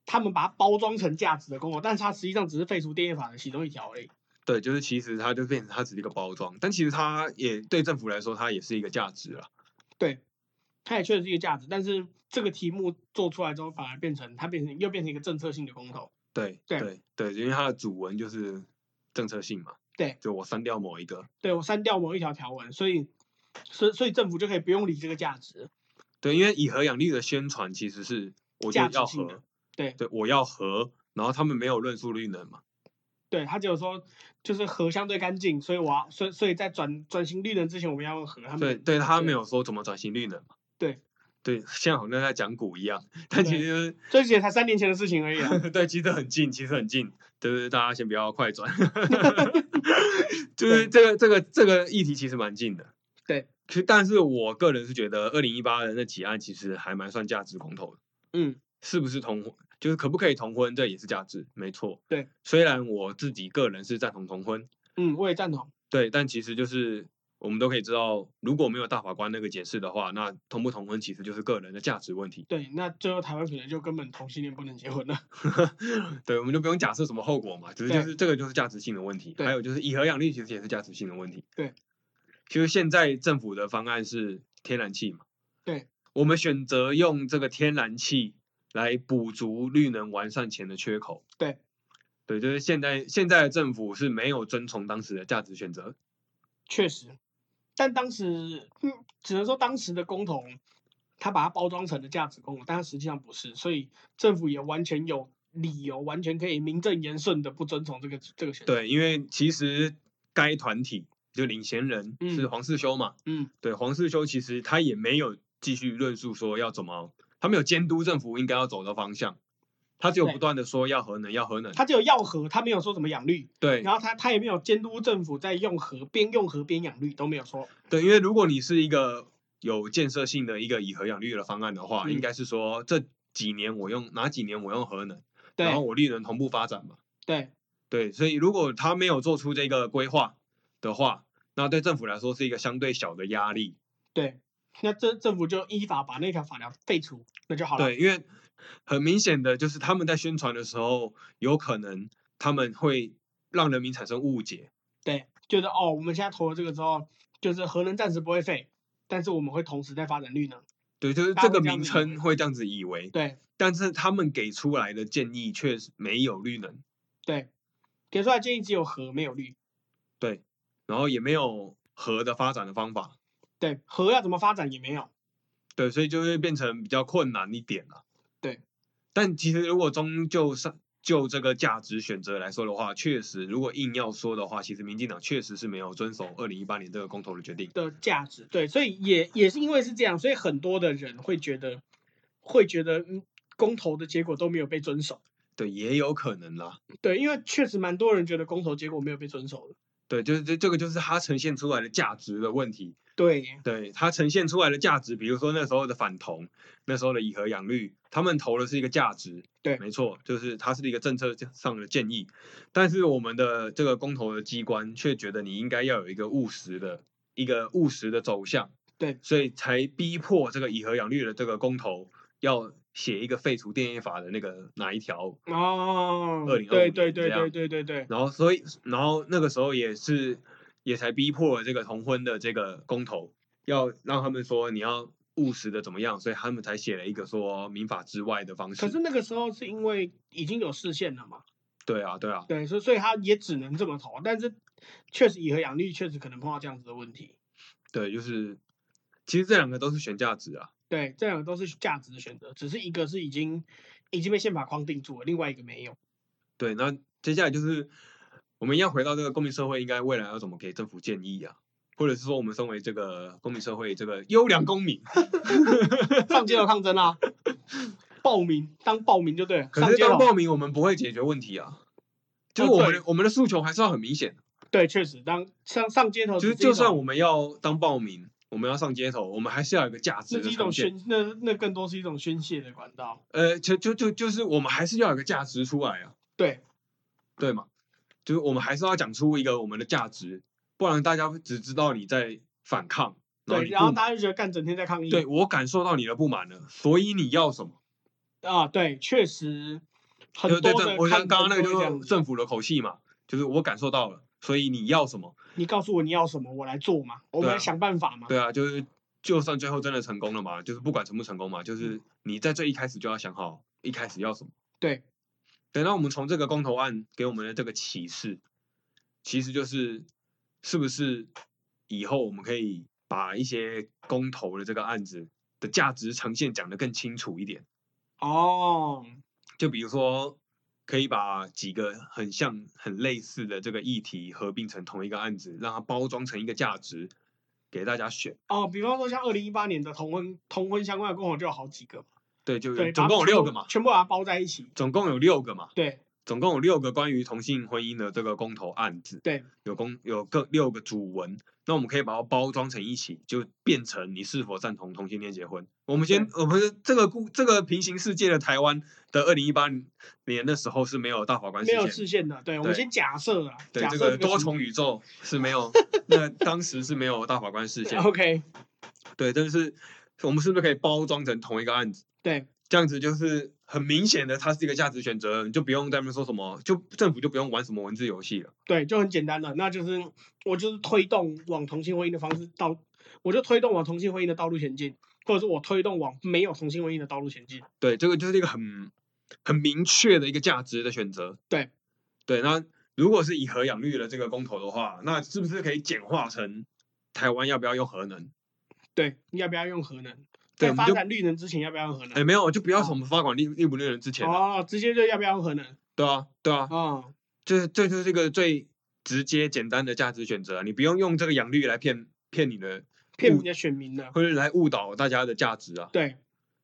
Speaker 2: 他们把它包装成价值的公投，但是它实际上只是废除电业法的其中一条而已。
Speaker 1: 对，就是其实它就变成它只是一个包装，但其实它也对政府来说它也是一个价值啊。
Speaker 2: 对，它也确实是一个价值，但是这个题目做出来之后，反而变成它变成又变成一个政策性的公投。
Speaker 1: 对
Speaker 2: 对
Speaker 1: 对对，因为它的主文就是政策性嘛。
Speaker 2: 对，
Speaker 1: 就我删掉某一个。
Speaker 2: 对我删掉某一条条文，所以所以所以政府就可以不用理这个价值。
Speaker 1: 对，因为以和养绿的宣传其实是我觉
Speaker 2: 价
Speaker 1: 得
Speaker 2: 值
Speaker 1: 要
Speaker 2: 性的
Speaker 1: 和，
Speaker 2: 对
Speaker 1: 对，我要和，然后他们没有论述绿能嘛。
Speaker 2: 对，他只有说就是河相对干净，所以我要所以所以在转转型绿能之前，我们要用河。他们
Speaker 1: 对对，他
Speaker 2: 对
Speaker 1: 没有说怎么转型率能嘛。
Speaker 2: 对
Speaker 1: 对，现在好像在讲股一样，但其实、 就是。
Speaker 2: 这也才三年前的事情而 已啊。
Speaker 1: 对，其实很近，其实很近，对对，大家先不要快 转，就是
Speaker 2: 对
Speaker 1: 这个这个这个议题其实蛮近的。
Speaker 2: 对，
Speaker 1: 其实但是我个人是觉得二零一八的那几案其实还蛮算价值公投的，
Speaker 2: 嗯，
Speaker 1: 是不是同婚就是可不可以同婚，这也是价值，没错。
Speaker 2: 对，
Speaker 1: 虽然我自己个人是赞同同婚，
Speaker 2: 嗯，我也赞同。
Speaker 1: 对，但其实就是我们都可以知道，如果没有大法官那个解释的话，那同不同婚其实就是个人的价值问题。
Speaker 2: 对，那最后台湾可能就根本同性恋不能结婚了。
Speaker 1: 对，我们就不用假设什么后果嘛，只是就
Speaker 2: 对
Speaker 1: 是这个就是价值性的问题，还
Speaker 2: 对
Speaker 1: 有就是以和养绿其实也是价值性的问题。
Speaker 2: 对，
Speaker 1: 其实现在政府的方案是天然气嘛，
Speaker 2: 对，
Speaker 1: 我们选择用这个天然气来补足绿能完善前的缺口。
Speaker 2: 对，
Speaker 1: 对，就是现在现在的政府是没有遵从当时的价值选择。
Speaker 2: 确实，但当时，嗯，只能说当时的公投，他把它包装成了价值公投，但它实际上不是，所以政府也完全有理由，完全可以名正言顺的不遵从这个这个选择。
Speaker 1: 对，因为其实该团体就领衔人是
Speaker 2: 嗯
Speaker 1: 黄世修嘛，
Speaker 2: 嗯，
Speaker 1: 对，黄世修其实他也没有继续论述说要怎么，他没有监督政府应该要走的方向，他只有不
Speaker 2: 对
Speaker 1: 断的说要核能，要核能。
Speaker 2: 他只有要核，他没有说怎么养绿，
Speaker 1: 对
Speaker 2: 然后他他也没有监督政府在用核，边用核边养绿都没有说。
Speaker 1: 对，因为如果你是一个有建设性的一个以核养绿的方案的话，应
Speaker 2: 嗯
Speaker 1: 该是说这几年我用哪几年我用核能，
Speaker 2: 对
Speaker 1: 然后我绿能同步发展嘛。
Speaker 2: 对
Speaker 1: 对，所以如果他没有做出这个规划的话，那对政府来说是一个相对小的压力。
Speaker 2: 对，那这政府就依法把那条法条废除，那就好了。
Speaker 1: 对，因为很明显的就是他们在宣传的时候，有可能他们会让人民产生误解。
Speaker 2: 对，就是哦，我们现在投了这个之后，就是核能暂时不会废，但是我们会同时在发展绿能。
Speaker 1: 对，就是
Speaker 2: 大
Speaker 1: 这个
Speaker 2: 家会这样
Speaker 1: 名
Speaker 2: 子以
Speaker 1: 称
Speaker 2: 为
Speaker 1: 会这样子以为，
Speaker 2: 对
Speaker 1: 但是他们给出来的建议却是没有绿能，
Speaker 2: 对，给出来建议只有核没有绿。
Speaker 1: 对，然后也没有核的发展的方法，
Speaker 2: 对，核要怎么发展也没有。
Speaker 1: 对，所以就会变成比较困难一点了。
Speaker 2: 对，
Speaker 1: 但其实如果终究上就这个价值选择来说的话，确实如果硬要说的话，其实民进党确实是没有遵守二零一八年这个公投的决定。
Speaker 2: 的价值。对，所以也也是因为是这样，所以很多的人会觉得，会觉得嗯，公投的结果都没有被遵守。
Speaker 1: 对，也有可能啦。
Speaker 2: 对，因为确实蛮多人觉得公投结果没有被遵守的。
Speaker 1: 对，就是这这个就是它呈现出来的价值的问题。
Speaker 2: 对
Speaker 1: 对，它呈现出来的价值，比如说那时候的反同，那时候的以和养绿，他们投的是一个价值。
Speaker 2: 对
Speaker 1: 没错，就是它是一个政策上的建议，但是我们的这个公投的机关却觉得你应该要有一个务实的一个务实的走向。
Speaker 2: 对，
Speaker 1: 所以才逼迫这个以和养绿的这个公投要写一个废除电业法的那个哪一条
Speaker 2: 哦，
Speaker 1: 2025
Speaker 2: 对对
Speaker 1: 年这
Speaker 2: 对
Speaker 1: 样
Speaker 2: 对对对对，
Speaker 1: 然后所以然后那个时候也是也才逼迫了这个同婚的这个公投，要让他们说你要务实的怎么样，所以他们才写了一个说民法之外的方式。
Speaker 2: 可是那个时候是因为已经有视线了嘛，
Speaker 1: 对啊，对啊，
Speaker 2: 对，所以所以他也只能这么投，但是确实以和养绿确实可能碰到这样子的问题。
Speaker 1: 对，就是其实这两个都是选价值啊。
Speaker 2: 对，这两个都是价值的选择，只是一个是已经已经被宪法框定住了，另外一个没有。
Speaker 1: 对，那接下来就是我们一样回到这个公民社会，应该未来要怎么给政府建议啊？或者是说，我们身为这个公民社会这个优良公民，
Speaker 2: 上街头抗争 啦、报名当报名就对了，
Speaker 1: 可
Speaker 2: 上
Speaker 1: 是
Speaker 2: 街
Speaker 1: 当
Speaker 2: 头
Speaker 1: 报名我们不会解决问题啊，就是
Speaker 2: 哦
Speaker 1: 我们
Speaker 2: 对
Speaker 1: 的我们的诉求还是要很明显。
Speaker 2: 对，确实当上上街头
Speaker 1: 就
Speaker 2: 只
Speaker 1: 是
Speaker 2: 是
Speaker 1: 就
Speaker 2: 一
Speaker 1: 算
Speaker 2: 种
Speaker 1: 我们要当暴民，我们要上街头，我们还是要有一个价值的
Speaker 2: 那是一
Speaker 1: 呈
Speaker 2: 种
Speaker 1: 现。
Speaker 2: 宣，那那更多是一种宣泄的管道。
Speaker 1: 呃，就就就就是我们还是要有一个价值出来啊，
Speaker 2: 对
Speaker 1: 对吗？就是我们还是要讲出一个我们的价值，不然大家只知道你在反抗，然后
Speaker 2: 对，
Speaker 1: 你
Speaker 2: 然后
Speaker 1: 不
Speaker 2: 大家就觉得干整天在抗议。
Speaker 1: 对我感受到你的不满了，所以你要什么？
Speaker 2: 啊，对，确实很
Speaker 1: 对
Speaker 2: 多
Speaker 1: 对
Speaker 2: 的
Speaker 1: 对，我像
Speaker 2: 抗
Speaker 1: 刚刚
Speaker 2: 争
Speaker 1: 那个
Speaker 2: 都会这
Speaker 1: 就
Speaker 2: 样
Speaker 1: 是
Speaker 2: 子
Speaker 1: 政府的口气嘛，就是我感受到了，所以你要什么？
Speaker 2: 你告诉我你要什么，我来做嘛，我
Speaker 1: 对
Speaker 2: 们
Speaker 1: 啊
Speaker 2: 来想办法嘛。
Speaker 1: 对啊，就是就算最后真的成功了嘛，就是不管成不成功嘛，
Speaker 2: 嗯
Speaker 1: 就是你在最一开始就要想好一开始要什么。
Speaker 2: 对
Speaker 1: 对，那我们从这个公投案给我们的这个启示，其实就是是不是以后我们可以把一些公投的这个案子的价值呈现讲得更清楚一点？
Speaker 2: 哦，
Speaker 1: 就比如说，可以把几个很像、很类似的这个议题合并成同一个案子，让它包装成一个价值，给大家选。
Speaker 2: 哦，比方说像二零一八年的同婚同婚相关的公投就有好几个嘛，
Speaker 1: 对，就
Speaker 2: 对，
Speaker 1: 总
Speaker 2: 把它
Speaker 1: 共有
Speaker 2: 全
Speaker 1: 六
Speaker 2: 部
Speaker 1: 个嘛，
Speaker 2: 全部把它包在一起，
Speaker 1: 总共有六个嘛，
Speaker 2: 对
Speaker 1: 总共有六个关于同性婚姻的这个公投案子，
Speaker 2: 对，
Speaker 1: 有公有各六个主文，那我们可以把它包装成一起，就变成你是否赞同同性恋结婚。我们先，我们这个故这个平行世界的台湾的二零一八年的时候是没有大法官
Speaker 2: 没有
Speaker 1: 视线
Speaker 2: 视线的，对，我们
Speaker 1: 对
Speaker 2: 先假设啊，
Speaker 1: 对
Speaker 2: 假
Speaker 1: 这
Speaker 2: 设
Speaker 1: 个多 重宇宙是没有，那当时是没有大法官视线。
Speaker 2: ，OK，
Speaker 1: 对，但是我们是不是可以包装成同一个案子？
Speaker 2: 对
Speaker 1: 这样子就是很明显的，它是一个价值选择，你就不用在那边说什么，就政府就不用玩什么文字游戏了。
Speaker 2: 对，就很简单了，那就是我就是推动往同性婚姻的方式到，我就推动往同性婚姻的道路前进，或者是我推动往没有同性婚姻的道路前进，
Speaker 1: 对，这个就是一个很很明确的一个价值的选择。
Speaker 2: 对，
Speaker 1: 对，那如果是以核养绿的这个公投的话，那是不是可以简化成台湾要不要用核能？
Speaker 2: 对，要不要用核能？
Speaker 1: 对
Speaker 2: 在
Speaker 1: 我们
Speaker 2: 发
Speaker 1: 就
Speaker 2: 展绿能之前要不要用核
Speaker 1: 哎，
Speaker 2: 能？
Speaker 1: 没有，就不要
Speaker 2: 哦
Speaker 1: 什么发管利利不利人之前啊，
Speaker 2: 哦，直接就要不要用核能？
Speaker 1: 对啊，对啊，
Speaker 2: 哦，
Speaker 1: 这这就是这个最直接简单的价值选择啊，你不用用这个养绿来骗骗你的，
Speaker 2: 骗
Speaker 1: 嗯
Speaker 2: 你的选民的，
Speaker 1: 或者来误导大家的价值啊。
Speaker 2: 对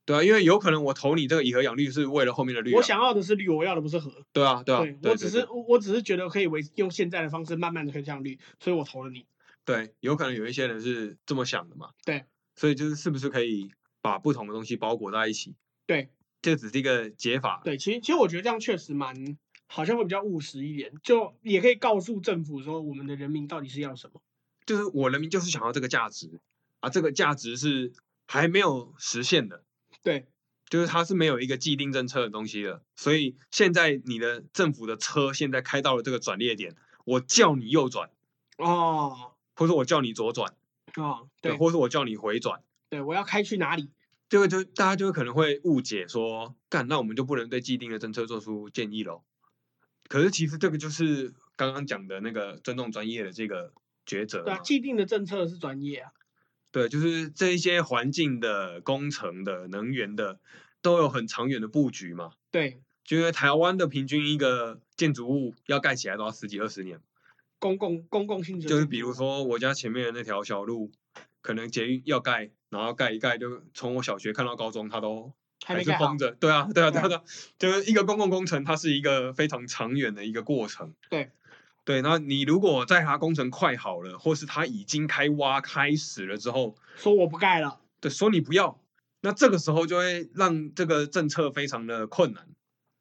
Speaker 1: 对啊，因为有可能我投你这个以核养绿是为了后面的绿、啊。
Speaker 2: 我想要的是绿，我要的不是核。
Speaker 1: 对啊，对啊，
Speaker 2: 对
Speaker 1: 对
Speaker 2: 我只是我我只是觉得可以维用现在的方式慢慢的推向绿，所以我投了你。
Speaker 1: 对对，有可能有一些人是这么想的嘛。
Speaker 2: 对，
Speaker 1: 所以就是是不是可以把不同的东西包裹在一起？
Speaker 2: 对
Speaker 1: 这只是一个解法。
Speaker 2: 对，其实其实我觉得这样确实蛮好像会比较务实一点，就也可以告诉政府说我们的人民到底是要什么。
Speaker 1: 就是我人民就是想要这个价值啊，这个价值是还没有实现的，
Speaker 2: 对
Speaker 1: 就是它是没有一个既定政策的东西的。所以现在你的政府的车现在开到了这个转捩点，我叫你右转，
Speaker 2: 哦
Speaker 1: 或者我叫你左转，
Speaker 2: 哦，对
Speaker 1: 或者我叫你回转。
Speaker 2: 对，我要开去哪里？
Speaker 1: 这个就大家就可能会误解说，干那我们就不能对既定的政策做出建议喽。可是其实这个就是刚刚讲的那个尊重专业的这个抉择
Speaker 2: 对啊，
Speaker 1: 嘛，
Speaker 2: 既定的政策是专业啊。
Speaker 1: 对，就是这一些环境的、工程的、能源的，都有很长远的布局嘛。
Speaker 2: 对，
Speaker 1: 就因为台湾的平均一个建筑物要盖起来都要十几二十年，
Speaker 2: 公共公共性质
Speaker 1: 就是
Speaker 2: 政
Speaker 1: 比
Speaker 2: 府
Speaker 1: 如
Speaker 2: 啊，
Speaker 1: 说我家前面的那条小路，可能捷运要盖，然后盖一盖，就从我小学看到高中，它都
Speaker 2: 还没
Speaker 1: 是
Speaker 2: 盖好
Speaker 1: 封。着。对啊，对啊，对啊，
Speaker 2: 对
Speaker 1: 对啊，就是一个公共工程，它是一个非常长远的一个过程。
Speaker 2: 对，
Speaker 1: 对，那你如果在它工程快好了，或是它已经开挖开始了之后，
Speaker 2: 说我不盖了。
Speaker 1: 对，说你不要，那这个时候就会让这个政策非常的困难。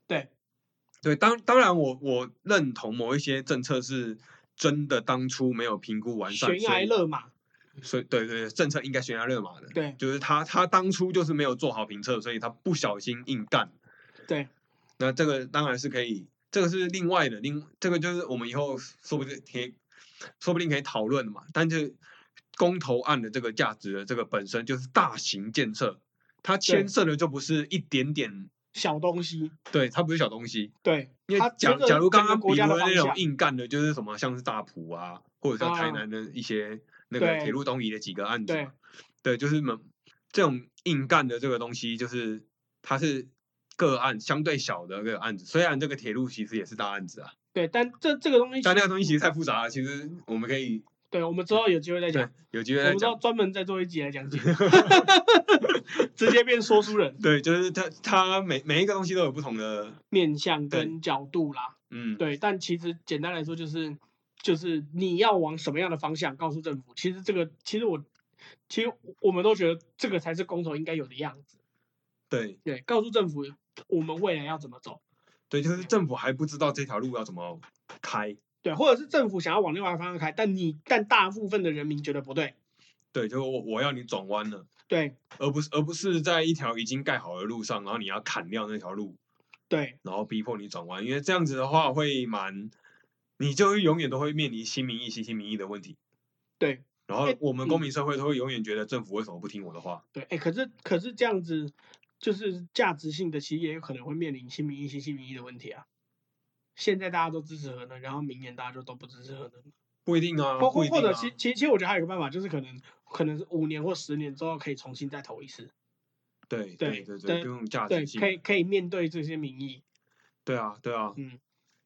Speaker 2: 对
Speaker 1: 对，当当然我我认同某一些政策是真的当初没有评估完善，
Speaker 2: 悬
Speaker 1: 所
Speaker 2: 崖
Speaker 1: 以
Speaker 2: 勒马。
Speaker 1: 所以对对，对政策应该悬崖勒马的。
Speaker 2: 对
Speaker 1: 就是他他当初就是没有做好评测，所以他不小心硬干。
Speaker 2: 对
Speaker 1: 那这个当然是可以，这个是另外的，另这个就是我们以后说不定可以，说不定可以讨论的嘛。但是公投案的这个价值的这个本身就是大型建设，它牵涉的就不是一点点，
Speaker 2: 小东西。
Speaker 1: 对，它不是小东西。
Speaker 2: 对，
Speaker 1: 因
Speaker 2: 它
Speaker 1: 为假
Speaker 2: 这个
Speaker 1: 假如刚
Speaker 2: 整个
Speaker 1: 刚比
Speaker 2: 国
Speaker 1: 如
Speaker 2: 家的
Speaker 1: 那
Speaker 2: 方
Speaker 1: 种
Speaker 2: 向
Speaker 1: 硬干的，就是什么像是大埔啊，或者像台
Speaker 2: 啊
Speaker 1: 南的一些那个铁
Speaker 2: 对
Speaker 1: 路东移的几个案子
Speaker 2: 对
Speaker 1: 嘛，对，就是们这种硬干的这个东西，就是它是个案相对小的个案子，虽然这个铁路其实也是大案子啊，
Speaker 2: 对，但这这个东西其
Speaker 1: 但
Speaker 2: 实，
Speaker 1: 那个东西其实太复杂了，其实我们可以
Speaker 2: 对我们之后有机会再
Speaker 1: 对
Speaker 2: 讲，
Speaker 1: 有机会
Speaker 2: 我
Speaker 1: 再
Speaker 2: 们之后
Speaker 1: 讲。
Speaker 2: 专门再做一集来 讲解，直接变说书人
Speaker 1: 对，就是它它每每一个东西都有不同的，
Speaker 2: 面向
Speaker 1: 对
Speaker 2: 跟角度啦。
Speaker 1: 嗯，
Speaker 2: 对，但其实简单来说就是，就是你要往什么样的方向告诉政府，其实这个其实我其实我们都觉得这个才是公投应该有的样子。
Speaker 1: 对
Speaker 2: 对，告诉政府我们未来要怎么走。
Speaker 1: 对，就是政府还不知道这条路要怎么开，
Speaker 2: 对，或者是政府想要往另外一个方向开，但你但大部分的人民觉得不对，
Speaker 1: 对，就是我我要你转弯了。
Speaker 2: 对
Speaker 1: 而不是而不是在一条已经盖好的路上，然后你要砍掉那条路，
Speaker 2: 对
Speaker 1: 然后逼迫你转弯，因为这样子的话会蛮，你就会永远都会面临新民意、新新民意的问题。
Speaker 2: 对，
Speaker 1: 然后
Speaker 2: 哎
Speaker 1: 我们公
Speaker 2: 嗯
Speaker 1: 民社会都会永远觉得政府为什么不听我的话？
Speaker 2: 对，哎，可是可是这样子，就是价值性的，其实也有可能会面临新民意、新新民意的问题啊。现在大家都支持核能，然后明年大家就都不支持核能，
Speaker 1: 不一定啊，
Speaker 2: 或
Speaker 1: 不
Speaker 2: 或
Speaker 1: 一
Speaker 2: 或
Speaker 1: 定啊。
Speaker 2: 者其其其实我觉得还有一个办法，就是可能可能是五年或十年之后可以重新再投一次，
Speaker 1: 对
Speaker 2: 对
Speaker 1: 对对，
Speaker 2: 对
Speaker 1: 这种价值
Speaker 2: 对，
Speaker 1: 性
Speaker 2: 可，以可以面对这些民意，
Speaker 1: 对啊对啊，
Speaker 2: 嗯，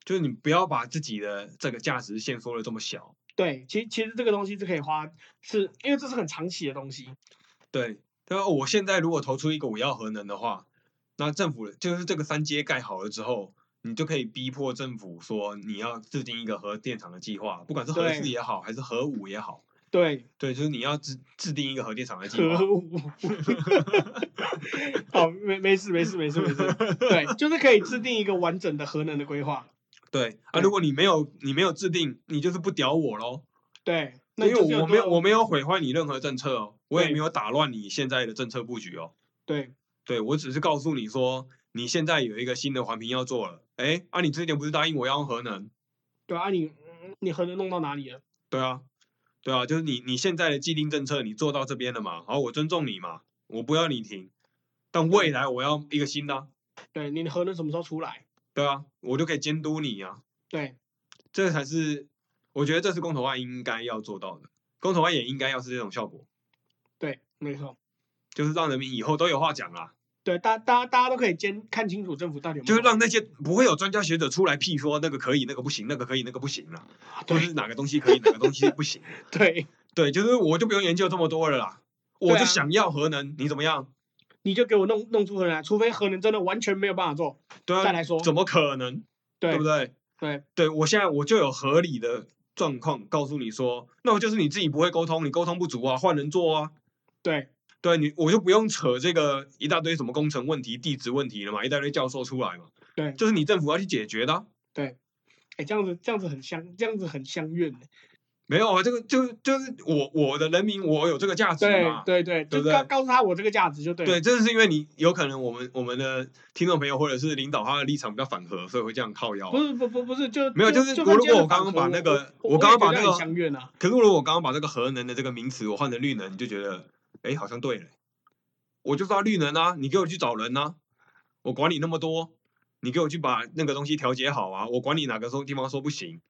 Speaker 1: 就是你不要把自己的这个价值线缩的这么小，
Speaker 2: 对，其实其实这个东西是可以花，是因为这是很长期的东西。
Speaker 1: 对，对啊，我现在如果投出一个我要核能的话，那政府就是这个三阶盖好了之后，你就可以逼迫政府说你要制定一个核电厂的计划，不管是核
Speaker 2: 对
Speaker 1: 四也好，还是核五也好，
Speaker 2: 对，
Speaker 1: 对，就是你要制制定一个核电厂的计划。
Speaker 2: 核武。 好，没没事没事没事没事。对，就是可以制定一个完整的核能的规划。
Speaker 1: 对啊，
Speaker 2: 对
Speaker 1: 如果你没有你没有制定，你就是不屌我喽，
Speaker 2: 对，
Speaker 1: 因
Speaker 2: 那
Speaker 1: 为
Speaker 2: 就是
Speaker 1: 我没有我
Speaker 2: 多
Speaker 1: 没有毁坏你任何政策哦，我也
Speaker 2: 对
Speaker 1: 没有打乱你现在的政策布局哦。
Speaker 2: 对
Speaker 1: 对我只是告诉你说，你现在有一个新的环评要做了，哎，啊，你之前不是答应我要用核能？
Speaker 2: 对啊，你你核能弄到哪里了？
Speaker 1: 对啊，对啊，就是你你现在的既定政策你做到这边了嘛，好，我尊重你嘛，我不要你停，但未
Speaker 2: 嗯
Speaker 1: 来我要一个新的啊、
Speaker 2: 对，你的核能什么时候出来？
Speaker 1: 对啊，我就可以监督你啊，
Speaker 2: 对
Speaker 1: 这才是我觉得这是公投案应该要做到的，公投案也应该要是这种效果，
Speaker 2: 对，没错。
Speaker 1: 就是让人民以后都有话讲啦，
Speaker 2: 对，大大家大家都可以监看清楚政府到底有没有
Speaker 1: 就是让那些不会有专家学者出来屁说那个可以，那个不行，那个可以，那个不行啦，或者是
Speaker 2: 对
Speaker 1: 哪个东西可以，哪个东西不 行，
Speaker 2: 对，
Speaker 1: 对，就是我就不用研究这么多了啦，我
Speaker 2: 对
Speaker 1: 就
Speaker 2: 啊
Speaker 1: 想要核能，你怎么样？
Speaker 2: 你就给我弄弄出核能来，除非核能真的完全没有办法做。
Speaker 1: 对啊，
Speaker 2: 再来说
Speaker 1: 怎么可能？
Speaker 2: 对
Speaker 1: 对不对？
Speaker 2: 对
Speaker 1: 对我现在我就有合理的状况告诉你说，那我就是你自己不会沟通，你沟通不足啊，换人做啊。
Speaker 2: 对
Speaker 1: 对你，我就不用扯这个一大堆什么工程问题、地质问题了嘛，一大堆教授出来嘛，
Speaker 2: 对，
Speaker 1: 这是你政府要去解决的啊、
Speaker 2: 哎，这样子这样子很相这样子很相怨欸
Speaker 1: 没有啊，这个就是就是我我的人民，我有这个价值
Speaker 2: 对
Speaker 1: 嘛。
Speaker 2: 对对，
Speaker 1: 对
Speaker 2: 就
Speaker 1: 不对
Speaker 2: 告告诉他我这个价值就对了。
Speaker 1: 对，这是因为你有可能我们我们的听众朋友或者是领导他的立场比较反核，所以会这样靠腰啊、
Speaker 2: 不是不不不是就
Speaker 1: 没有就是
Speaker 2: 就
Speaker 1: 我
Speaker 2: 算
Speaker 1: 如
Speaker 2: 今
Speaker 1: 果
Speaker 2: 天的
Speaker 1: 我刚刚
Speaker 2: 反核
Speaker 1: 把那个
Speaker 2: 我
Speaker 1: 我刚刚把
Speaker 2: 也觉
Speaker 1: 那
Speaker 2: 得
Speaker 1: 个
Speaker 2: 很相怨啊，
Speaker 1: 可是如果我刚刚把这个核能的这个名词我换成绿能，你就觉得，哎，好像对了。我就知道绿能啊，你给我去找人啊，我管你那么多，你给我去把那个东西调节好啊，我管你哪个时候地方说不行。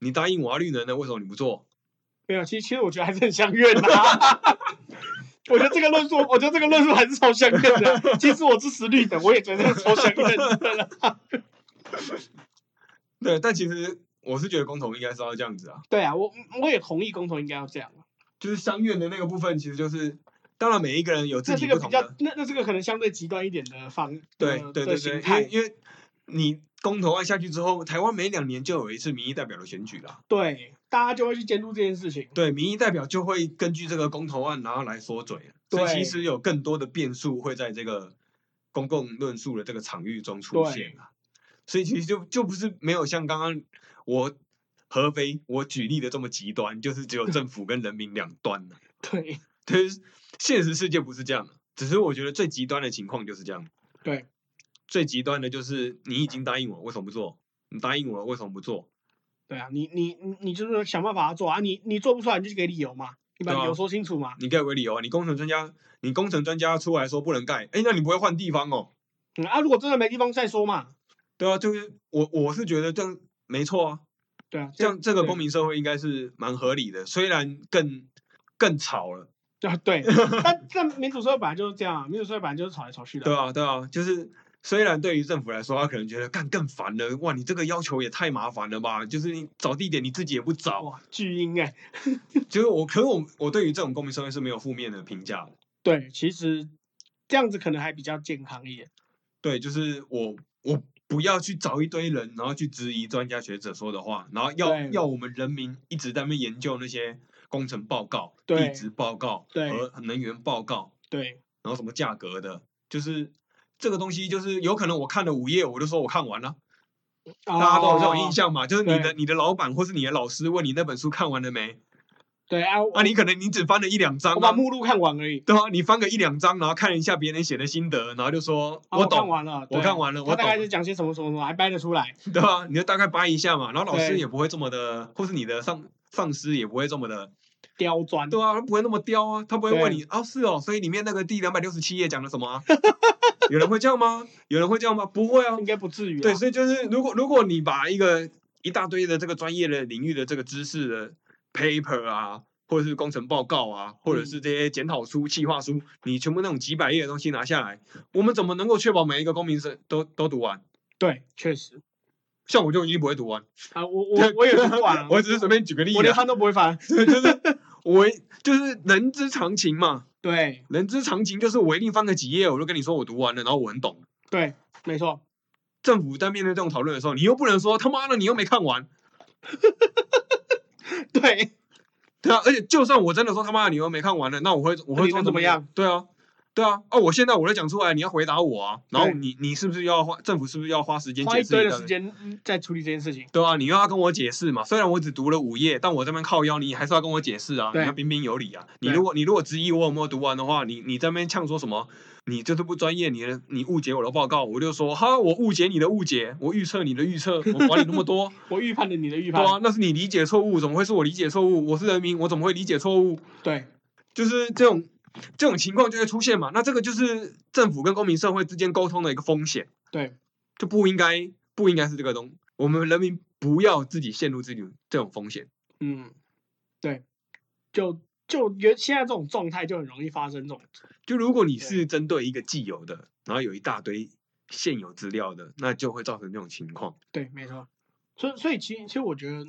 Speaker 1: 你答应我要绿能的，为什么你不做？
Speaker 2: 没有，其实其实我觉得还是很相怨的、啊。我觉得这个论述，我觉得这个论述还是超相怨的。其实我支持绿的，我也觉得超相怨的 啦。
Speaker 1: 对，但其实我是觉得公投应该是要这样子啊，
Speaker 2: 对啊，我我也同意公投应该要这样。啊
Speaker 1: 就是相怨的那个部分，其实就是，当然每一个人有自
Speaker 2: 那
Speaker 1: 己
Speaker 2: 这
Speaker 1: 不
Speaker 2: 个比
Speaker 1: 同
Speaker 2: 较
Speaker 1: 的，，
Speaker 2: 那那这个可能相对极端一点的方，
Speaker 1: 对
Speaker 2: 呃
Speaker 1: 对
Speaker 2: 的
Speaker 1: 对
Speaker 2: 形
Speaker 1: 对，因
Speaker 2: 态
Speaker 1: 为因为你公投案下去之后，台湾每两年就有一次民意代表的选举啦。
Speaker 2: 对，大家就会去监督这件事情。
Speaker 1: 对，民意代表就会根据这个公投案，然后来说嘴。啊所以其
Speaker 2: 对
Speaker 1: 实有更多的变数会在这个公共论述的这个场域中出
Speaker 2: 对
Speaker 1: 现啊。所以其实就就不是没有像刚刚我合肥我举例的这么极端，就是只有政府跟人民两端啊。
Speaker 2: 对
Speaker 1: 对，现实世界不是这样的，啊只是我觉得最极端的情况就是这样。
Speaker 2: 对，
Speaker 1: 最极端的就是你已经答应我，为什么不做？你答应我了，为什么不做？
Speaker 2: 对啊，你你你你就是想办法做啊，你你做不出来你就给理由嘛，你把
Speaker 1: 对啊
Speaker 2: 理由说清楚嘛。
Speaker 1: 你给我个理由啊！你工程专家，你工程专家出来说不能盖，哎，那你不会换地方哦？
Speaker 2: 嗯啊，如果真的没地方再说嘛。
Speaker 1: 对啊，就是我我是觉得这样没错啊，
Speaker 2: 对啊，
Speaker 1: 这样这个
Speaker 2: 对
Speaker 1: 公民社会应该是蛮合理的，虽然更更吵了，
Speaker 2: 啊， 对，但但民主社会本来就是这样啊，民主社会本来就是吵来吵去的。
Speaker 1: 对啊，对啊，就是虽然对于政府来说，他可能觉得干更烦了，哇，你这个要求也太麻烦了吧？就是你找地点你自己也不找，
Speaker 2: 哇，巨婴哎、
Speaker 1: 就是我，可是我我对于这种公民社会是没有负面的评价的，
Speaker 2: 对，其实这样子可能还比较健康一点。
Speaker 1: 对，就是我我不要去找一堆人，然后去质疑专家学者说的话，然后要
Speaker 2: 对
Speaker 1: 要我们人民一直在那边研究那些工程报告、地
Speaker 2: 对
Speaker 1: 质报告
Speaker 2: 对
Speaker 1: 和能源报告，
Speaker 2: 对
Speaker 1: 然后什么价格的，就是这个东西，就是有可能我看了五页，我就说我看完了，
Speaker 2: 大
Speaker 1: 大家都有这种印。
Speaker 2: 哦
Speaker 1: 象嘛，就是你的
Speaker 2: 对
Speaker 1: 你的老板或是你的老师问你那本书看完了没，
Speaker 2: 对啊，我
Speaker 1: 啊，你可能你只翻了一两章
Speaker 2: 我把
Speaker 1: 啊。
Speaker 2: 目录看完而已。
Speaker 1: 对啊，你翻个一两章，然后看一下别人写的心得，然后就说
Speaker 2: 啊
Speaker 1: 我
Speaker 2: 看
Speaker 1: 懂，
Speaker 2: 完了，
Speaker 1: 我
Speaker 2: 对
Speaker 1: 看完了我
Speaker 2: 他大概
Speaker 1: 懂
Speaker 2: 是讲些什么什么什么，还掰得出来。
Speaker 1: 对吧、你就大概掰一下嘛，然后老师
Speaker 2: 对
Speaker 1: 也不会这么的，或是你的上上司也不会这么的，
Speaker 2: 刁钻，
Speaker 1: 对啊，他不会那么刁啊，他不会问
Speaker 2: 对
Speaker 1: 你哦，是哦，所以里面那个第两百六十七页讲了什么、啊？ 有人会这样吗？有人会这样吗？不会 啊
Speaker 2: 应，该不至于啊。
Speaker 1: 对，所以就是如果如果你把一个一大堆的这个专业的领域的这个知识的 paper 啊，或者是工程报告啊，或者
Speaker 2: 嗯
Speaker 1: 是这些检讨书、企划书，你全部那种几百页的东西拿下来，我们怎么能够确保每一个公民是都都读完？
Speaker 2: 对，确实，
Speaker 1: 像我就一定不会读完，
Speaker 2: 啊，我我我也不管
Speaker 1: ，
Speaker 2: 啊
Speaker 1: 我只是随便举个例
Speaker 2: 我
Speaker 1: 子
Speaker 2: 连
Speaker 1: 啊，
Speaker 2: 翻都不会翻。
Speaker 1: 就是我就是人之常情嘛，
Speaker 2: 对
Speaker 1: 人之常情就是我一定翻个几页，我就跟你说我读完了，然后我很懂。
Speaker 2: 对，没错，
Speaker 1: 政府在面对这种讨论的时候，你又不能说他妈的你又没看完，
Speaker 2: 对，
Speaker 1: 对啊，而且就算我真的说他妈的你又没看完了，那我会我
Speaker 2: 那
Speaker 1: 会
Speaker 2: 你
Speaker 1: 说
Speaker 2: 能
Speaker 1: 什
Speaker 2: 怎么样？
Speaker 1: 对啊，对啊，啊，我现在我就讲出来，你要回答我啊，然后
Speaker 2: 对
Speaker 1: 你你是不是要花政府是不是要花时间
Speaker 2: 花一
Speaker 1: 解释你
Speaker 2: 堆的
Speaker 1: 到
Speaker 2: 时
Speaker 1: 底？
Speaker 2: 间嗯在处理这件事情。
Speaker 1: 对啊，你又要跟我解释嘛？虽然我只读了五页，但我这边靠腰，你还是要跟我解释啊，你
Speaker 2: 对
Speaker 1: 要彬彬有礼啊。你
Speaker 2: 对
Speaker 1: 如果你如果质疑我有没有读完的话，你你在那边呛说什么？你就是不专业，你的你误解我的报告，我就说哈，我误解你的误解，我预测你的预测，我管你那么 多，
Speaker 2: 我预判了你的
Speaker 1: 对
Speaker 2: 预判，
Speaker 1: 啊，那是你理解错误，怎么会是我理解错误？我是人民，我怎么会理解错误？
Speaker 2: 对
Speaker 1: 就是这种这种情况就会出现嘛。那这个就是政府跟公民社会之间沟通的一个风险，
Speaker 2: 对
Speaker 1: 就不应该不应该是这个东，我们人民不要自己陷入这种这种风险。
Speaker 2: 嗯，对，就就原现在这种状态就很容易发生这种，
Speaker 1: 就如果你
Speaker 2: 对
Speaker 1: 是针对一个既有的，然后有一大堆现有资料的，那就会造成这种情况。
Speaker 2: 对，没错。所以所以其实其实我觉得，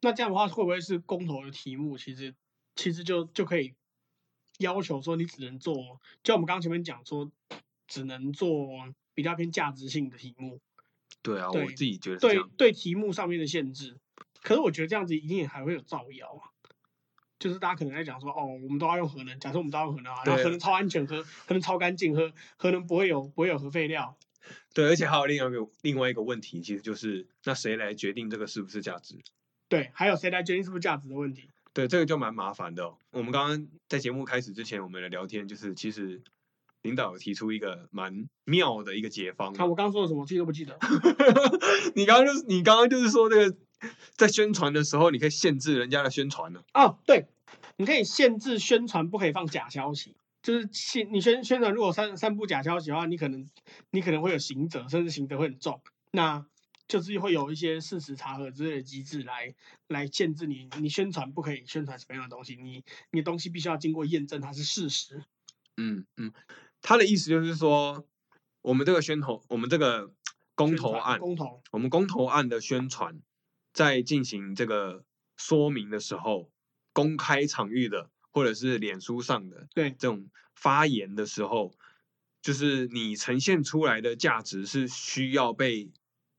Speaker 2: 那这样的话会不会是公投的题目？其实其实就就可以要求说你只能做，就我们刚刚前面讲说，只能做比较偏价值性的题目，
Speaker 1: 对啊，
Speaker 2: 对
Speaker 1: 我自己觉得是这
Speaker 2: 对
Speaker 1: 样。
Speaker 2: 对题目上面的限制。可是我觉得这样子一定也还会有造谣啊，就是大家可能在讲说，哦，我们都要用核能，假设我们都要用核能啊，然后
Speaker 1: 对
Speaker 2: 核能超安全，核核能超干净，核核能不会有不会有核废料，
Speaker 1: 对，而且还有另外一个另外一个问题，其实就是那谁来决定这个是不是价值？
Speaker 2: 对，还有谁来决定是不是价值的问题，
Speaker 1: 对，这个就蛮麻烦的哦、我们刚刚在节目开始之前，我们的聊天就是，其实领导有提出一个蛮妙的一个解方
Speaker 2: 看、
Speaker 1: 啊。
Speaker 2: 我刚刚说了什么，我自己都不记得。
Speaker 1: 你刚刚就是你刚刚就是说这个在宣传的时候，你可以限制人家的宣传呢、
Speaker 2: 哦，对，你可以限制宣传，不可以放假消息。就是宣你宣宣传，如果散散布假消息的话，你可能你可能会有刑责，甚至刑责会很重。那就是会有一些事实查核之类的机制来来限制你，你宣传不可以宣传什么样的东西，你你的东西必须要经过验证它是事实。
Speaker 1: 嗯嗯，他的意思就是说，我们这个宣投，我们这个公
Speaker 2: 宣
Speaker 1: 投
Speaker 2: 传
Speaker 1: 案，
Speaker 2: 公投，
Speaker 1: 我们公投案的宣传，在进行这个说明的时候，公开场域的或者是脸书上的
Speaker 2: 对
Speaker 1: 这种发言的时候，就是你呈现出来的价值是需要被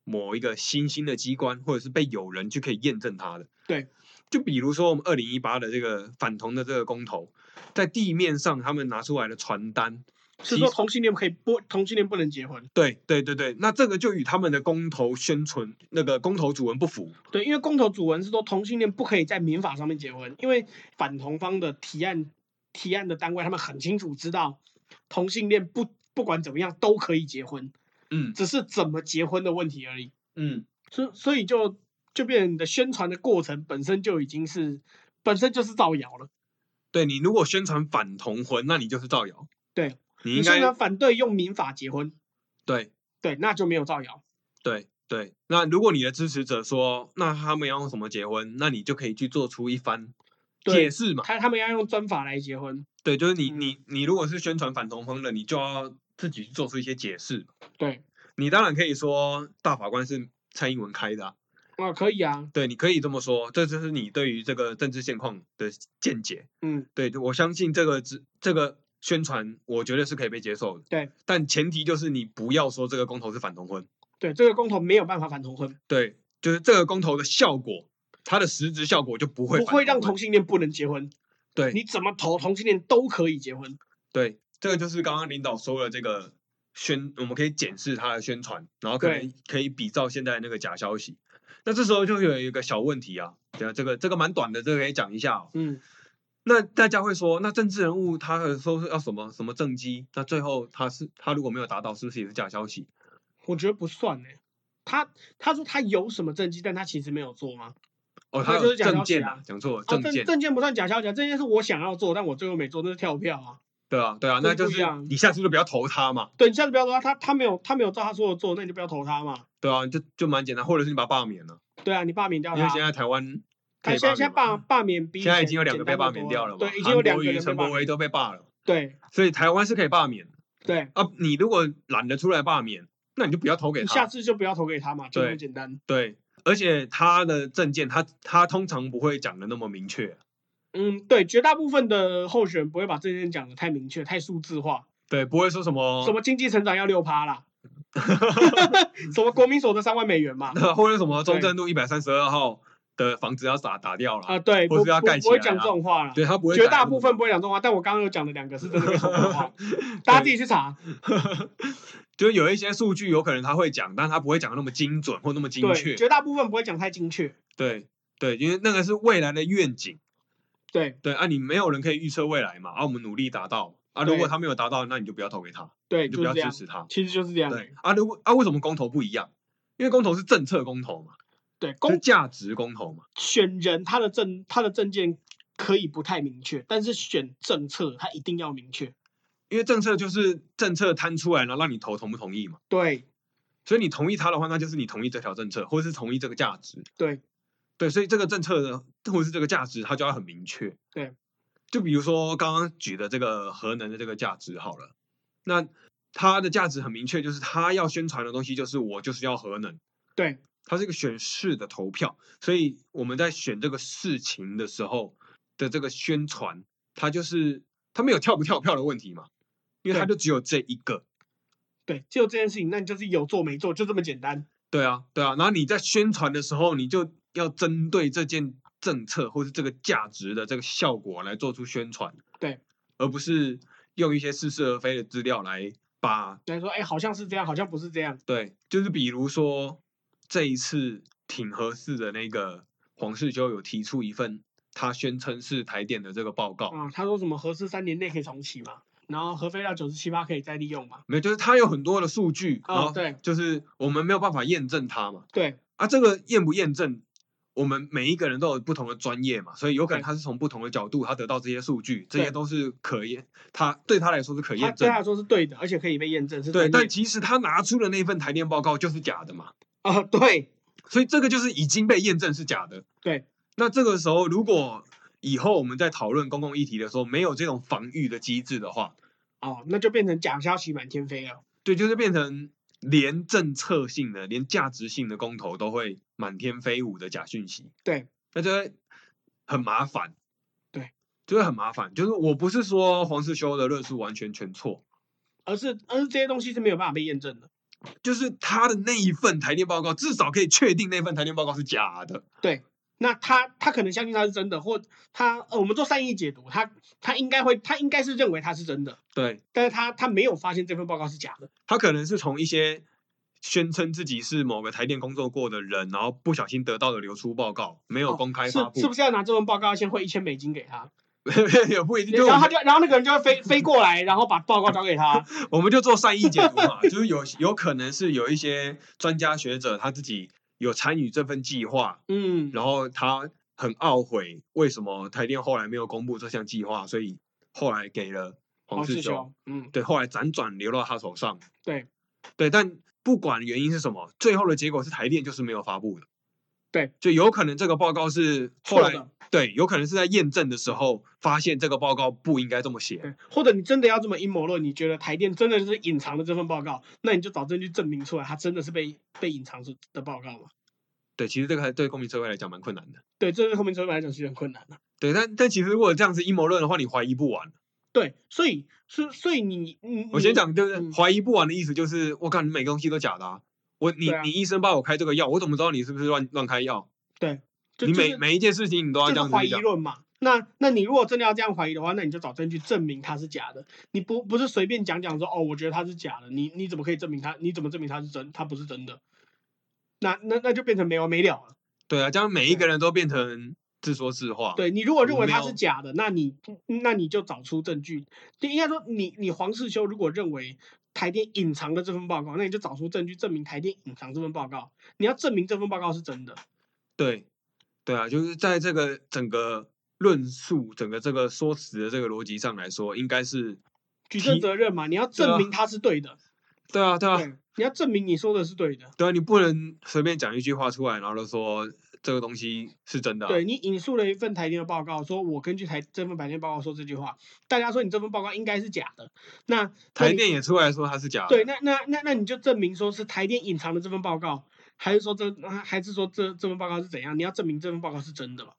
Speaker 1: 某一个新兴的机关或者是被有人去可以验证它的。
Speaker 2: 对，
Speaker 1: 就比如说我们二零一八的这个反同的这个公投，在地面上他们拿出来的传单，
Speaker 2: 是
Speaker 1: 其
Speaker 2: 说
Speaker 1: 实
Speaker 2: 同性恋可以不同性恋不能结婚，
Speaker 1: 对对对对，那这个就与他们的公投宣传那个公投主文不符。
Speaker 2: 对，因为公投主文是说同性恋不可以在民法上面结婚，因为反同方的提案提案的单位他们很清楚知道，同性恋不不管怎么样都可以结婚，
Speaker 1: 嗯
Speaker 2: 只是怎么结婚的问题而已。
Speaker 1: 嗯，
Speaker 2: 所所以就就变成你的宣传的过程本身就已经是本身就是造谣了。
Speaker 1: 对你如果宣传反同婚，那你就是造谣。
Speaker 2: 对，
Speaker 1: 你
Speaker 2: 你
Speaker 1: 应
Speaker 2: 宣
Speaker 1: 该
Speaker 2: 传反对用民法结婚，
Speaker 1: 对
Speaker 2: 对，那就没有造谣。
Speaker 1: 对对。那如果你的支持者说，那他们要用什么结婚，那你就可以去做出一番解
Speaker 2: 对
Speaker 1: 释嘛。
Speaker 2: 他他们要用专法来结婚，
Speaker 1: 对，就是你
Speaker 2: 嗯
Speaker 1: 你你如果是宣传反同婚的，你就要自己去做出一些解释。
Speaker 2: 对，
Speaker 1: 你当然可以说大法官是蔡英文开的啊、
Speaker 2: 啊、可以啊，
Speaker 1: 对，你可以这么说，这就是你对于这个政治现况的见解。
Speaker 2: 嗯，
Speaker 1: 对，我相信这个只这个宣传，我觉得是可以被接受的。
Speaker 2: 对，
Speaker 1: 但前提就是你不要说这个公投是反同婚。
Speaker 2: 对，这个公投没有办法反同婚，
Speaker 1: 对，就是这个公投的效果，它的实质效果就不会
Speaker 2: 不
Speaker 1: 反
Speaker 2: 会让
Speaker 1: 婚
Speaker 2: 同性恋不能结婚。
Speaker 1: 对
Speaker 2: 你怎么投同性恋都可以结婚，
Speaker 1: 对，这个就是刚刚领导说的这个宣，我们可以检视它的宣传，然后可
Speaker 2: 对
Speaker 1: 能可以比照现在那个假消息。那这时候就有一个小问题啊，对啊，这个这个蛮短的，这个可以讲一下、哦。
Speaker 2: 嗯，
Speaker 1: 那大家会说，那政治人物他的说是要什么什么政绩？那最后他是他如果没有达到，是不是也是假消息？
Speaker 2: 我觉得不算呢、他他说他有什么政绩，但他其实没有做吗？
Speaker 1: 哦，
Speaker 2: 他
Speaker 1: 他
Speaker 2: 就是
Speaker 1: 有
Speaker 2: 假消
Speaker 1: 证
Speaker 2: 息
Speaker 1: 件
Speaker 2: 啊
Speaker 1: 啊，讲错了，
Speaker 2: 啊，
Speaker 1: 证
Speaker 2: 证
Speaker 1: 件，
Speaker 2: 证件不算假消息啊，证件是我想要做，但我最后没做，那是跳票啊。
Speaker 1: 对啊，对啊，
Speaker 2: 这
Speaker 1: 那就
Speaker 2: 就不一
Speaker 1: 是
Speaker 2: 样
Speaker 1: 你下次就不要投他嘛，
Speaker 2: 对，你下次不要说他，他他没有他没有照他说的做，那你就不要投他嘛。
Speaker 1: 对啊，就就蛮简单，或者是你把他罢免了，
Speaker 2: 对啊，你罢免掉
Speaker 1: 因为现
Speaker 2: 他。
Speaker 1: 在台湾可
Speaker 2: 他
Speaker 1: 以
Speaker 2: 哎现在现在
Speaker 1: 免
Speaker 2: 罢
Speaker 1: 嘛
Speaker 2: 罢免比以
Speaker 1: 现在已
Speaker 2: 前
Speaker 1: 经有两个
Speaker 2: 简
Speaker 1: 被
Speaker 2: 单
Speaker 1: 罢
Speaker 2: 很
Speaker 1: 免
Speaker 2: 多啊
Speaker 1: 掉了嘛，
Speaker 2: 对，已经有
Speaker 1: 韩
Speaker 2: 两
Speaker 1: 国
Speaker 2: 个
Speaker 1: 瑜
Speaker 2: 人被
Speaker 1: 陈
Speaker 2: 罢
Speaker 1: 柏威
Speaker 2: 免。
Speaker 1: 都被罢了，
Speaker 2: 对
Speaker 1: 所以台湾是可以罢免
Speaker 2: 对
Speaker 1: 啊。你如果懒得出来罢免，那你就不要投给
Speaker 2: 你
Speaker 1: 他。
Speaker 2: 下次就不要投给他嘛，就这么
Speaker 1: 对
Speaker 2: 简单。
Speaker 1: 对，而且他的证件，他他通常不会讲的那么明确。
Speaker 2: 嗯，对，绝大部分的候选人不会把这件讲的太明确、太数字化，
Speaker 1: 对，不会说什么
Speaker 2: 什么经济成长要六 趴啦，什么国民所得三万美元嘛，
Speaker 1: 或者什么中正路一百三十二号的房子要打打掉了，
Speaker 2: 啊，对，
Speaker 1: 或
Speaker 2: 不
Speaker 1: 是要
Speaker 2: 不
Speaker 1: 盖起
Speaker 2: 不会
Speaker 1: 来
Speaker 2: 讲
Speaker 1: 啊
Speaker 2: 这种话啦。
Speaker 1: 对他不会
Speaker 2: 绝
Speaker 1: 讲
Speaker 2: 大
Speaker 1: 那
Speaker 2: 部
Speaker 1: 么
Speaker 2: 分不会讲这种话，但我刚刚有讲的两个是真的被说 的话， 大家自己去查。
Speaker 1: 就是有一些数据有可能他会讲，但他不会讲得那么精准或那么精
Speaker 2: 对，
Speaker 1: 确。
Speaker 2: 绝大部分不会讲太精确。
Speaker 1: 对对，因为那个是未来的愿景。
Speaker 2: 对
Speaker 1: 对啊，你没有人可以预测未来嘛，啊，我们努力达到啊，如
Speaker 2: 对
Speaker 1: 果他没有达到，那你就不要投给他，
Speaker 2: 对，
Speaker 1: 你就
Speaker 2: 就
Speaker 1: 不
Speaker 2: 是
Speaker 1: 要
Speaker 2: 这样
Speaker 1: 支，持他。
Speaker 2: 其实就是这样。
Speaker 1: 对啊，如果啊，为什么公投不一样？因为公投是政策公投嘛，
Speaker 2: 对，
Speaker 1: 就是
Speaker 2: 公
Speaker 1: 价值公投嘛。
Speaker 2: 选人他的政他的政见可以不太明确，但是选政策他一定要明确。
Speaker 1: 因为政策就是政策摊出来，然后让你投同不同意嘛。
Speaker 2: 对
Speaker 1: 所以你同意他的话，那就是你同意这条政策，或是同意这个价值。
Speaker 2: 对
Speaker 1: 对，所以这个政策呢，或是这个价值，它就要很明确。
Speaker 2: 对，
Speaker 1: 就比如说刚刚举的这个核能的这个价值好了，那它的价值很明确，就是它要宣传的东西就是我就是要核能，
Speaker 2: 对
Speaker 1: 它是一个选事的投票，所以我们在选这个事情的时候的这个宣传，它就是它没有跳不跳票的问题嘛，因为它
Speaker 2: 对
Speaker 1: 就只有这一个。
Speaker 2: 对，只有这件事情，那你就是有做没做，就这么简单。
Speaker 1: 对啊，对啊，然后你在宣传的时候，你就要针对这件政策或是这个价值的这个效果来做出宣传，
Speaker 2: 对，
Speaker 1: 而不是用一些似是而非的资料来把
Speaker 2: 来说，哎，好像是这样，好像不是这样。
Speaker 1: 对，就是比如说这一次挺合适的那个黄世修有提出一份他宣称是台电的这个报告，
Speaker 2: 啊、他说什么合适三年内可以重启嘛，然后核废料九十七八可以再利用嘛。
Speaker 1: 没有，就是他有很多的数据，然
Speaker 2: 哦
Speaker 1: 后
Speaker 2: 对
Speaker 1: 就是我们没有办法验证它嘛，
Speaker 2: 对
Speaker 1: 啊，这个验不验证，我们每一个人都有不同的专业嘛，所以有可能
Speaker 2: 对
Speaker 1: 他是从不同的角度，他得到这些数据，这
Speaker 2: 对
Speaker 1: 些都是可验，他对他来说是可
Speaker 2: 他
Speaker 1: 验
Speaker 2: 对
Speaker 1: 证
Speaker 2: 他来
Speaker 1: 的。
Speaker 2: 说是对的，而且可以被验证是
Speaker 1: 对，
Speaker 2: 专
Speaker 1: 但
Speaker 2: 业
Speaker 1: 其实他拿出的那份台电报告就是假的嘛，
Speaker 2: 啊、对
Speaker 1: 所以这个就是已经被验证是假的。
Speaker 2: 对
Speaker 1: 那这个时候，如果以后我们在讨论公共议题的时候，没有这种防御的机制的话，
Speaker 2: 哦，那就变成假消息满天飞了。
Speaker 1: 对，就是变成连政策性的、连价值性的公投都会满天飞舞的假讯息。
Speaker 2: 对，
Speaker 1: 那就会很麻烦。
Speaker 2: 对，
Speaker 1: 就会很麻烦。就是我不是说黄世修的论述完全全错，
Speaker 2: 而是而是这些东西是没有办法被验证的。
Speaker 1: 就是他的那一份台电报告，至少可以确定那份台电报告是假的。
Speaker 2: 对，那他他可能相信它是真的，或他呃，我们做善意解读，他他应该会他应该是认为它是真的，
Speaker 1: 对
Speaker 2: 但是他他没有发现这份报告是假的。
Speaker 1: 他可能是从一些宣称自己是某个台电工作过的人，然后不小心得到的流出报告，没有
Speaker 2: 哦
Speaker 1: 公开
Speaker 2: 是
Speaker 1: 发布，
Speaker 2: 是不是要拿这份报告先汇一千美金给他，
Speaker 1: 也不一定。就
Speaker 2: 然
Speaker 1: 我
Speaker 2: 后
Speaker 1: 们
Speaker 2: 他就然后那个人就会飞飞过来，然后把报告交给他。
Speaker 1: 我们就做善意解读嘛，就是有有可能是有一些专家学者他自己有参与这份计划，
Speaker 2: 嗯，
Speaker 1: 然后他很懊悔，为什么台电后来没有公布这项计划，所以后来给了黄世
Speaker 2: 世
Speaker 1: 修。，
Speaker 2: 嗯，
Speaker 1: 对，后来辗转流到他手上。
Speaker 2: 对，
Speaker 1: 对，但不管原因是什么，最后的结果是台电就是没有发布的。
Speaker 2: 对，
Speaker 1: 就有可能这个报告是后
Speaker 2: 错
Speaker 1: 来
Speaker 2: 的，
Speaker 1: 对，有可能是在验证的时候发现这个报告不应该这么写。
Speaker 2: 对，或者你真的要这么阴谋论，你觉得台电真的就是隐藏了这份报告，那你就找证据证明出来，它真的是被被隐藏出的报告嘛？
Speaker 1: 对，其实这个还对公民社会来讲蛮困难的。
Speaker 2: 对，这对后面成本来讲是有点困难的、
Speaker 1: 对，但但其实如果这样子阴谋论的话，你怀疑不完。
Speaker 2: 对，所以是所以你你
Speaker 1: 我先，讲，就是
Speaker 2: 嗯
Speaker 1: 怀疑不完的意思，就是我看你每个东西都假的、啊。我你、
Speaker 2: 对啊
Speaker 1: 你医生帮我开这个药，我怎么知道你是不是乱乱开药？
Speaker 2: 你
Speaker 1: 你
Speaker 2: 就
Speaker 1: 每
Speaker 2: 是
Speaker 1: 每一件事情你都要
Speaker 2: 就
Speaker 1: 这
Speaker 2: 是
Speaker 1: 样子
Speaker 2: 怀疑
Speaker 1: 讲，
Speaker 2: 论嘛。那那你如果真的要这样怀疑的话，那你就找证据证明它是假的。你不不是随便讲讲说哦，我觉得它是假的，你你怎么可以证明它？你怎么证明它是真？它不是真的？那那那就变成没完没了了。
Speaker 1: 对啊，这样每一
Speaker 2: 对
Speaker 1: 个人都变成自说自话。
Speaker 2: 对你如果认
Speaker 1: 我
Speaker 2: 为
Speaker 1: 没
Speaker 2: 它
Speaker 1: 有
Speaker 2: 是假的，那你那你就找出证据。就应该说你你黄世修如果认为台电隐藏了这份报告，那你就找出证据证明台电隐藏这份报告。你要证明这份报告是真的。
Speaker 1: 对对啊，就是在这个整个论述、整个这个说辞的这个逻辑上来说，应该是
Speaker 2: 举证
Speaker 1: 提
Speaker 2: 责任嘛，你要
Speaker 1: 对
Speaker 2: 证
Speaker 1: 啊
Speaker 2: 明他是对的，
Speaker 1: 对啊，对啊，
Speaker 2: 对，你要证明你说的是对的，
Speaker 1: 对啊，你不能随便讲一句话出来，然后就说这个东西是真的、啊。
Speaker 2: 对你引述了一份台电的报告，说我根据台这份台电报告说这句话，大家说你这份报告应该是假的，那那
Speaker 1: 台
Speaker 2: 你
Speaker 1: 电也出来说它是假的。
Speaker 2: 对，那那那那你就证明说是台电隐藏了这份报告，还是说这啊还是说这这份报告是怎样？你要证明这份报告是真的嘛？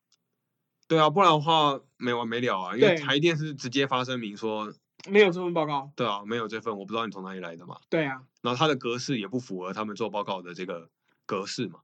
Speaker 1: 对啊，不然的话没完没了啊。因为
Speaker 2: 对
Speaker 1: 台电是直接发声明说，
Speaker 2: 没有这份报告，
Speaker 1: 对啊，没有这份，我不知道你从哪里来的嘛。
Speaker 2: 对啊，
Speaker 1: 然后它的格式也不符合他们做报告的这个格式嘛，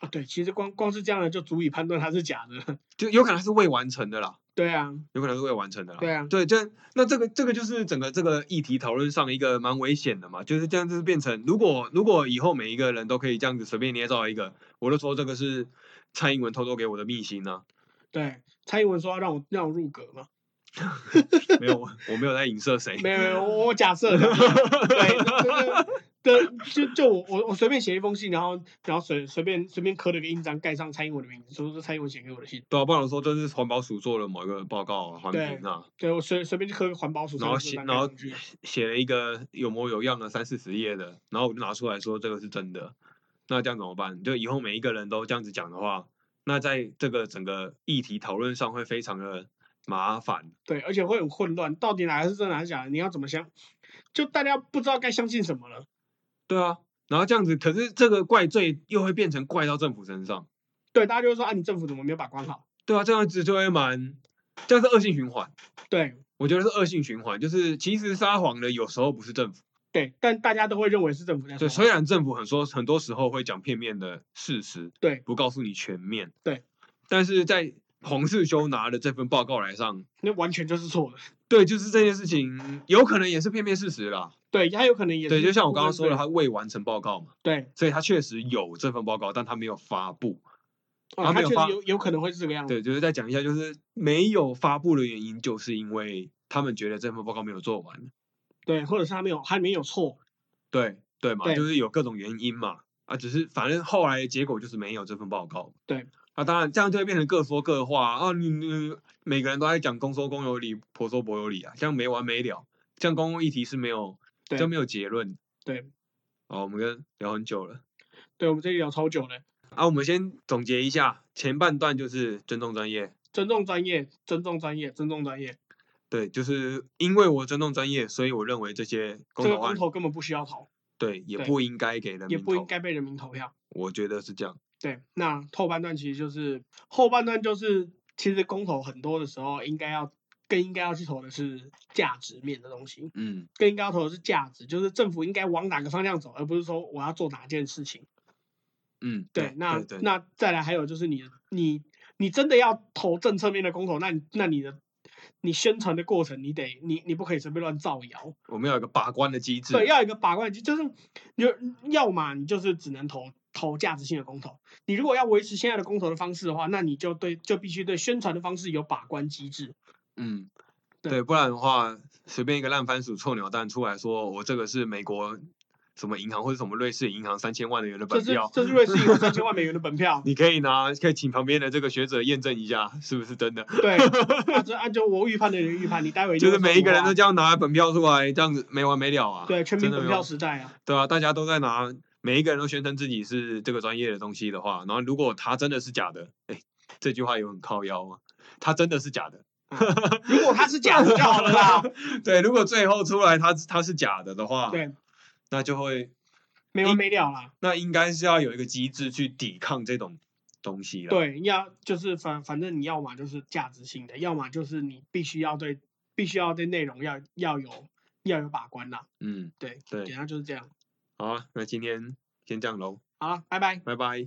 Speaker 2: 啊对，其实光光是这样的就足以判断它是假的，
Speaker 1: 就有可能它是未完成的啦。
Speaker 2: 对啊，
Speaker 1: 有可能是未完成的啦。
Speaker 2: 对啊
Speaker 1: 对，这那这个这个就是整个这个议题讨论上一个蛮危险的嘛，就是这样子变成，如果如果以后每一个人都可以这样子随便捏造一个，我就说这个是蔡英文偷偷给我的秘辛啊呢、
Speaker 2: 对，蔡英文说要让我让我入阁嘛，
Speaker 1: 没有，我我没有在影射谁。
Speaker 2: 没有没有，我我假设的， 对，就是对，就就我我我随便写一封信，然后然后随随便随便刻了个印章，盖上蔡英文的名字，说是蔡英文写给我的信，
Speaker 1: 对啊，不然我说这是环保署做了某一个报告啊，环
Speaker 2: 对
Speaker 1: 评啊，
Speaker 2: 对我随随便就刻个环保署，
Speaker 1: 然后
Speaker 2: 蔡
Speaker 1: 写
Speaker 2: 英文
Speaker 1: 然后
Speaker 2: 盖上去
Speaker 1: 写了一个有模有样的三四十页的，然后我就拿出来说这个是真的，那这样怎么办？就以后每一个人都这样子讲的话，那在这个整个议题讨论上会非常的麻烦。
Speaker 2: 对，而且会很混乱，到底哪个是真，哪个是假的？你要怎么相？就大家不知道该相信什么了。
Speaker 1: 对啊，然后这样子，可是这个怪罪又会变成怪到政府身上。
Speaker 2: 对，大家就会说啊，你政府怎么没有把关好？
Speaker 1: 对啊，这样子就会蛮，这样是恶性循环。
Speaker 2: 对
Speaker 1: 我觉得是恶性循环，就是其实撒谎的有时候不是政府，
Speaker 2: 对，但大家都会认为是政府在
Speaker 1: 对，
Speaker 2: 说
Speaker 1: 虽
Speaker 2: 话。
Speaker 1: 然政府很说很多时候会讲片面的事实，
Speaker 2: 对，
Speaker 1: 不告诉你全面，
Speaker 2: 对，
Speaker 1: 但是在黄世修拿的这份报告来上，
Speaker 2: 那完全就是错的。
Speaker 1: 对，就是这件事情有可能也是片面事实啦，
Speaker 2: 对，他有可能也
Speaker 1: 对，
Speaker 2: 是
Speaker 1: 就像我
Speaker 2: 部
Speaker 1: 刚刚
Speaker 2: 分
Speaker 1: 说的，
Speaker 2: 对
Speaker 1: 他未完成报告嘛，
Speaker 2: 对，
Speaker 1: 所以他确实有这份报告，但他没有发布，
Speaker 2: 哦
Speaker 1: 他没
Speaker 2: 他
Speaker 1: 有
Speaker 2: 确实
Speaker 1: 发
Speaker 2: 有有可能会是这个样子。
Speaker 1: 对，就是再讲一下，就是没有发布的原因，就是因为他们觉得这份报告没有做完，
Speaker 2: 对，或者是他没有，他没有错。
Speaker 1: 对对嘛，
Speaker 2: 对
Speaker 1: 就是有各种原因嘛，啊，只是反正后来的结果就是没有这份报告，
Speaker 2: 对，
Speaker 1: 啊，当然这样就会变成各说各话啊，你你每个人都在讲公说公有理，婆说婆有理啊，这样没完没了，这样公共议题是没有，这
Speaker 2: 对
Speaker 1: 样没有结论。
Speaker 2: 对，
Speaker 1: 哦，我们跟聊很久了，
Speaker 2: 对，我们这里聊超久的，
Speaker 1: 啊，我们先总结一下，前半段就是尊重专业，
Speaker 2: 尊重专业，尊重专业，尊重专业。
Speaker 1: 对，就是因为我尊重专业，所以我认为这些公
Speaker 2: 这个
Speaker 1: 投
Speaker 2: 公
Speaker 1: 案。
Speaker 2: 投根本不需要投，
Speaker 1: 对，也
Speaker 2: 对
Speaker 1: 不应该给人
Speaker 2: 也
Speaker 1: 民
Speaker 2: 不应
Speaker 1: 投
Speaker 2: 该被人民投票。
Speaker 1: 我觉得是这样。
Speaker 2: 对，那后半段其实就是后半段就是，其实公投很多的时候应该要更应该要去投的是价值面的东西，
Speaker 1: 嗯，
Speaker 2: 更应该要投的是价值，就是政府应该往哪个方向走，而不是说我要做哪件事情。
Speaker 1: 嗯，对，
Speaker 2: 那
Speaker 1: 对对
Speaker 2: 那再来还有就是你你你真的要投政策面的公投，那你那你的你宣传的过程，你得你你不可以随便乱造谣，
Speaker 1: 我们要有一个把关的机制。
Speaker 2: 对，要有一个把关机，就是你就要么你就是只能投投价值性的公投，你如果要维持现在的公投的方式的话，那你就对就必须对宣传的方式有把关机制。
Speaker 1: 嗯，
Speaker 2: 对
Speaker 1: 对，不然的话，随便一个烂番薯、臭鸟蛋出来说，我这个是美国什么银行或者什么瑞士银行三千万元的
Speaker 2: 这
Speaker 1: 本
Speaker 2: 是
Speaker 1: 票，，
Speaker 2: 这是瑞士有三千万美元的本票
Speaker 1: 你可以拿，可以请旁边的这个学者验证一下是不是真的。
Speaker 2: 对，按照按照我预判的人预判，你待会
Speaker 1: 就是
Speaker 2: 会
Speaker 1: 每
Speaker 2: 说
Speaker 1: 一个人
Speaker 2: 哇
Speaker 1: 都这样拿本票出来，这样子没完没了啊！
Speaker 2: 啊对全民
Speaker 1: 真的
Speaker 2: 本
Speaker 1: 没
Speaker 2: 票
Speaker 1: 完
Speaker 2: 时代啊，
Speaker 1: 对啊，大家都在拿，每一个人都宣称自己是这个专业的东西的话，然后如果他真的是假的，哎，这句话有很靠腰吗？他真的是假的，
Speaker 2: 如果它是假的就好了啦，。
Speaker 1: 对，如果最后出来他他是假的的话，
Speaker 2: 对，
Speaker 1: 那就会
Speaker 2: 没完没了啦。
Speaker 1: 那应该是要有一个机制去抵抗这种东西了。
Speaker 2: 对，要就是反反正你要么就是价值性的，要么就是你必须要对必须要对内容要要有要有把关啦。
Speaker 1: 嗯，
Speaker 2: 对，
Speaker 1: 对
Speaker 2: 简单就是这样。
Speaker 1: 好啊，那今天先这样喽，
Speaker 2: 好了，拜拜。
Speaker 1: 拜拜。